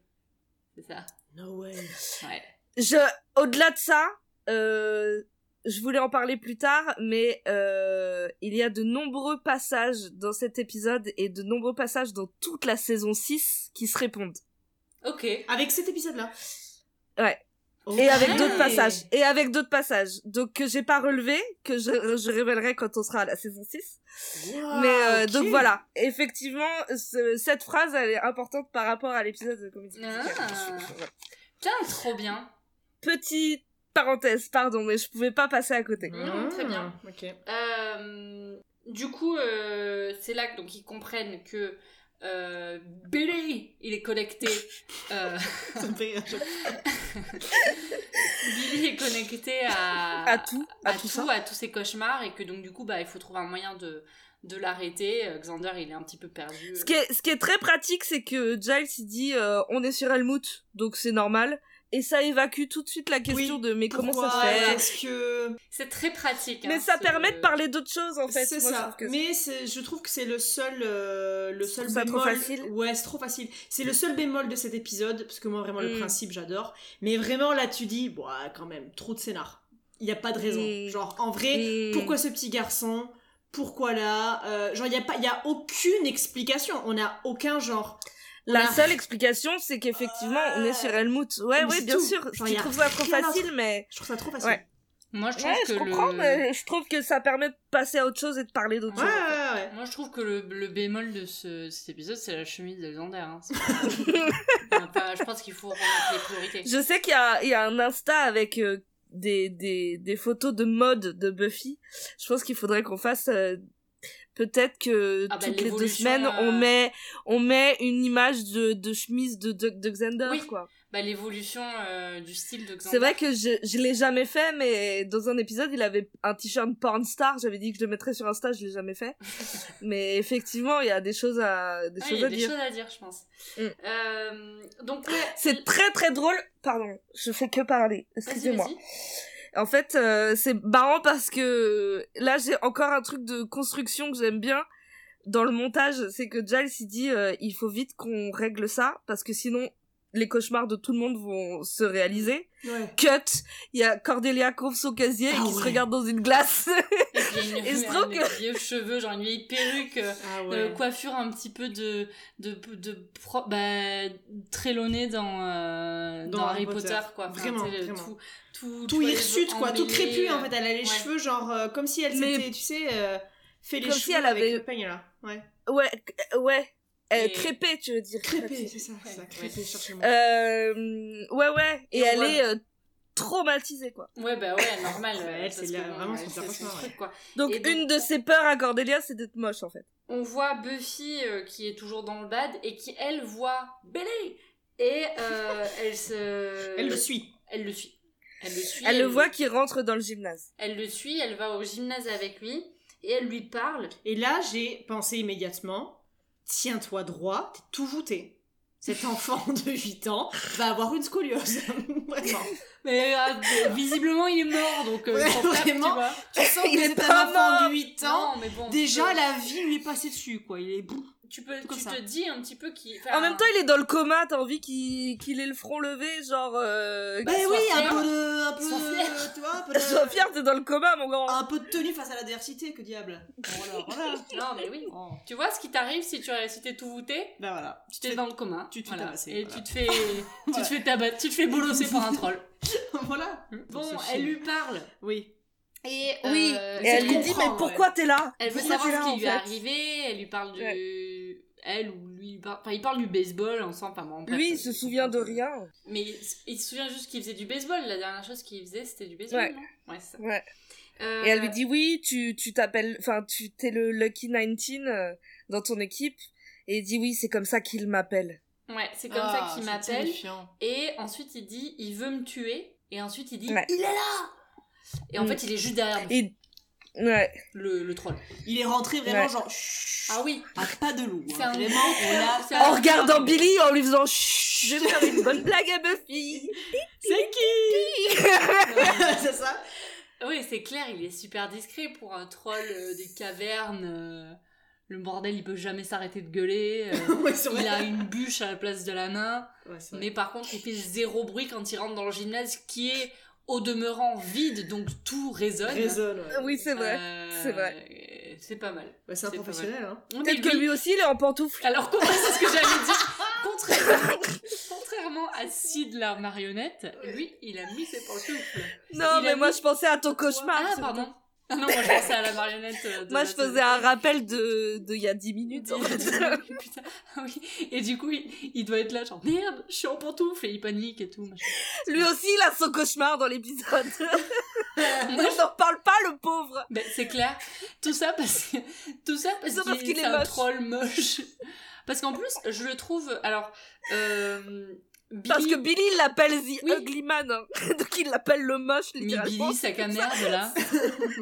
B: C'est ça.
C: No way.
B: Ouais.
D: je au-delà de ça euh, je voulais en parler plus tard, mais euh, il y a de nombreux passages dans cet épisode et de nombreux passages dans toute la saison 6 qui se répondent.
B: Ok.
C: Avec cet épisode-là.
D: Ouais.
C: Ok.
D: Et avec d'autres passages. Et avec d'autres passages. Donc que j'ai pas relevé, que je, je révélerai quand on sera à la saison 6.
C: Waouh,
D: Mais euh,
C: Ah, ok.
D: donc voilà, effectivement, ce- cette phrase elle est importante par rapport à l'épisode de comédie. musicale.
B: Ah. Putain, trop bien.
D: Petite parenthèse, pardon, mais je pouvais pas passer à
C: Bah,
D: côté.
B: Non, Mmh, très bien.
C: Ok.
B: Euh, du coup, euh, c'est là que, donc ils comprennent que euh, Billy, il est connecté. euh,
C: Ça me fait rire, je-
B: Billy est connecté à,
D: À tout, à,
B: à
D: tout, ça.
B: à tous ses cauchemars, et que donc du coup, bah, il faut trouver un moyen de, de l'arrêter. Euh, Xander, il est un petit peu perdu.
D: Ce qui est, ce qui est très pratique, c'est que Giles il dit euh, on est sur Helmut, donc c'est normal. Et ça évacue tout de suite la question de mais comment ça se
C: Pourquoi
D: fait
C: Est-ce que
B: C'est très pratique.
D: Mais
B: hein,
D: ça
B: ce-
D: permet de parler d'autres choses en fait.
C: euh, C'est
D: Moi, je
C: ça.
D: trouve que
C: Mais c'est- je trouve que c'est le seul, euh, le
D: Tu
C: seul
D: trouves ça trop
C: bémol.
D: facile
C: ouais, c'est trop facile. C'est le seul bémol de cet épisode parce que moi vraiment le
D: Mm.
C: principe j'adore. Mais vraiment là tu dis, bah quand même, trop de scénar. Il n'y a pas de raison.
D: Mm.
C: Genre en vrai,
D: Et-
C: pourquoi ce petit garçon Pourquoi là Euh, Genre il y a pas, il y a aucune explication. On n'a aucun genre. On
D: La
C: a-
D: seule explication, c'est qu'effectivement, on est sur Helmut. Ouais,
C: Mais
D: ouais,
C: c'est
D: bien
C: tout.
D: sûr.
C: Genre,
D: tu
C: y a
D: trouves ça trop
C: rien
D: facile, mais.
C: Je trouve ça trop facile.
D: Ouais.
B: Moi, je trouve
D: Ouais,
B: que
D: je comprends,
B: le...
D: mais je trouve que ça permet de passer à autre chose et de parler d'autre
C: Ouais, ouais, ouais, ouais.
B: Moi, je trouve que le, le bémol de ce, cet épisode, c'est la chemise de Xander. hein. C'est pas- on a pas- je pense qu'il faut remettre les priorités.
D: Je sais qu'il y a, il y a un Insta avec euh, des, des, des photos de mode de Buffy. Je pense qu'il faudrait qu'on fasse euh, peut-être que
B: Ah bah,
D: toutes les deux
B: l'évolution,
D: semaines,
B: euh,
D: on, met, on met une image de, de chemise de, de, de Xander.
B: Oui.
D: quoi.
B: Bah, L'évolution euh, du style de Xander.
D: C'est vrai que je, je l'ai jamais fait, mais dans un épisode, il avait un t-shirt pornstar. J'avais dit que je le mettrais sur Insta, je l'ai jamais fait. mais effectivement, il y a des choses à, des
B: Ouais, il
D: choses
B: y a
D: à
B: des
D: dire.
B: choses à dire, je pense.
D: Mm.
B: Euh, donc, ouais.
D: C'est très très drôle. Pardon, je fais que parler.
B: Vas-y,
D: Excusez-moi.
B: vas-y.
D: En fait, euh, c'est marrant parce que là, j'ai encore un truc de construction que j'aime bien dans le montage. C'est que Giles, il dit euh, il faut vite qu'on règle ça parce que sinon, les cauchemars de tout le monde vont se réaliser.
C: Ouais.
D: Cut Il y a Cordelia qui ouvre son casier et
C: Ah
D: qui se
C: ouais.
D: regarde dans une glace.
B: Et puis, il y a une,
D: Et je trouve
B: une
D: que-
B: vieux cheveux, genre une vieille perruque, euh,
C: Ah ouais.
B: euh, coiffure un petit peu de. de, de, pro- bah, trélonnée dans, euh,
C: Dans
B: Harry
C: Harry
B: Potter,
C: Potter,
B: quoi. Enfin,
C: vraiment,
B: tu sais,
C: vraiment.
B: Tout, tout, tu
C: tout
B: vois, les
C: hirsute
B: cheveux
C: quoi, tout
B: emmêlés,
C: crépus en
B: euh,
C: fait. Elle a les
B: ouais.
C: cheveux genre euh, comme si elle
D: Mais-
C: s'était, tu sais, euh, fait les
D: Comme si
C: cheveux
D: elle
C: avec
D: avait-
C: le peigne là. Ouais.
D: ouais, euh, ouais. Euh,
B: Et-
D: crépée, tu veux dire.
C: Crépé, c'est ça, c'est ça.
B: Ouais.
C: Crépé, cherchez-moi.
D: Euh, ouais, ouais. Et,
C: Et on
D: elle
C: voit-
D: est euh, traumatisée, quoi.
B: Ouais, bah ouais, normal.
C: Ouais,
B: euh,
C: elle, c'est
B: parce
C: la-
B: que, bon,
C: vraiment
B: ouais,
C: son
B: c'est
C: pire
B: son
C: cauchemar,
B: truc,
C: ouais.
B: quoi.
D: Donc,
B: Et donc-
D: une de ses peurs à Cordelia, c'est d'être moche, en fait.
B: On voit Buffy euh, qui est toujours dans le bad et qui, elle, voit Billy Et euh, elle se.
C: Elle le suit.
B: Elle le suit. Elle le suit.
D: Elle le voit qui rentre dans le gymnase.
B: Elle le suit, elle va au gymnase avec lui et elle lui parle.
C: Et là, j'ai pensé immédiatement, tiens-toi droit, t'es tout voûté. Cet enfant de 8 ans va avoir une scoliose. Vraiment.
B: Mais euh, visiblement, il est mort, donc euh,
C: Ouais,
B: son frère, tu
C: vraiment.
B: vois.
C: Tu sens
D: Il
C: que
D: est
C: c'est
D: pas
C: un enfant
D: mort.
C: de 8 ans.
B: Non, mais bon.
C: Déjà,
B: tu peux-
C: la vie lui est passée dessus, quoi. Il est boum.
B: Tu, peux,
C: comme
B: tu
C: ça.
B: te dis un petit peu qu'il.
D: En même temps, il est dans le coma, t'as envie qu'il qu'il ait le front levé, genre... Euh,
C: Bah
D: qu'il soit
C: oui, un
D: fier.
C: peu de. Un peu
B: Sois
C: de.
B: fier.
C: Tu vois, un peu de.
D: Sois fier, t'es dans le coma, mon
B: Ah,
D: grand.
C: Un peu de tenue face à l'adversité, que diable. Voilà, voilà.
B: Non, mais oui.
C: Oh.
B: Tu vois ce qui t'arrive si tu as si t'es tout voûté
C: Ben voilà. Tu
B: Tu es dans le coma,
C: tu te fais
B: voilà.
C: tabasser,
B: et
C: voilà.
B: tu te fais, tu te fais tabac- tu te fais bolosser par un troll.
C: voilà.
B: Bon,
C: ce
B: elle
C: film.
B: lui parle
C: Oui.
B: et
D: Oui,
B: euh,
D: et elle lui dit,
C: comprend,
D: mais pourquoi t'es là
B: elle veut
D: Pourquoi
B: savoir
D: t'es
B: ce qui
D: là, en
B: lui est
D: fait
B: arrivé. Elle lui parle du, elle ou lui, il parle- enfin il parle du baseball ensemble, enfin bon, bref.
D: Lui, il se souvient de rien.
B: Mais il, s- il se souvient juste qu'il faisait du baseball. La dernière chose qu'il faisait, c'était du baseball.
D: Ouais.
B: non ouais c'est ça.
D: Ouais.
B: Euh,
D: Et elle lui dit, oui, tu tu t'appelles... Enfin, tu t'es le Lucky 19 euh, dans ton équipe. Et il dit, oui, c'est comme ça qu'il m'appelle.
B: Euh, Ouais, c'est comme
C: Ah,
B: ça qu'il
C: c'est
B: m'appelle.
C: terrifiant.
B: Et ensuite il dit, il veut me tuer. Et ensuite il dit,
D: Ouais.
B: il est là. Et en
D: Mm.
B: fait, il est juste derrière lui,
D: Et... Ouais.
B: le, le troll.
C: Il est rentré vraiment
D: Ouais.
C: genre chut,
B: Ah oui.
C: à pas de loup. hein.
B: C'est un-
C: Vraiment, on l'a.
B: C'est
D: En
B: un-
D: regardant Billy, en lui faisant, chut, je vais faire une bonne blague à Buffy.
C: C'est qui C'est ça
B: Ah Oui, c'est clair, il est super discret pour un troll euh, des cavernes. euh, le bordel, il peut jamais s'arrêter de gueuler. euh,
C: Ouais, c'est vrai.
B: il a une bûche à la place de la main.
C: Ouais, c'est vrai.
B: Mais par contre, il fait zéro bruit quand il rentre dans le gymnase, qui est au demeurant vide, donc tout résonne.
C: Raisonne, ouais.
D: Oui, c'est vrai.
B: Euh,
D: c'est
B: C'est pas mal.
C: Bah, c'est un
B: Ah C'est pas
C: professionnel, hein.
B: On est
D: Peut-être que
B: lui.
D: lui aussi, il est en pantoufle.
B: Alors, qu'on- c'est ce que j'allais dire. Contrairement, contrairement à Sid la marionnette, lui, il a mis ses pantoufles. il
D: Non,
B: a
D: mais moi,
B: mis-
D: je pensais à ton cauchemar.
B: Ah,
D: c'est
B: pardon.
D: pour ça.
B: Ah non, moi je pensais à la marionnette. euh, de
D: Moi,
B: la
D: je
B: semaine.
D: faisais un rappel de, de il y a 10 minutes, en fait.
B: Putain, ah oui. Et du coup, il, il doit être là, genre merde, je suis en pantoufle et il panique et tout. machin.
D: Lui aussi, il a son cauchemar dans l'épisode.
B: Moi,
D: Je n'en parle pas, le pauvre.
B: Ben, c'est clair. Tout ça parce que tout ça parce
D: Ça,
B: qu'il
D: parce qu'il
B: c'est
D: est
B: un
D: moche.
B: troll moche. Parce qu'en plus, je le trouve alors euh, Billy,
D: Parce que Billy, il l'appelle The
B: Oui.
D: Ugly Man. hein. Donc, il l'appelle le moche,
B: mais
D: littéralement.
B: Billy sac à merde là.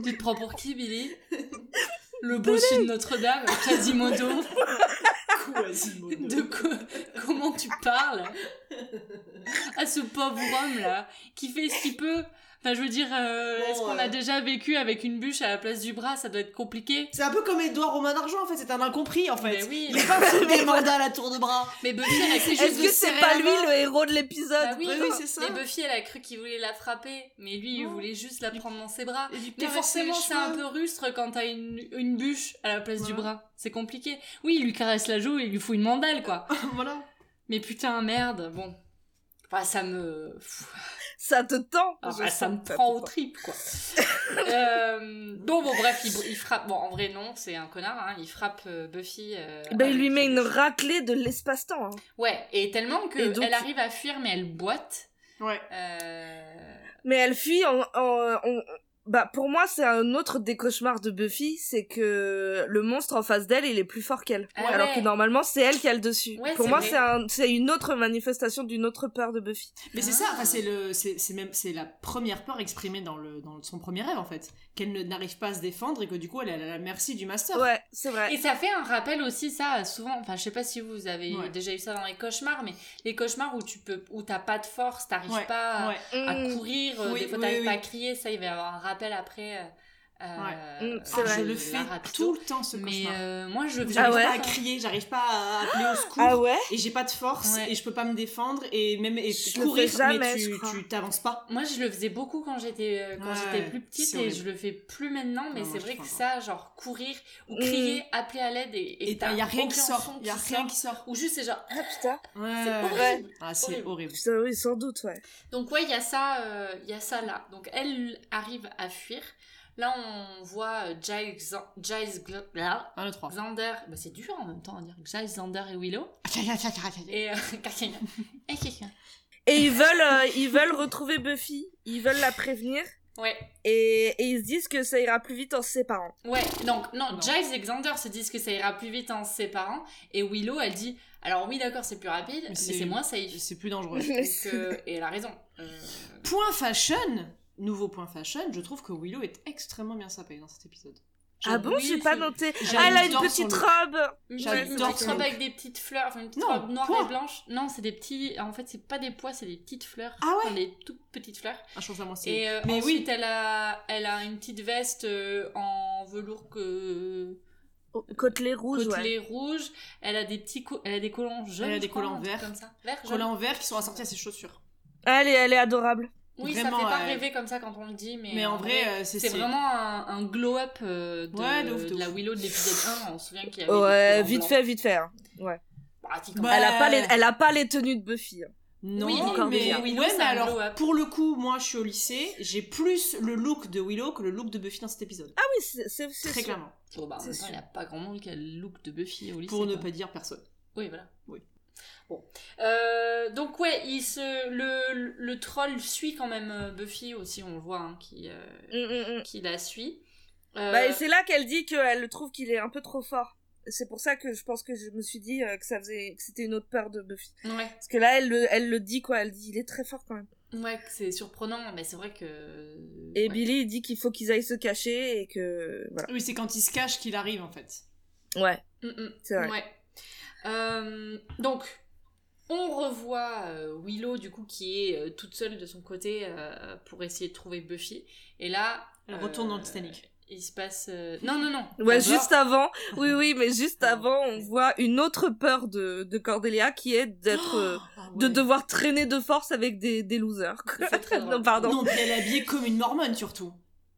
B: tu te prends pour qui Billy Le bossu de Notre-Dame, Quasimodo. De quoi Comment tu parles à ce pauvre homme là qui fait ce qu'il peut. Enfin, je veux dire, euh,
C: Bon,
B: est-ce qu'on
C: euh,
B: a déjà vécu avec une bûche à la place du bras Ça doit être compliqué.
C: C'est un peu comme Edouard Romain d'Argent, en fait. C'est un incompris, en fait.
B: Mais oui.
C: Il est pas fou des mandats à la tour de bras.
B: Mais Buffy, elle a cru juste
D: Est-ce
B: de
D: que c'est
B: serrer
D: pas
B: la
D: lui
B: main.
D: le héros de l'épisode
B: Bah oui,
C: Bah oui, c'est ça.
B: Mais Buffy, elle a cru qu'il voulait la frapper, mais lui, il
C: Non.
B: voulait juste la prendre dans ses bras.
C: Et lui
B: Mais
C: caresser
B: forcément,
C: les
B: c'est un
C: cheveux.
B: peu rustre quand t'as une, une bûche à la place du
C: Voilà.
B: bras. C'est compliqué. Oui, il lui caresse la joue et il lui fout une mandale, quoi.
C: voilà.
B: Mais putain, merde, bon. Enfin, ça me...
D: Ça te tend.
B: Ah,
D: je
B: bah,
D: sens
B: ça me
D: que te
B: prend au
D: tend.
B: trip, quoi. Euh, bon, bon, bref, il, il frappe... Bon, en vrai, non, c'est un connard, hein. Il frappe euh, Buffy... euh,
D: Ben, il
B: avec-
D: lui met une raclée de l'espace-temps. hein.
B: Ouais, et tellement
D: Et
B: qu'elle
D: donc-
B: arrive à fuir, mais elle boite.
C: Ouais.
B: Euh...
D: Mais elle fuit en. en- en- Bah, pour moi, c'est un autre des cauchemars de Buffy, c'est que le monstre en face d'elle, il est plus fort qu'elle.
B: Ah
D: Alors
B: ouais.
D: que normalement, c'est elle qui a le dessus.
B: Ouais,
D: pour
B: c'est
D: moi,
B: vrai.
D: c'est un- c'est une autre manifestation d'une autre peur de Buffy.
C: Mais c'est
B: Ah.
C: ça, enfin, c'est le, c'est c'est même, c'est la première peur exprimée dans le, dans son premier rêve en fait, qu'elle ne- n'arrive pas à se défendre et que du coup elle est à la merci du master.
D: Ouais, c'est
C: Ah.
D: vrai.
B: Et ça fait un rappel aussi, ça, souvent. Enfin, je sais pas si vous avez
C: Ouais.
B: déjà eu ça dans les cauchemars, mais les cauchemars où tu peux, où t'as pas de force, t'arrives
C: Ouais,
B: pas à-
C: Ouais.
B: à
D: Mm.
B: courir, euh,
C: Oui,
B: des fois
C: oui,
B: t'arrives
C: oui.
B: pas à crier, ça, il va y avoir un rappel après. euh, euh,
D: Mm,
C: Ah,
D: c'est vrai.
C: je le
B: la
C: fais
B: rate
C: tout le temps ce
B: Mais
C: cauchemar.
B: euh, moi, je.
C: J'arrive
D: Ah ouais
C: pas à crier, j'arrive pas à appeler au secours
D: Ah ouais
C: et j'ai pas de force
B: Ouais.
C: et je peux pas me défendre et même et
D: Je le
C: courir
D: fais jamais,
C: mais
D: je
C: tu,
D: crois.
C: tu t'avances pas.
B: Moi, je le faisais beaucoup quand j'étais euh, quand
C: Ouais,
B: j'étais plus petite
C: c'est
B: et
C: horrible.
B: je le fais plus maintenant. Mais
C: Non,
B: c'est
C: moi,
B: vrai que
C: je crois
B: ça, genre courir ou
D: Mm.
B: crier, appeler à l'aide et
C: Et
B: et
C: t'as- y a rien qui
B: aucun
C: sort,
B: son
C: y a rien qui sort.
B: Ou juste c'est genre
D: Ah putain.
C: Ouais.
D: horrible.
C: Ah c'est
B: Horrible.
C: horrible.
D: Putain, oui, sans doute, ouais.
B: Donc ouais, il y a ça, euh, il y a ça là. Donc elle arrive à fuir. Là, on voit euh, Giles, Zan- Giles Gl- là,
C: 1 2 3.
B: Xander. Bah, c'est dur en même temps à dire Giles, Xander et Willow. Et euh, et quelqu'un.
D: Et ils veulent, euh, ils veulent retrouver Buffy. Ils veulent la prévenir.
B: Ouais,
D: Et, et ils se disent que ça ira plus vite en se séparant.
B: ouais. Donc non,
C: Non.
B: Giles et Xander se disent que ça ira plus vite en se séparant. Et Willow, elle dit, alors oui, d'accord, c'est plus rapide, mais
C: c'est-
B: c'est moins safe.
C: C'est plus dangereux.
B: Donc, euh, et elle a raison. Euh,
C: Point fashion, nouveau point fashion, je trouve que Willow est extrêmement bien sapée dans cet épisode.
D: Ah bon,
B: oui,
D: j'ai pas
B: c'est-
D: noté.
C: j'adore
D: Ah, elle a une
C: son
D: petite
C: look.
D: robe.
B: Une
C: J'adore
B: petite robe
C: ce look.
B: avec des petites fleurs, enfin, une petite
C: Non,
B: robe noire
C: pois.
B: et blanche. Non, c'est des petits. En fait, c'est pas des pois, c'est des petites fleurs.
C: Ah ouais
B: Enfin, des toutes petites fleurs.
C: Ah, je trouve ça moins stylé.
B: Et euh,
C: Mais
B: ensuite, elle, a, elle a une petite veste euh, en velours que
D: Oh, Côtelet rouge, ouais.
B: côtelé rouge. Elle a des petits, co- elle a des collants jaunes.
C: Elle a des
B: je crois,
C: collants
B: un truc
C: verts.
B: Comme ça. Vert, jaune.
C: Collants en vert qui sont assortis à ses chaussures.
D: Elle est, elle est adorable.
B: Oui,
C: Vraiment,
B: ça fait pas
C: euh,
B: rêver comme ça quand on le dit, mais,
C: Mais en vrai, euh, c'est
B: c'est
C: c'est-
B: vraiment un, un glow-up euh, de,
C: Ouais, de ouf, de
B: de la
C: ouf.
B: Willow de l'épisode 1. On se souvient qu'il y avait. des
D: Ouais,
B: collants
D: vite
B: blancs.
D: fait, vite fait. hein.
B: Pratiquement.
C: Bah,
D: Elle a pas les,
C: Euh.
D: elle a pas les tenues de Buffy. hein.
C: Non,
B: Oui,
D: mais- mais
C: mais,
B: Willow,
C: ouais,
B: c'est
C: mais
B: un
C: alors,
B: glow-up.
C: pour le coup, moi je suis au lycée, j'ai plus le look de Willow que le look de Buffy dans cet épisode.
D: Ah oui, c'est, c'est, c'est
C: Très
D: sûr.
C: clairement.
B: Bon, bah, en
D: C'est
B: même temps,
D: sûr.
B: il n'y a pas grand monde qui a le look de Buffy au lycée.
C: Pour ne
B: quoi.
C: pas dire personne.
B: Oui, voilà.
C: Oui.
B: Bon. Euh, donc, ouais, il se... le, le troll suit quand même euh, Buffy aussi, on le voit, hein, qui, euh,
D: Mm, mm, mm.
B: qui la suit. Euh,
D: Bah, et c'est là qu'elle dit qu'elle trouve qu'il est un peu trop fort. C'est pour ça que je pense que je me suis dit euh, que ça faisait, que c'était une autre peur de Buffy.
B: ouais,
D: Parce que là, elle le, elle le dit quoi, elle dit il est très fort quand même.
B: ouais, que c'est surprenant, mais c'est vrai que. ouais.
D: Et Billy il dit qu'il faut qu'ils aillent se cacher et que voilà.
C: Oui, c'est quand il se cache qu'il arrive en fait.
D: Ouais,
B: Mm, mm.
D: c'est vrai.
B: Ouais. Euh, donc, on revoit euh, Willow, du coup, qui est euh, toute seule de son côté euh, pour essayer de trouver Buffy. Et là.
C: Elle
B: euh,
C: retourne dans le Titanic.
B: Il se passe. euh, Non, non, non.
D: Ouais,
B: D'abord-
D: juste avant, oui, oui, mais juste avant, on voit une autre peur de, de Cordelia qui est d'être, euh,
C: Ah
D: de
C: ouais.
D: devoir traîner de force avec des, des losers.
B: C'est très drôle.
D: non, pardon.
C: Non, puis elle est habillée comme une mormone surtout.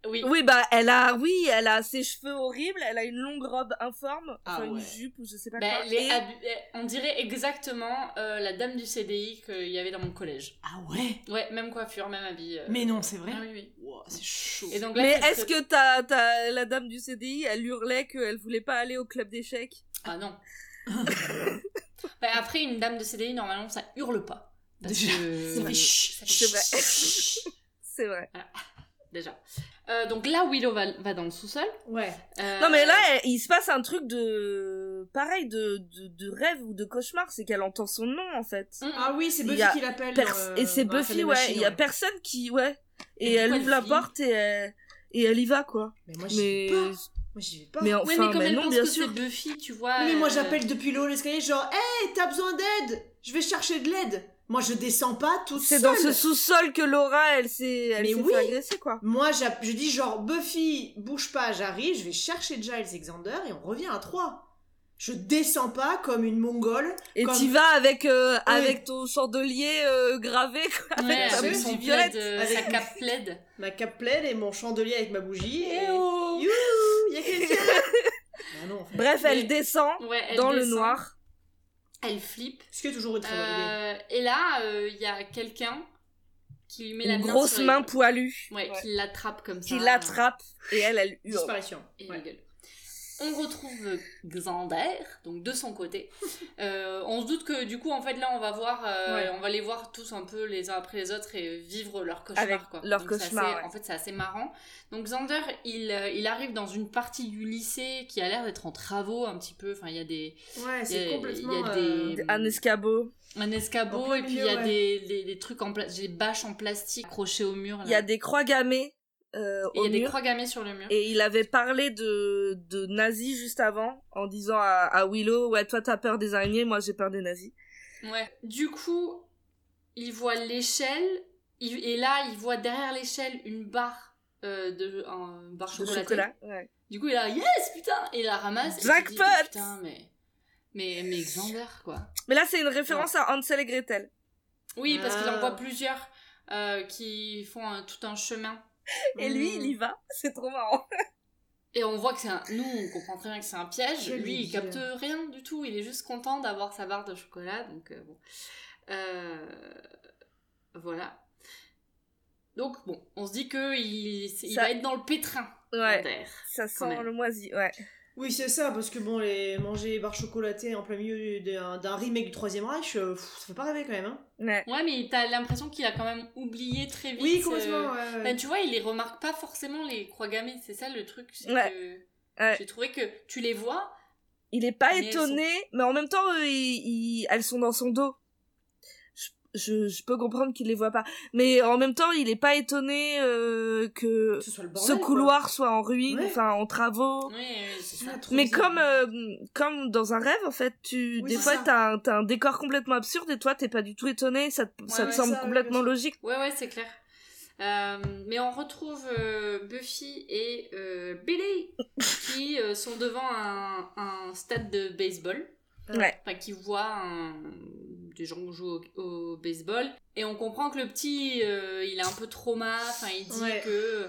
B: Oui.
D: Oui, bah, elle a, oui, elle a ses cheveux horribles, elle a une longue robe informe,
C: Ah
D: enfin, une
C: ouais.
D: jupe ou je sais pas
B: Bah,
D: quoi.
B: les
D: et-
B: habu- euh, On dirait exactement euh, la dame du CDI qu'il y avait dans mon collège.
C: Ah ouais
B: Ouais, même coiffure, même habit. euh.
C: Mais non, c'est vrai.
B: Ah oui, oui.
C: Ouah, c'est chaud.
B: Et donc là,
D: Mais
B: ça
D: est-ce
B: se-
D: que t'as, t'as la dame du CDI, elle hurlait qu'elle voulait pas aller au club d'échecs
B: Ah non. Bah, après, une dame de CDI, normalement, ça hurle pas. Parce
C: Déjà,
B: que-
D: euh,
C: ça fait chut,
B: ça fait
D: c'est vrai.
B: chut,
D: C'est vrai.
B: Déjà. Euh, donc là, Willow va, va dans le sous-sol.
C: Ouais.
B: Euh,
D: Non mais là, elle- il se passe un truc de pareil de, de, de rêve ou de cauchemar, c'est qu'elle entend son nom en fait.
B: mm, mm.
C: Ah oui, c'est
D: Il y
C: Buffy
D: a
C: qui l'appelle.
D: Pers-
C: euh,
D: et c'est
C: dans la salle
D: Buffy,
C: des
D: ouais.
C: machines,
D: Il y a personne qui, ouais. Et,
B: Et
D: elle
B: pourquoi
D: ouvre
B: le
D: la
B: flic
D: porte et elle, et elle y va quoi.
C: Mais moi, j'y
D: Mais
C: vais pas. Moi, j'y vais pas.
D: mais
C: Mais,
D: enfin,
B: Ouais, mais comme
D: bah
B: elle
D: non
B: pense
D: bien
B: que
D: sûr.
B: c'est Buffy, tu vois.
C: moi,
B: euh,
C: j'appelle depuis le haut de l'escalier, genre, hé, t'as besoin d'aide Je vais chercher de l'aide. Moi, je descends pas toute
D: C'est
C: seule.
D: dans ce sous-sol que Laura, elle s'est, elle
C: Mais
D: s'est
C: oui.
D: fait agresser quoi.
C: Moi, j'app- je dis genre, Buffy, bouge pas, j'arrive, je vais chercher Giles Alexander et on revient à 3. Je descends pas comme une mongole.
D: Et
C: Comme-
D: t'y vas avec euh,
C: Oui.
D: avec ton chandelier euh, gravé quoi,
B: ouais,
D: avec ta
B: avec
C: oui,
D: bougie
B: son
D: violette.
B: plaid, euh,
C: Avec-
B: sa cape plaid.
C: Ma cape plaide et mon chandelier avec ma bougie. Et...
B: Eh oh
C: Youhou, y a quelqu'un Bah non, en fait.
D: Bref,
B: Mais-
D: elle descend
B: Ouais, elle
D: dans le
B: descend,
D: noir.
B: Elle flippe.
C: Ce qui est toujours une très bonne idée.
B: Euh, et là, euh, il y a quelqu'un qui lui met la
D: Une
B: main
D: grosse
B: sur la-
D: main poilue
B: Ouais,
D: Ouais.
B: qui l'attrape comme ça.
D: qui l'attrape et elle, elle hurle.
C: Disparition.
B: et
C: Ouais.
B: la gueule. On retrouve Xander, donc de son côté. Euh, on se doute que du coup, en fait, là, on va voir, euh,
C: Ouais.
B: on va les voir tous un peu les uns après les autres et vivre leur cauchemar.
D: Avec
B: quoi.
D: leur
B: Donc,
D: cauchemar,
B: c'est assez-
D: ouais.
B: En fait, c'est assez marrant. Donc Xander, il, euh, il arrive dans une partie du lycée qui a l'air d'être en travaux un petit peu. Enfin, il y a des,
C: Ouais,
B: il y
C: c'est
B: a-
C: complètement.
B: il y a
C: euh,
B: des-
D: Un escabeau.
B: un
C: En
B: escabeau
C: plein
B: et puis il y
C: milieu,
B: a
C: ouais.
B: des, des, des trucs en plastique, des bâches en plastique accrochées au mur. là.
D: Il y a des croix gammées euh,
B: Et il
D: au
B: y a des
D: mur.
B: croix gammées sur le mur.
D: Et il avait parlé de, de nazis juste avant, en disant à, à Willow, ouais, toi t'as peur des araignées, moi j'ai peur des nazis.
B: Ouais. Du coup, il voit l'échelle, il- et là, il voit derrière l'échelle une barre euh, de un barre
D: De
B: chocolatée.
D: chocolat. Ouais.
B: Du coup, il a yes putain, et il la ramasse. et il se dit,
D: Jackpot
B: Putain, mais mais mais Xander quoi.
D: Mais là c'est une référence à Hansel et Gretel.
B: Oui, parce qu'il en
C: Ah.
B: voit plusieurs euh, qui font un- tout un chemin.
D: Et lui
C: Mm.
D: il y va, c'est trop marrant.
B: Et on voit que c'est un. Nous, on comprend très bien que c'est un piège.
C: Quel
B: Lui, il
C: débile.
B: capte rien du tout. Il est juste content d'avoir sa barre de chocolat. Donc, euh, bon. Euh, Voilà. Donc, bon, on se dit que il, il
D: Ça-
B: va être dans le pétrin.
D: Ouais,
B: Vander.
D: ça sent
B: même.
D: le moisi, ouais.
C: Oui, c'est ça, parce que bon, les... manger les barres chocolatées en plein milieu d'un d'un remake du Troisième Reich, euh, pff, ça fait pas rêver quand même. Hein.
D: Ouais.
B: Ouais, mais t'as l'impression qu'il a quand même oublié très vite.
C: Oui,
B: euh,
C: complètement. ouais, ouais.
B: ben, tu vois, il les remarque pas forcément, les croix gammées. C'est ça le truc. c'est
D: Ouais.
B: que
D: Ouais.
B: J'ai trouvé que tu les vois.
D: Il est pas
B: Mais elles
D: étonné, mais en même temps euh, il- il- elles sont dans son dos. Je, je, je peux comprendre qu'il les voit pas. Mais en même temps il est pas étonné euh, que
C: Que ce soit le
D: ce
C: bordel, quoi.
D: couloir soit en ruine,
C: Ouais.
D: enfin en travaux.
B: Oui, oui, euh, c'est ça.
C: Ah, trop
D: Mais
C: bizarre.
D: comme, euh, comme dans un rêve, en fait, tu,
C: Oui,
D: des
C: c'est
D: fois,
C: ça.
D: t'as un, t'as un décor complètement absurde et toi, t'es pas du tout étonné, ça, te- ça
B: ouais,
D: te semble
C: ça, oui,
D: complètement
C: bien sûr.
D: logique.
B: Ouais, ouais, c'est clair. Euh, mais on retrouve euh, Buffy et euh, Billy qui euh, sont devant un, un stade de baseball.
D: Ouais.
B: Enfin, qui voient un- des gens jouer au, au baseball. Et on comprend que le petit, euh, il a un peu trauma. Enfin, il dit
C: Ouais.
B: que,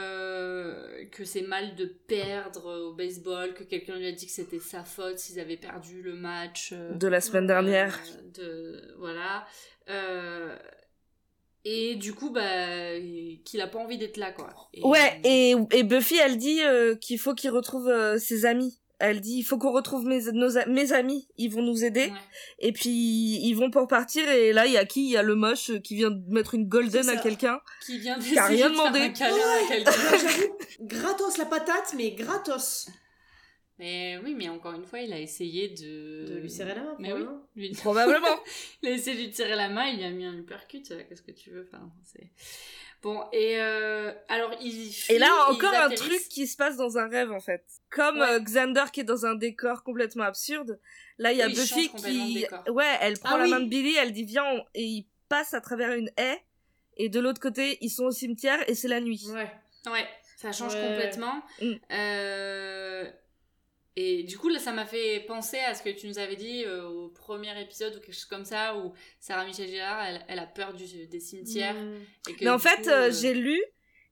B: euh, que c'est mal de perdre au baseball, que quelqu'un lui a dit que c'était sa faute s'ils avaient perdu le match. euh,
D: De la semaine dernière.
B: euh, de, voilà. Euh, et du coup, bah, qu'il a pas envie d'être là, quoi. Et-
D: Ouais, et, et Buffy, elle dit euh, qu'il faut qu'il retrouve euh, ses amis. Elle dit, il faut qu'on retrouve mes, nos, a- mes amis, ils vont nous aider.
B: Ouais.
D: Et puis, ils vont pour partir, et là, il y a qui Il y a le moche euh, qui vient de mettre une golden
C: C'est
D: à
C: ça.
D: quelqu'un.
B: Qui vient
D: Qui a
B: d'essayer
D: rien
B: de faire
D: demandé.
B: un câlin à
C: Ouais,
B: quelqu'un.
C: j'avoue, gratos la patate, mais gratos.
B: mais oui, mais encore une fois, il a essayé de...
C: De lui serrer la main,
B: Euh,
C: hein.
B: Mais oui.
C: probablement.
B: Lui-
D: Probablement.
B: il a essayé de lui tirer la main, il lui a mis un uppercut, euh, qu'est-ce que tu veux enfin, c'est... Bon, et euh, alors ils
D: Et
B: fuient,
D: là,
B: ils
D: encore un
B: atterrissent.
D: truc qui se passe dans un rêve, en fait. Comme
B: Ouais.
D: euh, Xander qui est dans un décor complètement absurde, là, il y a
B: Oui, il change
D: Buffy
B: complètement de
D: qui...
B: décor.
D: Ouais, elle prend
C: Ah
D: la
C: oui.
D: main de Billy, elle dit viens, on- et ils passent à travers une haie, et de l'autre côté, ils sont au cimetière, et c'est la nuit.
C: Ouais.
B: Ouais, ça Ça change
C: Ouais.
B: complètement.
D: Mm.
B: Euh, Et du coup, là, ça m'a fait penser à ce que tu nous avais dit euh, au premier épisode ou quelque chose comme ça, où Sarah Michel Gellar, elle, elle a peur du- des cimetières.
C: Mm.
B: et que
D: Mm. Mais en
B: du
D: fait,
B: coup,
D: euh,
B: euh,
D: j'ai lu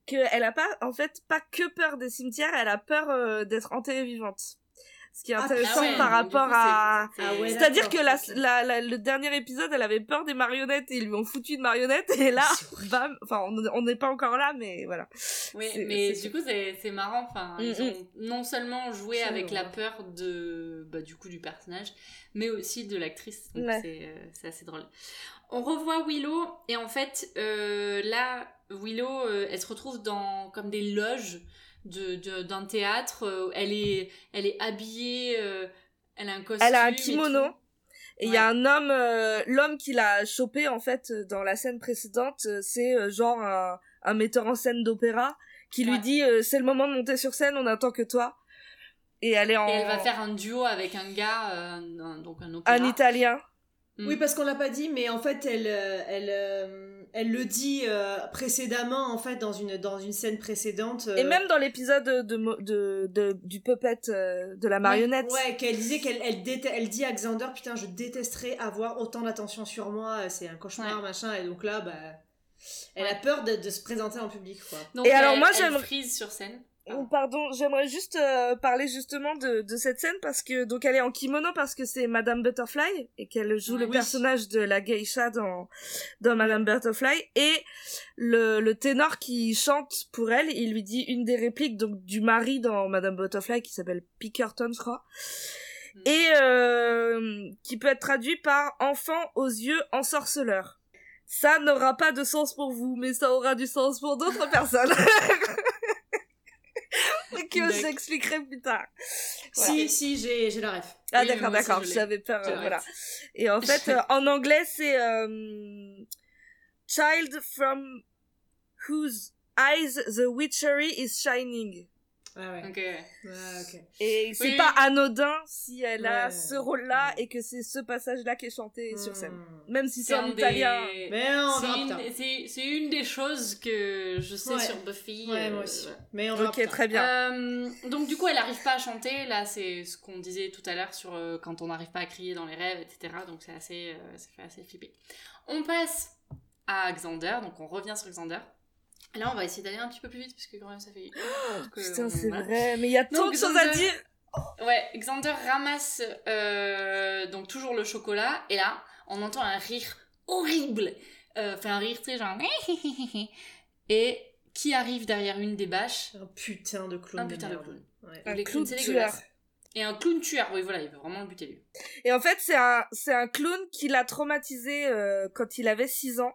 D: qu'elle a pas, en fait, pas que peur des cimetières, elle a peur euh, d'être enterrée vivante. Ce qui est
C: Ah,
D: intéressant
B: ah ouais,
D: par
B: donc du coup,
D: rapport
B: c'est-
D: à...
B: c'est-
C: Ah ouais, là,
D: C'est-à-dire que
C: D'accord,
D: la,
C: ok.
D: la- la- le dernier épisode, elle avait peur des marionnettes et ils lui ont foutu une marionnette et là, bam, enfin, on- on n'est pas encore là, mais voilà.
B: Oui,
D: C'est-
B: mais
D: c'est-
B: du coup, c'est c'est marrant. Enfin,
D: Mm,
B: ils ont non seulement joué
D: C'est
B: avec la
D: marrant.
B: peur de, bah, du coup, du personnage, mais aussi de l'actrice. Donc
D: Ouais.
B: c'est euh, c'est assez drôle. On revoit Willow et en fait, euh, là, Willow, euh, elle se retrouve dans comme des loges de- de- d'un théâtre. euh, elle est, elle est habillée. euh, elle a un costume.
D: Elle a un
B: et
D: kimono.
B: tout.
D: Et il y a un homme, euh, l'homme qui l'a chopé en fait euh, dans la scène précédente, euh, c'est euh, genre un, un metteur en scène d'opéra qui
B: Ouais.
D: lui dit euh, c'est le moment de monter sur scène, on attend que toi. Et elle est en
B: Et elle va faire un duo avec un gars, euh, un- un- donc un opéra.
D: un italien.
B: Mm.
C: Oui, parce qu'on l'a pas dit, mais en fait, elle, euh, elle, euh, elle le dit euh, précédemment, en fait, dans une, dans une scène précédente. euh,
D: Et même dans l'épisode de, mo- de, de- du puppet euh, de la marionnette.
C: Ouais, qu'elle disait qu'elle elle déte- elle dit à Xander, putain, je détesterais avoir autant d'attention sur moi, euh, c'est un cauchemar,
B: Ouais.
C: machin, et donc là, bah, elle a
B: Ouais.
C: peur de, de se présenter en public, quoi.
B: Donc,
D: Et alors,
B: elle-
D: moi,
B: elle
D: j'aimerais-
B: frise sur scène.
D: Oh, pardon, j'aimerais juste euh, parler justement de, de cette scène parce que donc elle est en kimono parce que c'est Madame Butterfly et qu'elle joue
B: Ah,
D: le
B: oui.
D: personnage de la geisha dans dans Madame Butterfly et le, le ténor qui chante pour elle, il lui dit une des répliques donc du mari dans Madame Butterfly qui s'appelle Pickerton, je crois.
B: Mm.
D: Et euh, qui peut être traduit par enfant aux yeux ensorceleurs. Ça n'aura pas de sens pour vous, mais ça aura du sens pour d'autres personnes. Et que
C: D'accord.
D: j'expliquerai plus tard.
C: Si, si, j'ai j'ai la ref.
D: Ah
B: Oui, mais
D: d'accord,
B: moi aussi,
D: d'accord,
B: je l'ai.
D: j'avais peur, euh,
B: J'arrête.
D: voilà. Et en fait, euh, en anglais, c'est euh, Child from whose eyes the witchery is shining.
C: Ah ouais.
B: Ok, ouais.
C: Ah, ok.
D: Et c'est
B: Oui.
D: pas anodin si elle a
C: Ouais.
D: ce rôle-là et que c'est ce passage-là qui est chanté sur scène.
C: Hmm.
D: Même si c'est en
B: un des-
D: italien.
C: Mais on
B: C'est
C: verra plus tard.
B: une, c'est- c'est une des choses que je sais
C: Ouais.
B: sur Buffy.
C: Ouais,
B: euh,
C: moi aussi.
B: voilà.
C: Mais on verra plus
D: Ok,
C: tard.
D: très bien.
B: Euh, donc du coup, elle n'arrive pas à chanter. Là, c'est ce qu'on disait tout à l'heure sur euh, quand on n'arrive pas à crier dans les rêves, etc. Donc c'est assez, euh, ça fait assez flipper. On passe à Xander. Donc on revient sur Xander. Là, on va essayer d'aller un petit peu plus vite parce que quand même, ça fait.
C: Oh,
B: que
D: Putain,
B: on-
D: c'est
B: voilà.
D: vrai. Mais il y a tant
B: Donc,
D: de choses à
B: Xander-
D: dire.
B: Ouais, Xander ramasse euh, donc toujours le chocolat et là, on entend un rire horrible. Euh, Enfin, un rire, tu sais, genre. Et qui arrive derrière une des bâches
C: Un putain de clown.
B: Un putain de
C: merde.
B: clown.
C: Ouais.
D: Un
B: Les
D: clown
B: clowns, c'est
D: tueur.
B: dégueulasse. Et un clown tueur, oui, voilà, il veut vraiment le buter lui.
D: Et en fait, c'est un, c'est un clown qui l'a traumatisé euh, quand il avait 6 ans.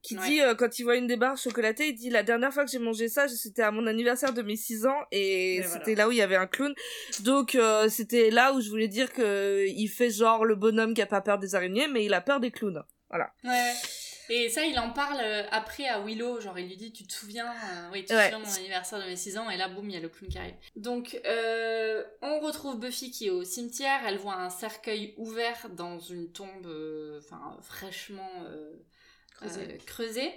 D: Qui
B: Ouais.
D: dit, euh, quand il voit une des barres chocolatées, il dit La dernière fois que j'ai mangé ça, c'était à mon anniversaire de mes 6 ans et,
C: Et
D: c'était
C: voilà.
D: là où il y avait un clown. Donc, euh, c'était là où je voulais dire que il fait genre le bonhomme qui a pas peur des araignées, mais il a peur des clowns.
B: Ouais, ouais. Et ça, il en parle euh, après à Willow. Genre, il lui dit Tu te souviens euh, Oui, tu te
D: Ouais.
B: souviens de mon anniversaire de mes 6 ans. Et là, boum, il y a le clown qui arrive. Donc, euh, on retrouve Buffy qui est au cimetière. Elle voit un cercueil ouvert dans une tombe euh, enfin fraîchement euh,
C: Creusé.
B: euh, creusée.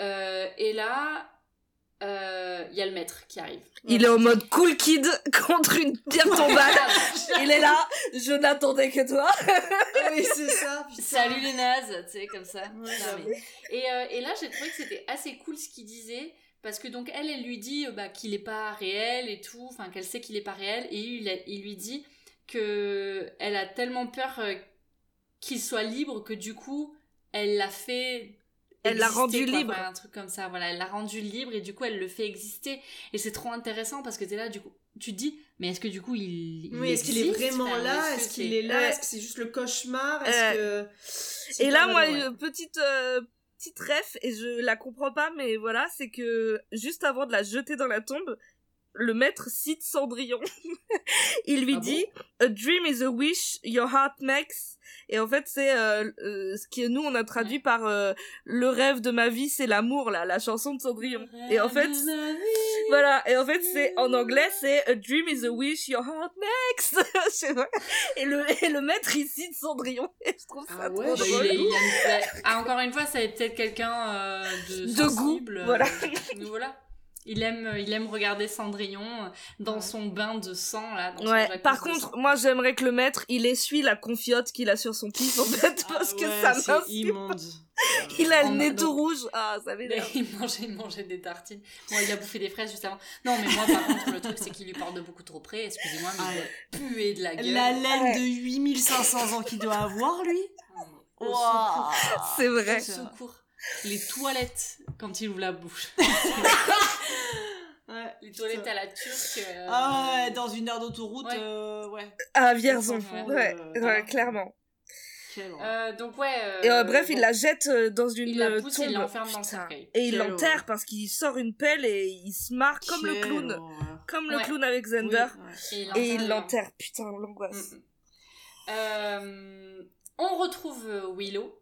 B: Euh, et là, euh, il y a le maître qui arrive.
D: Il est en mode cool kid contre une pierre tombale.
B: Ah,
D: il est là, je n'attendais que toi.
C: Ah oui, c'est ça, putain.
B: Salut les nazes, tu sais, comme ça.
C: Ouais,
B: Non,
C: j'avoue.
B: mais- et, euh, et là, j'ai trouvé que c'était assez cool ce qu'il disait. Parce que donc elle, elle lui dit euh, bah, qu'il n'est pas réel et tout, enfin qu'elle sait qu'il n'est pas réel, et lui, il, a- il lui dit que elle a tellement peur euh, qu'il soit libre que du coup, elle l'a fait.
D: Elle l'a
B: exister,
D: rendu
B: quoi,
D: libre.
B: voilà, un truc comme ça, voilà, elle l'a rendu libre et du coup, elle le fait exister. Et c'est trop intéressant parce que t'es là, du coup, tu te dis, mais est-ce que du coup, il. il
C: Oui, est-ce qu'il est
B: existe
C: vraiment
B: Enfin,
C: là
B: que
C: Est-ce qu'il
B: c'est-
C: est là
D: Ouais.
C: Est-ce que c'est juste le cauchemar Est-ce que c'est
D: Euh, Et
C: pas
D: là, moi,
C: vraiment, ouais.
D: une petite, euh, petite ref, et je la comprends pas, mais voilà, c'est que juste avant de la jeter dans la tombe, le maître cite Cendrillon. Il lui
C: Ah bon
D: dit A dream is a wish your heart makes. Et en fait, c'est euh, euh, ce que nous, on a traduit par euh, Le rêve de ma vie, c'est l'amour, là, la chanson de Cendrillon. Et en fait,
C: bah,
D: voilà, et en fait, c'est
B: Mmh.
D: en anglais, c'est A dream is a wish your heart makes. Je sais pas. Et le, et le maître, il cite Cendrillon. Et je trouve ça
C: Ah ouais,
D: trop
B: Bah, il
D: drôle.
B: est- il y a- bah, ah, encore une fois, ça va être peut-être quelqu'un euh, de,
D: De goût,
B: sensible, euh,
D: voilà.
B: nous voilà. Il aime, euh, il aime regarder Cendrillon euh, dans son bain de sang, là. Dans son
D: Ouais.
B: jacuzzi
D: Par
B: de
D: contre, moi j'aimerais que le maître il essuie la confiote qu'il a sur son pif en fait parce
C: Ah
D: que
C: ouais,
D: ça
C: c'est
D: m'insulte.
C: immonde.
D: Il a
B: On
D: le
B: a-
D: nez tout
B: donc-
D: rouge. Ah, ça
B: Mais
D: m'énerve.
B: il mangeait, il mangeait des tartines. Bon, il a bouffé des fraises juste avant. Non, mais moi, par contre, le truc, c'est qu'il lui parle de beaucoup trop près. Excusez-moi, mais
C: Ah,
B: il doit puer de la gueule. Ah,
C: La laine de 8500 ans qu'il doit avoir, lui.
B: Au
C: Waouh.
D: C'est
B: secours, au
D: vrai.
B: secours. Les toilettes, quand il ouvre la bouche.
C: Ouais,
B: Les toilettes à la turque. euh,
C: Ah ouais, dans une heure d'autoroute,
B: Ouais.
C: euh, ouais.
D: Ah, Vierzon.
B: Ouais,
D: Ouais,
C: euh,
D: ouais,
C: d'accord.
D: clairement.
C: Quel horreur.
B: euh, donc, ouais. euh,
D: Et euh, bref, il
B: bon.
D: la jette euh, dans une
B: Il la
D: euh,
B: pousse et
D: tombe.
B: il l'enferme dans le
D: Putain.
B: cercueil.
D: Et il
C: Quelle
D: l'enterre
C: horreur.
D: parce qu'il sort une pelle et il se marre comme le
C: Quelle
D: clown.
C: horreur.
D: Comme le
B: Ouais.
D: clown Alexander.
C: Oui, ouais.
B: Et il
D: Et il
B: l'enterre.
D: l'enterre. Putain, l'angoisse.
B: Mm, mm. Euh, on retrouve euh, Willow.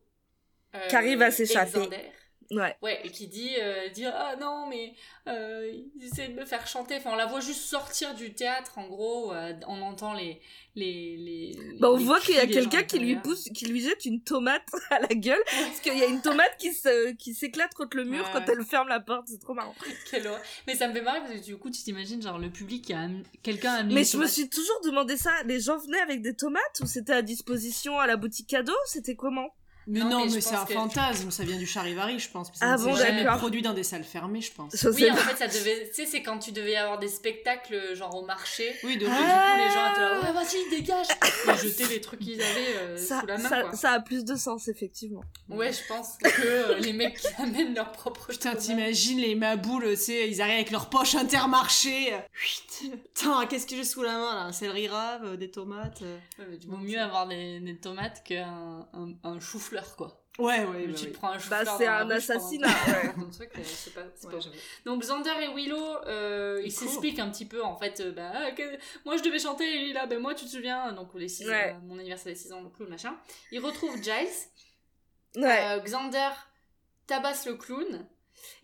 B: euh,
D: Qui arrive à s'échapper.
B: Alexander.
D: Ouais.
B: Ouais, et qui dit, euh, dit Ah non, mais euh, il essaie de me faire chanter. Enfin, on la voit juste sortir du théâtre, en gros. euh, on entend les. les, les
D: Bah, on
B: les
D: voit qu'il y a
B: cris mm. des gens
D: quelqu'un qui lui
B: intérieurs.
D: pousse, qui lui jette une tomate à la gueule. Parce qu'il y a une tomate qui se- qui s'éclate contre le mur
C: Ouais,
D: quand
C: ouais.
D: elle ferme la porte. C'est trop marrant.
B: Quelle horreur. Mais ça me fait marrer parce que du coup, tu t'imagines, genre, le public, qui a amené- quelqu'un a amené.
D: Mais
B: une
D: je me
B: tomate.
D: suis toujours demandé ça. Les gens venaient avec des tomates ou c'était à disposition à la boutique cadeau C'était comment
C: Mais
B: Non,
C: non,
B: mais
C: mais,
B: je
C: c'est
B: pense
C: un
B: que-
C: fantasme, ça vient du charivari, je pense. parce que
D: Ah
C: ça
D: bon,
C: ne s'est jamais
B: d'accord.
C: produit dans des salles fermées, je pense.
D: Je
B: Oui, euh,
D: sais
B: en
D: pas.
B: fait, ça devait. Tu sais, c'est quand tu devais avoir des spectacles, genre au marché.
C: Oui, de
B: Et du coup, les
C: Ah,
B: gens étaient là, ouais, vas-y, dégage! Ils jetaient les trucs qu'ils avaient euh,
D: Ça,
B: sous la main,
D: ça-
B: quoi.
D: ça a plus de sens, effectivement.
B: Ouais, je pense que euh, les mecs qui amènent leur propre.
C: Putain,
B: tomate.
C: t'imagines les maboules, tu sais, ils arrivent avec leurs poches intermarché. Chut. Putain, qu'est-ce que j'ai sous la main là C'est le rirave, euh, des tomates. euh.
B: Ouais, mais Il vaut mieux avoir des, des tomates qu'un un, un chou-fleur, quoi.
C: Ouais, ouais,
B: Mais
C: bah
B: tu
C: oui.
B: te prends un chou-fleur.
D: Bah,
B: dans
D: c'est
B: la
D: un
B: rue, je prends
D: assassinat, ouais.
B: Ton truc, euh, c'est pas- c'est
C: Ouais,
B: pas
C: j'avoue.
B: Donc Xander et Willow, euh, ils
C: Ils courent.
B: s'expliquent un petit peu en fait. euh, bah, ah, que- moi je devais chanter, et lui là, ben moi tu te souviens, donc les six,
D: Ouais.
B: euh, mon anniversaire des 6 ans, le clown machin. Ils retrouvent Giles,
D: Ouais.
B: euh, Xander tabasse le clown.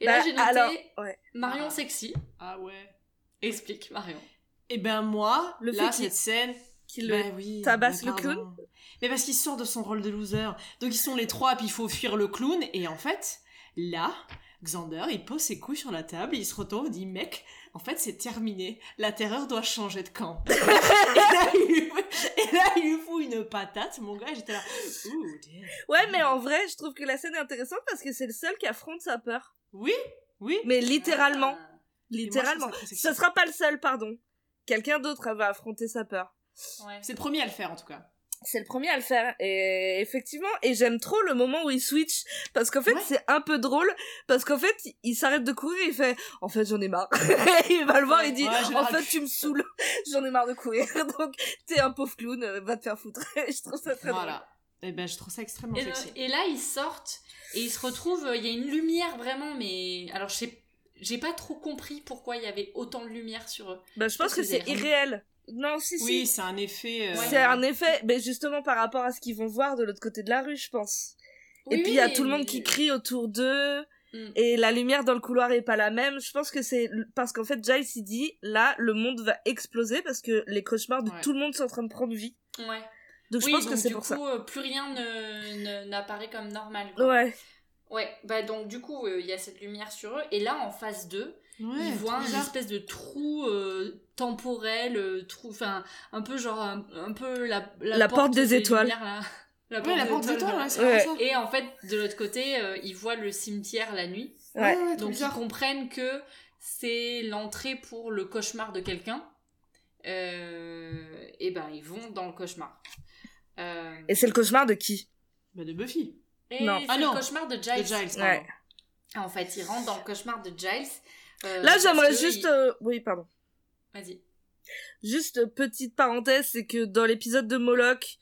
B: Et
D: Bah,
B: là j'ai noté
D: alors, ouais.
B: Marion sexy.
C: Ah ouais.
B: Explique Marion.
C: Et ben moi,
D: Le
C: là,
D: fait qu'il-
C: cette scène,
D: Qu'il
C: Bah
D: le-
C: oui,
D: tabasse
C: bah
D: le
C: pardon. Mais parce qu'il sort de son rôle de loser. Donc ils sont les trois, puis il faut fuir le clown. Et en fait, là, Xander, il pose ses couilles sur la table, il se retourne, il dit Mec, en fait, c'est terminé. La terreur doit changer de camp. et, là, il, lui- et là, il lui fout une patate. Mon gars, j'étais là. Ouh, damn.
D: Ouais, mais en vrai, je trouve que la scène est intéressante parce que c'est le seul qui affronte sa peur.
C: Oui, oui.
D: Mais littéralement.
C: Et moi, je trouve
D: Littéralement.
C: ça très sexy.
D: Ce sera pas le seul, pardon. Quelqu'un d'autre va affronter sa peur.
B: Ah, Ouais.
C: C'est le premier à le faire, en tout cas.
D: C'est le premier à le faire. Et effectivement, et j'aime trop le moment où il switch. Parce qu'en fait,
C: Ouais.
D: c'est un peu drôle. Parce qu'en fait, il- il s'arrête de courir et il fait En fait, j'en ai marre. il va le voir et
C: Ouais,
D: il dit
C: ouais,
D: En
C: général,
D: fait, tu me saoules. J'en ai marre de courir. Donc, t'es un pauvre clown. euh, Va te faire foutre. je trouve ça très drôle.
C: Voilà. Et ben, je trouve ça extrêmement
B: Et,
C: sexy.
B: et là, ils sortent et ils se retrouvent. euh, Il y a une lumière vraiment, mais alors je sais, j'ai pas trop compris pourquoi il y avait autant de lumière sur eux.
D: Bah, je pense que
B: Parce que
D: c'est
B: vous avez-
D: irréel. Non, si, si.
C: Oui, c'est un effet. euh,
D: C'est un effet. Mais justement, par rapport à ce qu'ils vont voir de l'autre côté de la rue, je pense.
B: Oui,
D: et puis,
B: oui,
D: il y a
B: mais-
D: tout le monde qui crie autour d'eux.
B: Mm.
D: Et la lumière dans le couloir est pas la même. Je pense que c'est l- parce qu'en fait, Giles, il dit, là, le monde va exploser parce que les cauchemars de
C: Ouais.
D: tout le monde sont en train de prendre vie.
B: Ouais.
D: Donc,
B: oui,
D: je pense
B: donc
D: que c'est
B: du
D: pour
B: coup,
D: ça.
B: euh, plus rien ne- ne- n'apparaît comme normal. quoi.
D: Ouais.
B: Ouais, Bah donc du coup, euh, il y a cette lumière sur eux et là, en face d'eux,
C: ouais,
B: ils voient
C: trop
B: une
C: bizarre.
B: espèce de trou euh, temporel, euh, trou, enfin un peu genre un, un peu la,
D: La porte des étoiles.
B: lumières, là. La
C: Ouais, la porte
B: des étoiles.
C: d'étoile, ouais, c'est
D: Ouais.
C: comme ça.
B: Et en fait, de l'autre côté, euh, ils voient le cimetière la nuit.
D: Ouais.
C: ouais, trop
B: Donc
C: bizarre.
B: ils comprennent que c'est l'entrée pour le cauchemar de quelqu'un. Euh, et ben ils vont dans le cauchemar. Euh,
D: Et c'est le cauchemar de qui?
C: Bah, de Buffy.
B: et
D: non.
B: c'est
C: Ah
B: le
C: non.
B: cauchemar de
C: De
B: Giles.
C: Giles,
D: Ouais.
C: pardon.
B: Ah, En fait, ils rentrent dans le cauchemar de Giles. euh,
D: Là,
B: parce
D: j'aimerais
B: que
D: juste,
B: il-
D: euh, oui, pardon.
B: Vas-y.
D: Juste euh, petite parenthèse, c'est que dans l'épisode de Moloch,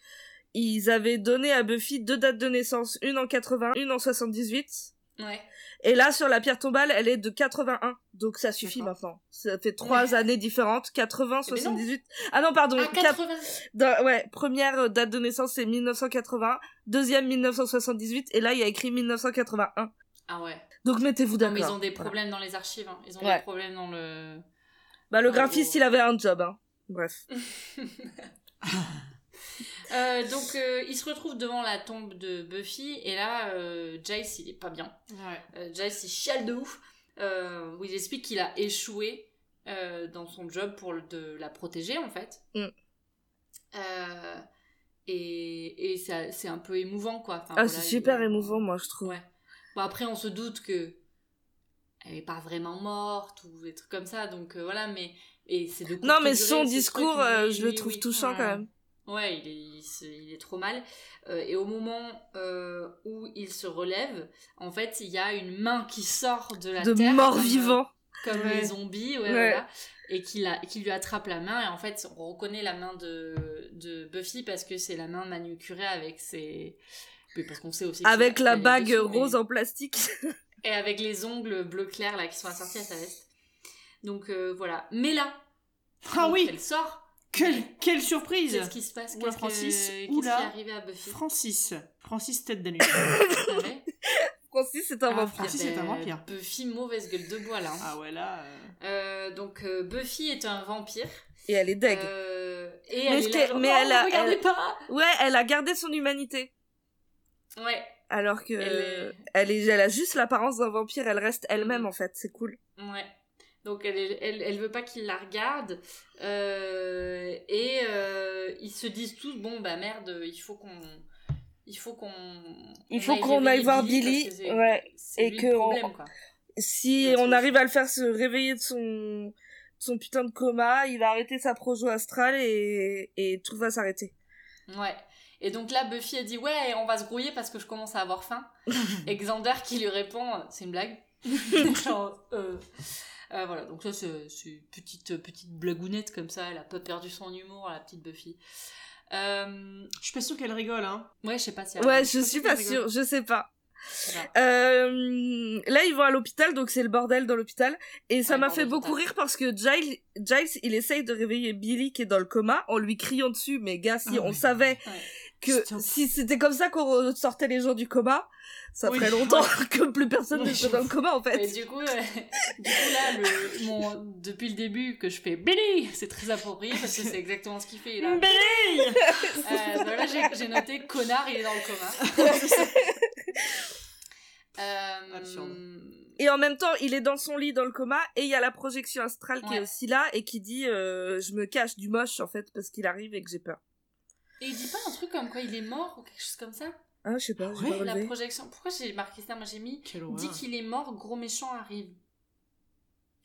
D: ils avaient donné à Buffy deux dates de naissance, une en 80, une en 78.
B: Ouais.
D: Et là, sur la pierre tombale, elle est de 81. Donc ça suffit
C: D'accord.
D: maintenant. Ça fait trois années différentes. 80,
B: Mais Eh ben non.
D: 78. Ah non, pardon.
B: Ah,
D: 4
B: 80...
D: Dans- ouais, première euh, date de naissance c'est 1980, deuxième 1978 et là il y a écrit 1981.
B: Ah ouais.
D: Donc mettez-vous
B: Non,
D: d'accord.
B: mais ils ont des
D: Voilà.
B: problèmes dans les archives. hein. Ils ont
D: Ouais.
B: des problèmes dans le.
D: Bah le
B: Oh.
D: graphiste il avait un job hein. Bref.
B: Euh, donc euh, ils se retrouvent devant la tombe de Buffy et là, euh, Giles il est pas bien.
C: Ouais.
B: Euh, Giles il chiale de ouf. euh, où il explique qu'il a échoué euh, dans son job pour le- de la protéger en fait.
D: Mm.
B: Euh, et et ça- c'est un peu émouvant quoi. Enfin,
D: Ah,
B: voilà,
D: c'est
B: il-
D: super émouvant, moi, je trouve.
B: Ouais. Bon, après, on se doute que elle n'est pas vraiment morte ou des trucs comme ça, donc euh, voilà, mais. Et c'est de courte
D: Non, mais
B: durée,
D: son
B: ce
D: discours,
B: truc,
D: euh,
B: oui,
D: je le
B: oui,
D: trouve
B: oui.
D: touchant quand même.
B: Ouais, il est, il se- il est trop mal. Euh, et au moment euh, où il se relève, en fait, il y a une main qui sort de la
D: De
B: terre.
D: mort
B: comme, euh,
D: vivant.
B: Comme
C: Ouais.
B: les zombies, ouais,
D: Ouais.
B: voilà. Et qui, la- qui lui attrape la main. Et en fait, on reconnaît la main de, de Buffy parce que c'est la main manucurée avec ses. mais Parce qu'on sait aussi que
D: Avec
B: c'est
D: la
B: qu'elle est
D: bague
B: dessous, mais-
D: rose en plastique.
B: et avec les ongles bleu clair là qui sont assortis à sa veste. Donc euh, voilà. Mais là,
C: Ah
B: donc,
C: oui
B: elle sort.
C: Quelle, quelle surprise
B: Qu'est-ce qui se passe
C: Oula,
B: Qu'est-ce que-
C: Francis.
B: qu'est-ce qui est
C: Oula.
B: arrivé à Buffy
C: Francis. Francis tête d'anus.
B: Ah ouais
D: Francis, c'est un
C: Ah,
D: vampire.
C: Francis est un
B: Ben,
C: vampire.
B: Buffy mauvaise gueule de bois là. hein.
C: ah ouais, là... euh,
B: Euh, donc euh, Buffy est un vampire.
D: Et elle est deg.
B: Euh, et
D: Mais
B: elle
D: ce
B: est
D: qui
B: là,
D: est-
B: genre,
D: mais
B: Oh,
D: elle a-
B: regardez
D: elle-
B: pas.
D: Ouais, elle a gardé son humanité.
B: Ouais.
D: Alors que
B: Elle
D: elle,
B: est-
D: est... Elle, a juste l'apparence d'un vampire, elle reste elle-même en fait, c'est cool.
B: Ouais. Donc elle, est- elle, elle veut pas qu'il la regarde. Euh, et euh, ils se disent tous, bon bah merde, il faut qu'on... Il faut qu'on...
D: Il
B: on
D: faut qu'on aille
B: réveiller
D: voir Billy,
B: parce que c'est-
D: ouais,
B: C'est
D: et
B: lui
D: que
B: le
D: on-
B: problème, quoi.
D: Si
B: Parce
D: on
B: que-
D: arrive à le faire se réveiller de son, de son putain de coma, il va arrêter sa projo astrale et, et tout va s'arrêter.
B: Ouais. Et donc là, Buffy a dit, ouais, on va se grouiller parce que je commence à avoir faim. et Xander qui lui répond, c'est une blague. Genre, euh, euh, voilà, donc ça, c'est c'est une petite, euh, petite blagounette comme ça. Elle a pas perdu son humour, la petite Buffy. Euh,
C: Je suis pas sûre qu'elle rigole, hein.
B: ouais, je sais pas si elle-
D: Ouais,
C: je
D: je
C: pense
D: suis
C: qu'il
D: pas
C: rigole.
D: sûre, je sais pas.
B: sais pas.
D: Euh, là, ils vont à l'hôpital, donc c'est le bordel dans l'hôpital. Et ça
B: Ouais,
D: m'a
B: dans
D: fait
B: l'hôpital.
D: beaucoup rire parce que Giles, Giles, il essaye de réveiller Billy qui est dans le coma en lui criant dessus. Mais gars, si
C: Ah
D: on
C: oui.
D: savait
B: Ouais.
D: que
C: Stop.
D: si c'était comme ça qu'on sortait les gens du coma, ça
C: Oui.
D: ferait longtemps que plus personne
B: Oui,
D: ne
B: je-
D: soit dans le coma en
B: Et
D: fait.
B: du coup, euh, du coup là, le- mon- depuis le début que je fais Billy, c'est très approprié parce que c'est exactement ce qu'il fait. Là, Euh, bah là, j'ai- j'ai noté connard, il est dans le coma. Euh,
C: Absurde.
D: Et en même temps, il est dans son lit dans le coma et il y a la projection astrale qui
B: Ouais.
D: est aussi là et qui dit euh, je me cache du moche en fait parce qu'il arrive et que j'ai peur.
B: Et il dit pas un truc comme quoi il est mort ou quelque chose comme ça
D: Ah, je sais pas, j'ai
C: Ouais,
D: pas
B: La
D: relevé.
B: projection. Pourquoi j'ai marqué ça Moi j'ai mis
C: Quelle
B: dit
C: horreur.
B: qu'il est mort, gros méchant arrive.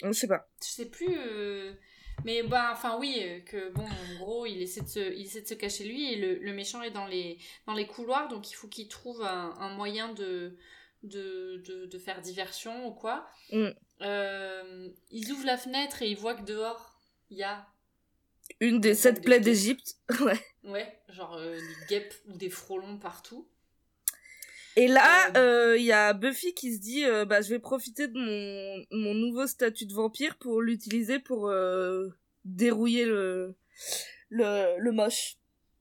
D: Ah, Je sais pas.
B: Je sais plus. euh, Mais bah, enfin oui, euh, que bon, en gros, il essaie de se, il essaie de se cacher lui et le, le méchant est dans les, dans les couloirs, donc il faut qu'il trouve un, un moyen de, de, de, de faire diversion ou quoi.
D: Mm.
B: Euh, ils ouvrent la fenêtre et ils voient que dehors, il y a,
D: Une des sept plaies d'Égypte. Ouais.
B: ouais, genre euh, des guêpes ou des frelons partout.
D: Et là,
B: Euh,
D: euh, il y a Buffy qui se dit, euh, bah, je vais profiter de mon, mon nouveau statut de vampire pour l'utiliser pour euh, dérouiller le, le, le moche.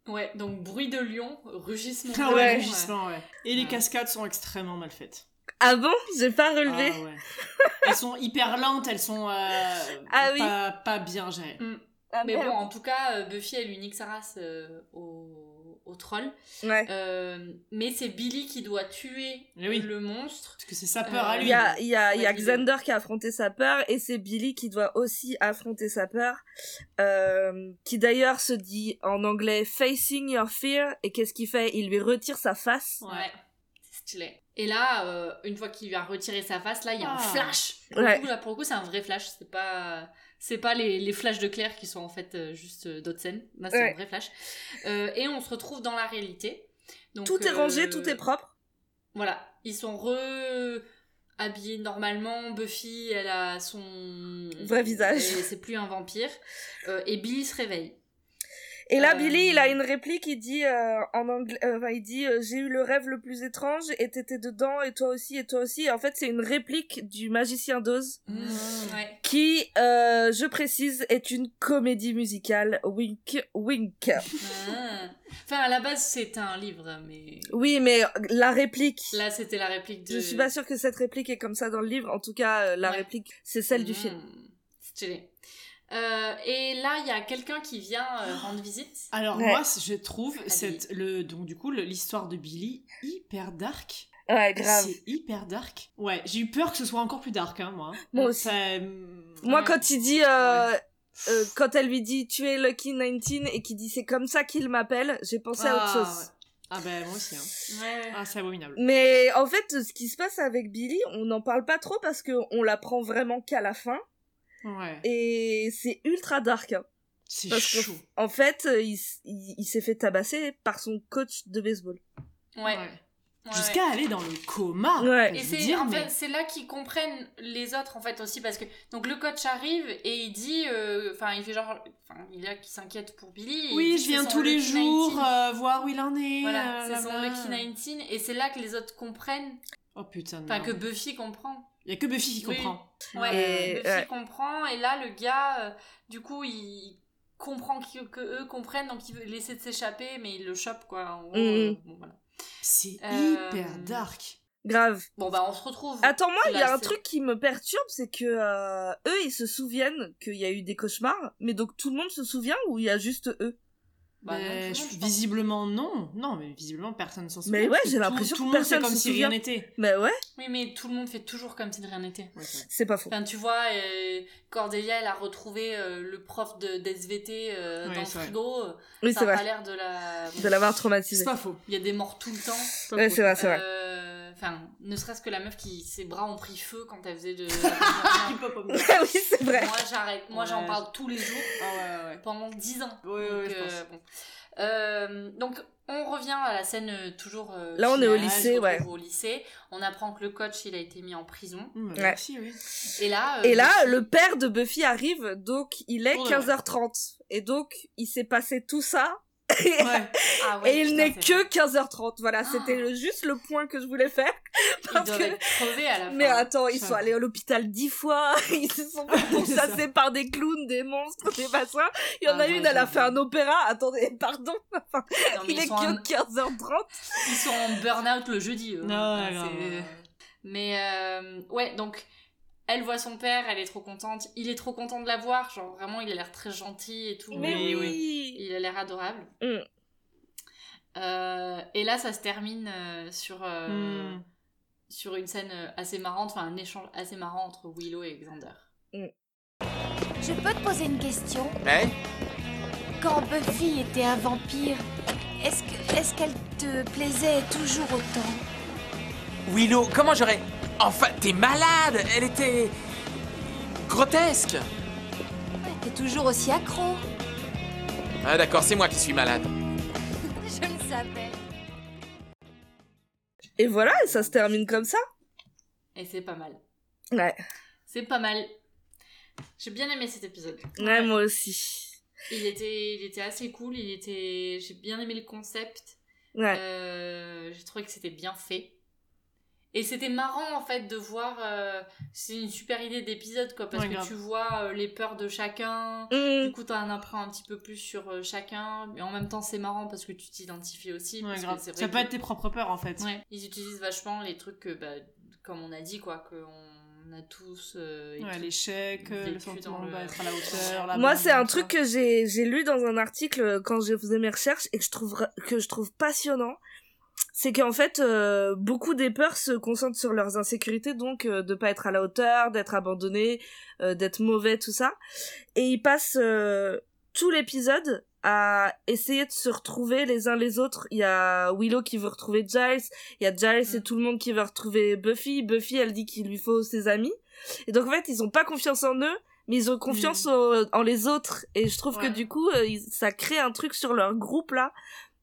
B: Ouais, donc bruit de lion, rugissement.
C: Ah
B: de
C: ouais,
B: lion,
C: rugissement, ouais. Et les
B: Ouais.
C: cascades sont extrêmement mal faites.
D: Ah bon J'ai pas
C: Ah
D: relevé.
C: ouais. Elles sont hyper lentes, elles sont euh,
D: Ah oui.
C: pas, pas bien gérées.
B: Mm.
D: Ah,
B: Mais
D: merde.
B: bon, en tout cas, euh, Buffy, elle unique sa race euh, au, au troll.
D: Ouais.
B: Euh, mais c'est Billy qui doit tuer
C: Eh oui.
B: le monstre.
C: Parce que c'est sa peur à
B: Euh,
C: lui.
D: Il y a, il y a, il y a
B: Ouais, dis-le.
D: Xander qui a affronté sa peur et c'est Billy qui doit aussi affronter sa peur, euh, qui d'ailleurs se dit en anglais facing your fear et qu'est-ce qu'il fait Il lui retire sa face.
B: Ouais. C'est stylé. Et là, euh, une fois qu'il lui a retiré sa face, là, il y a un
C: Ah.
B: flash. Pour,
D: Ouais.
B: le coup, là, pour le coup, c'est un vrai flash. C'est pas, c'est pas les, les flashs de Claire qui sont en fait euh, juste euh, d'autres scènes. Là, c'est
D: Ouais.
B: un vrai flash. Euh, et on se retrouve dans la réalité. Donc,
D: Tout est
B: euh,
D: rangé, tout est propre.
B: Voilà, ils sont re habillés normalement. Buffy, elle a son
D: Vrai visage.
B: Elle- C'est plus un vampire. Euh, et Billy se réveille.
D: Et là,
B: Euh,
D: Billy, il a une réplique, il dit euh, en anglais, euh, enfin, il dit euh, j'ai eu le rêve le plus étrange et t'étais dedans et toi aussi et toi aussi. Et en fait, c'est une réplique du magicien d'Oz
C: Mmh.
B: Ouais.
D: qui, euh, je précise, est une comédie musicale. Wink, wink.
B: Ah. Enfin, à la base, c'est un livre, mais
D: Oui, mais la réplique.
B: là, c'était la réplique de.
D: Je suis pas sûre que cette réplique est comme ça dans le livre. En tout cas, euh, la
B: Ouais.
D: réplique, c'est celle du
B: Mmh.
D: film.
B: Stylé. Euh, et là, il y a quelqu'un qui vient euh, rendre visite.
C: Alors
D: Ouais.
C: moi, c- je trouve
B: Allez.
C: cette, le, donc du coup le- l'histoire de Billy hyper dark.
D: Ouais, grave.
C: C'est hyper dark. Ouais, j'ai eu peur que ce soit encore plus dark, hein, moi.
D: Moi aussi.
C: Ça, hum,
D: Moi,
C: ouais.
D: quand il dit. euh, euh, quand elle lui dit tu es Lucky 19 et qu'il dit c'est comme ça qu'il m'appelle, j'ai pensé à autre
C: Ah,
D: chose.
C: ouais. Ah ben moi aussi. hein. Ah c'est abominable.
D: Mais en fait, ce qui se passe avec Billy, on n'en parle pas trop parce qu'on l'apprend vraiment qu'à la fin.
C: Ouais.
D: Et c'est ultra dark. hein.
C: C'est
D: Parce que-
C: chaud.
D: En fait, euh, il, s- il- il s'est fait tabasser par son coach de baseball.
B: Ouais. Ouais,
C: Jusqu'à aller dans le coma.
D: Ouais.
C: je
B: Et
C: veux
B: c'est
C: dire,
B: en
C: mais-
B: fait c'est là qu'ils comprennent les autres en fait aussi parce que donc le coach arrive et il dit euh, enfin il fait genre enfin il y a qui s'inquiète pour Billy et il
C: Oui,
B: dit
C: je
B: que
C: viens
B: c'est
C: tous
B: son
C: les
B: Lucky
C: jours
B: 19.
C: euh, voir où il en est.
B: voilà,
C: euh,
B: c'est son
C: blablabla.
B: Lucky 19 et c'est là que les autres comprennent
C: Oh putain de
B: enfin que
C: merde.
B: Buffy comprend.
C: Il y a que Buffy qui
B: Oui.
C: comprend.
B: Ouais,
D: Et-
B: Buffy
D: ouais.
B: comprend et là le gars euh, du coup il comprend que, que eux comprennent donc il veut laisser de s'échapper mais il le chope quoi. En gros,
D: Mhm.
B: euh, bon, voilà.
C: C'est
B: Euh,
C: hyper dark.
D: Grave.
B: Bon, bah on se retrouve.
D: Attends, moi, il y
B: Là,
D: a un
B: c'est-
D: truc qui me perturbe, c'est que euh, eux, ils se souviennent qu'il y a eu des cauchemars, mais donc tout le monde se souvient ou il y a juste eux
B: Bah, non, tout le
C: Mais
B: monde,
C: je-
B: je pense.
C: visiblement non, non, mais visiblement personne s'en souvient.
D: Mais ouais,
C: parce que
D: j'ai
C: tout-
D: l'impression
C: tout
D: que
C: le monde c'est
D: personne
C: comme
D: se
C: si rien
D: souvient.
C: n'était.
D: Bah ouais,
B: Oui, mais tout le monde fait toujours comme si de rien n'était.
C: Ouais, c'est vrai.
D: c'est pas faux.
B: Enfin, tu vois, euh, Cordelia, elle a retrouvé euh, le prof de d'SVT euh,
C: Ouais,
B: dans le
C: c'est vrai.
B: frigo. euh,
D: Oui,
B: ça
D: c'est
B: a pas
D: vrai.
B: l'air de la.
D: De l'avoir
C: C'est
D: traumatisé.
C: pas faux.
B: Il y a des morts tout le temps.
C: C'est pas
D: Ouais,
C: faux.
D: c'est vrai, c'est vrai.
B: Euh, Enfin, ne serait-ce que la meuf qui ses bras ont pris feu quand elle faisait de.
C: Hip-hop, hop.
D: oui, c'est vrai.
B: Moi, j'arrête. Moi, j'en
C: Ouais.
B: parle tous les jours.
C: Ah ouais, ouais, ouais.
B: pendant 10 ans.
C: Ouais,
B: donc,
C: ouais, je pense.
B: bon. Euh, donc, on revient à la scène euh, toujours. euh,
D: Là, on est au
B: finale,
D: lycée,
B: se retrouve
D: ouais.
B: Au lycée, on apprend que le coach il a été mis en prison.
D: Hmm.
C: Mmh, bah,
D: Ouais.
C: merci, oui.
B: Et là. euh, Oh
D: Et là, le père de Buffy arrive, donc il est
C: Pour de
D: 15h30. Et donc, il s'est passé tout ça.
C: Ouais.
B: ah ouais,
D: et il
B: putain,
D: n'est
B: c'est vrai.
D: que 15h30. Voilà, c'était le- juste le point que je voulais faire.
B: Ah. Il
D: Parce
B: doit
D: que-
B: être crevé à la fin.
D: Mais attends, ils
C: ça
D: sont
C: va.
D: allés à l'hôpital dix fois, ils se sont fait pourchasser par des clowns, des monstres, des bassins. Il y en
B: Ah
D: a
B: ouais,
D: une, elle a
B: j'avoue.
D: fait un opéra. Attendez, pardon,
B: Non, mais
D: il est que
B: sont en-
D: 15h30.
B: ils sont en burn-out le jeudi. eux.
C: Non,
B: Enfin,
C: ouais, grave.
B: c'est- Mais euh, ouais, donc elle voit son père, elle est trop contente. Il est trop content de la voir, genre vraiment il a l'air très gentil et tout.
C: Mais oui.
B: Il a l'air adorable.
D: Mm.
B: Euh, et là, ça se termine euh, sur, euh,
D: Hmm.
C: Mmh.
B: sur une scène euh, assez marrante, enfin un échange assez marrant entre Willow et Xander.
E: Je peux te poser une question
F: Ouais.
E: Quand Buffy était un vampire, est-ce que- est-ce qu'elle te plaisait toujours autant
F: Willow, comment j'aurais. Enfin, t'es malade Elle était. grotesque
E: Ouais, T'es toujours aussi accro.
F: Ah, d'accord, c'est moi qui suis malade.
E: Je le savais.
D: Et voilà, et ça se termine comme ça.
B: Et c'est pas mal.
D: Ouais,
B: C'est pas mal. J'ai bien aimé cet épisode.
D: ouais, moi aussi.
B: Il était, il était assez cool. Il était, j'ai bien aimé le concept.
D: Ouais,
B: Euh, j'ai trouvé que c'était bien fait. Et c'était marrant en fait de voir. euh, c'est une super idée d'épisode quoi, parce
C: Ouais,
B: que
C: grave.
B: tu vois euh, les peurs de chacun. Du
C: Mm.
D: Mmh.
B: coup, t'en apprends un petit peu plus sur euh, chacun, mais en même temps, c'est marrant parce que tu t'identifies aussi. parce
C: Ouais,
B: que
C: grave.
B: c'est vrai
C: Ça
B: que-
C: peut être tes propres peurs en fait.
B: Ouais. Ils utilisent vachement les trucs que, bah, comme on a dit, quoi, qu'on a tous. euh, et
C: Ouais,
B: tout.
C: L'échec, euh,
B: Vécu
C: le sentiment
B: dans le-
C: d'être à la hauteur. la
D: Moi,
C: bande,
D: c'est un
C: tout
D: truc
C: ça.
D: que j'ai j'ai lu dans un article euh, quand je faisais mes recherches et que je trouve que je trouve passionnant. C'est qu'en fait, euh, beaucoup des peurs se concentrent sur leurs insécurités, donc euh, de pas être à la hauteur, d'être abandonné, euh, d'être mauvais, tout ça. Et ils passent euh, tout l'épisode à essayer de se retrouver les uns les autres. Il y a Willow qui veut retrouver Giles, il y a Giles et tout le monde qui veut retrouver Buffy. Buffy, elle dit qu'il lui faut ses amis. Et donc en fait, ils ont pas confiance en eux, mais ils ont confiance au- en les autres. Et je trouve
B: Ouais.
D: que du coup, euh, ils- ça crée un truc sur leur groupe là.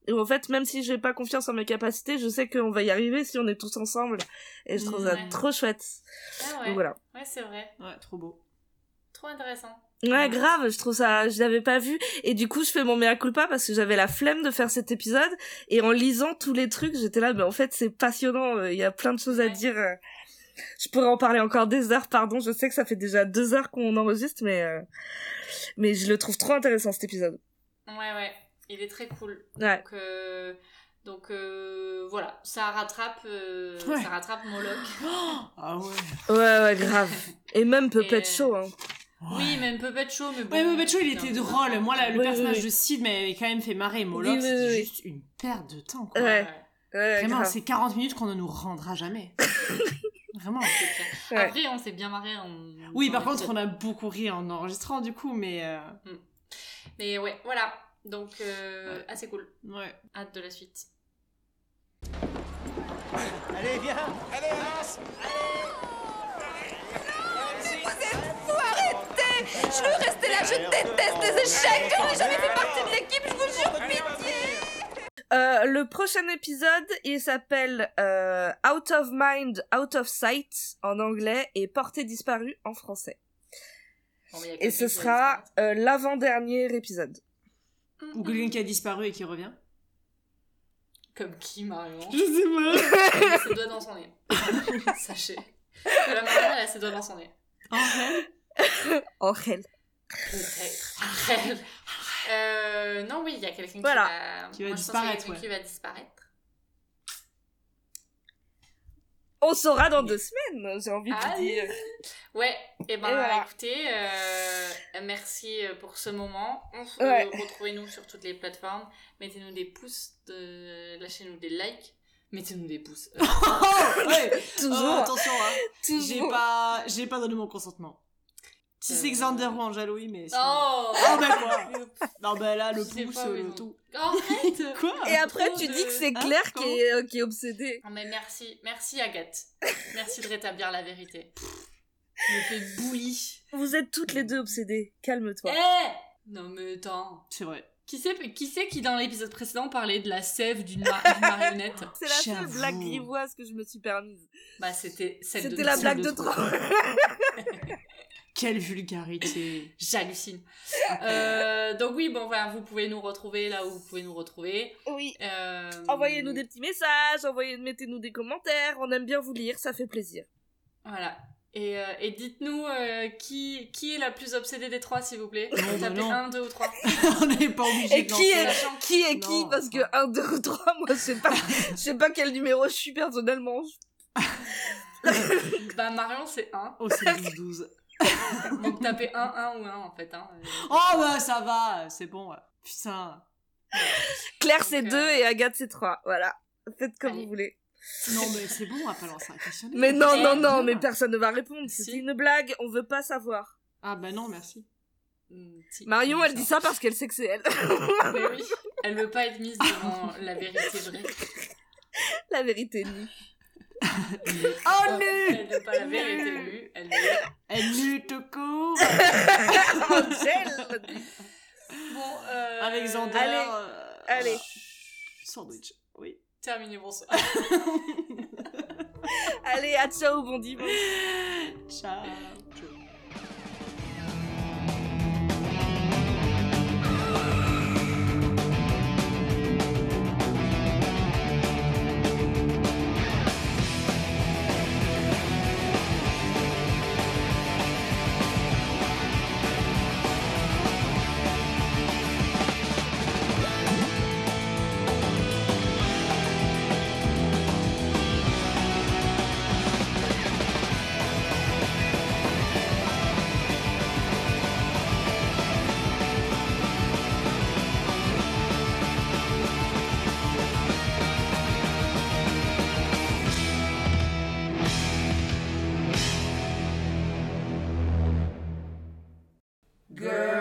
D: Et en fait, même si j'ai pas confiance en mes capacités, je sais qu'on va y arriver si on est tous ensemble. Et je trouve ça
B: Ouais.
D: trop chouette.
B: Ah ouais,
D: Donc voilà.
B: ouais c'est vrai.
C: Ouais, trop beau.
B: Trop intéressant.
D: Ouais, grave, je trouve ça, je l'avais pas vu. Et du coup, je fais mon mea culpa parce que j'avais la flemme de faire cet épisode. Et en lisant tous les trucs, j'étais là, mais en fait, c'est passionnant, euh, il y a plein de choses à
B: Ouais.
D: dire. euh. Je pourrais en parler encore des heures, pardon, je sais que ça fait déjà deux heures qu'on enregistre, mais, euh, mais je le trouve trop intéressant cet épisode.
B: Ouais, ouais, il est très cool.
D: Ouais.
B: Donc, euh, donc euh, voilà, ça rattrape, euh,
C: Ouais.
B: ça rattrape Moloch.
C: Ah ouais.
D: Ouais, ouais, grave. Et même
B: Et, euh,
D: Puppet Show, hein.
B: Oui, même Puppet Show, mais bon.
C: Ouais, mais Show, il était
B: Putain.
C: drôle. Moi, là, le
D: Oui,
C: personnage
D: oui, oui.
C: de Sid m'avait quand même fait marrer. Moloch,
D: Oui, oui,
C: c'était
D: oui.
C: juste une perte de temps, quoi.
D: Ouais. euh, Ouais,
C: Vraiment,
D: grave.
C: c'est 40 minutes qu'on ne nous rendra jamais. Vraiment.
D: Ouais.
B: Après, on s'est bien marré. en-
C: Oui,
B: dans
C: par contre,
B: l'épisode.
C: on a beaucoup ri en enregistrant, du coup, mais... euh,
B: Mais ouais, voilà. Donc, euh,
C: Ouais.
B: assez cool.
C: Ouais.
B: Hâte de la suite.
H: Allez, viens Allez,
E: Je veux rester là, je déteste les échecs. J'aurais jamais fait partie de l'équipe, je vous jure.
D: Euh, le prochain épisode, il s'appelle euh, Out of Mind, Out of Sight en anglais et Portée disparue en français.
B: Bon, mais il y a
D: Et
B: quelqu'un
D: ce
B: qui va
D: sera
B: disparaître.
D: euh, l'avant-dernier épisode.
C: Ou quelqu'un qui a disparu et qui revient.
B: Comme qui, Marion
C: Je sais
B: Elle a ses doigts dans son nez. Sachez. Que la Marion, elle a ses doigts dans son nez.
C: pas. En vrai,
D: En réel.
B: Peut-être. Arrête. Euh, non, oui, il y a quelqu'un
D: Voilà.
B: qui va,
C: Qui va
B: Moi, je pense qu'il y a
C: disparaître,
B: quelqu'un
C: ouais.
B: qui va disparaître.
D: On saura dans deux semaines, j'ai envie
B: Ah
D: de dire.
B: Ouais, et ben
D: Et voilà.
B: écoutez, euh, merci pour ce moment. On se
D: Ouais.
B: retrouvez-nous sur toutes les plateformes. Mettez-nous des pouces, de... lâchez-nous des likes. Mettez-nous des pouces. Euh,
C: Oh, ouais. Oh,
D: Toujours,
C: attention, hein. j'ai
D: toujours.
C: pas, j'ai pas donné mon consentement. Si c'est
B: Euh.
C: Xander ou Angèle, oui, mais. sinon-
B: Oh,
C: Oh, bah quoi Non, bah là, le
B: Je sais
C: pouce,
B: pas, mais
C: le
B: non.
C: tout.
B: Arrête
C: Quoi
D: Et après,
B: Trop
D: tu
B: de-
D: dis que c'est
C: Hein,
D: Claire qui
C: comment
D: est, euh, qui est obsédée.
B: Non mais merci, merci Agathe. Merci de rétablir la vérité. Je me fais bouli.
D: Vous êtes toutes les deux obsédées, calme-toi.
B: Eh Non mais attends.
C: C'est vrai.
B: Qui c'est qui, c'est qui dans l'épisode précédent parlait de la sève d'une ma- d'une marionnette
D: C'est la seule
C: J'avoue.
D: blague grivoise que je me suis permise.
B: Bah c'était celle de
D: C'était la
B: celle
D: blague de
B: trop.
D: trop.
C: Quelle vulgarité.
B: J'hallucine. Euh, donc oui, bon voilà, vous pouvez nous retrouver là où vous pouvez nous retrouver.
D: oui.
B: Euh,
D: Envoyez-nous des petits messages, envoyez, mettez-nous des commentaires, on aime bien vous lire, ça fait plaisir.
B: Voilà. Et, euh, et dites-nous euh, qui, qui est la plus obsédée des trois, s'il vous plaît.
C: Non, bah
B: Tapez
C: non.
B: 1, 2 ou 3.
C: On n'est pas obligé
D: Et
C: de
D: qui
C: lancer la-
D: est qui est qui
C: Non,
D: parce que
C: enfin.
D: 1 2 3 moi je sais pas je sais pas quel numéro je suis personnellement.
B: Bah Marion, c'est 1.
C: Oh, c'est 12-12.
B: Donc tapez 1, 1 ou 1 en fait. Hein. Euh,
C: Oh, bah ça va, c'est bon. ouais. Putain.
D: Claire
B: Donc,
D: c'est
B: euh,
D: 2 et Agathe c'est 3. Voilà. Faites comme
B: Allez.
D: vous voulez.
C: Non, mais c'est bon, on va pas lancer un questionnaire.
D: Mais non
B: Eh,
D: non non,
C: bien.
D: mais personne ne va répondre,
B: Si.
D: c'est une blague, on veut pas savoir.
C: Ah, bah non, merci.
B: Mm, si.
D: Marion, elle dit ça parce qu'elle sait que c'est elle.
B: Oui, oui. Elle veut pas être mise devant la vérité vraie.
D: La vérité nue.
C: Oh, nu
B: Elle veut pas la vérité nue. Elle veut-
C: Elle nu te court
D: Angèle
B: Bon, euh,
C: Avec Xander.
D: Allez,
C: euh,
D: allez.
C: Sandwich. Oui.
B: Terminé, bonsoir.
D: Allez, à ciao bon dimanche.
C: Ciao.
B: Girl.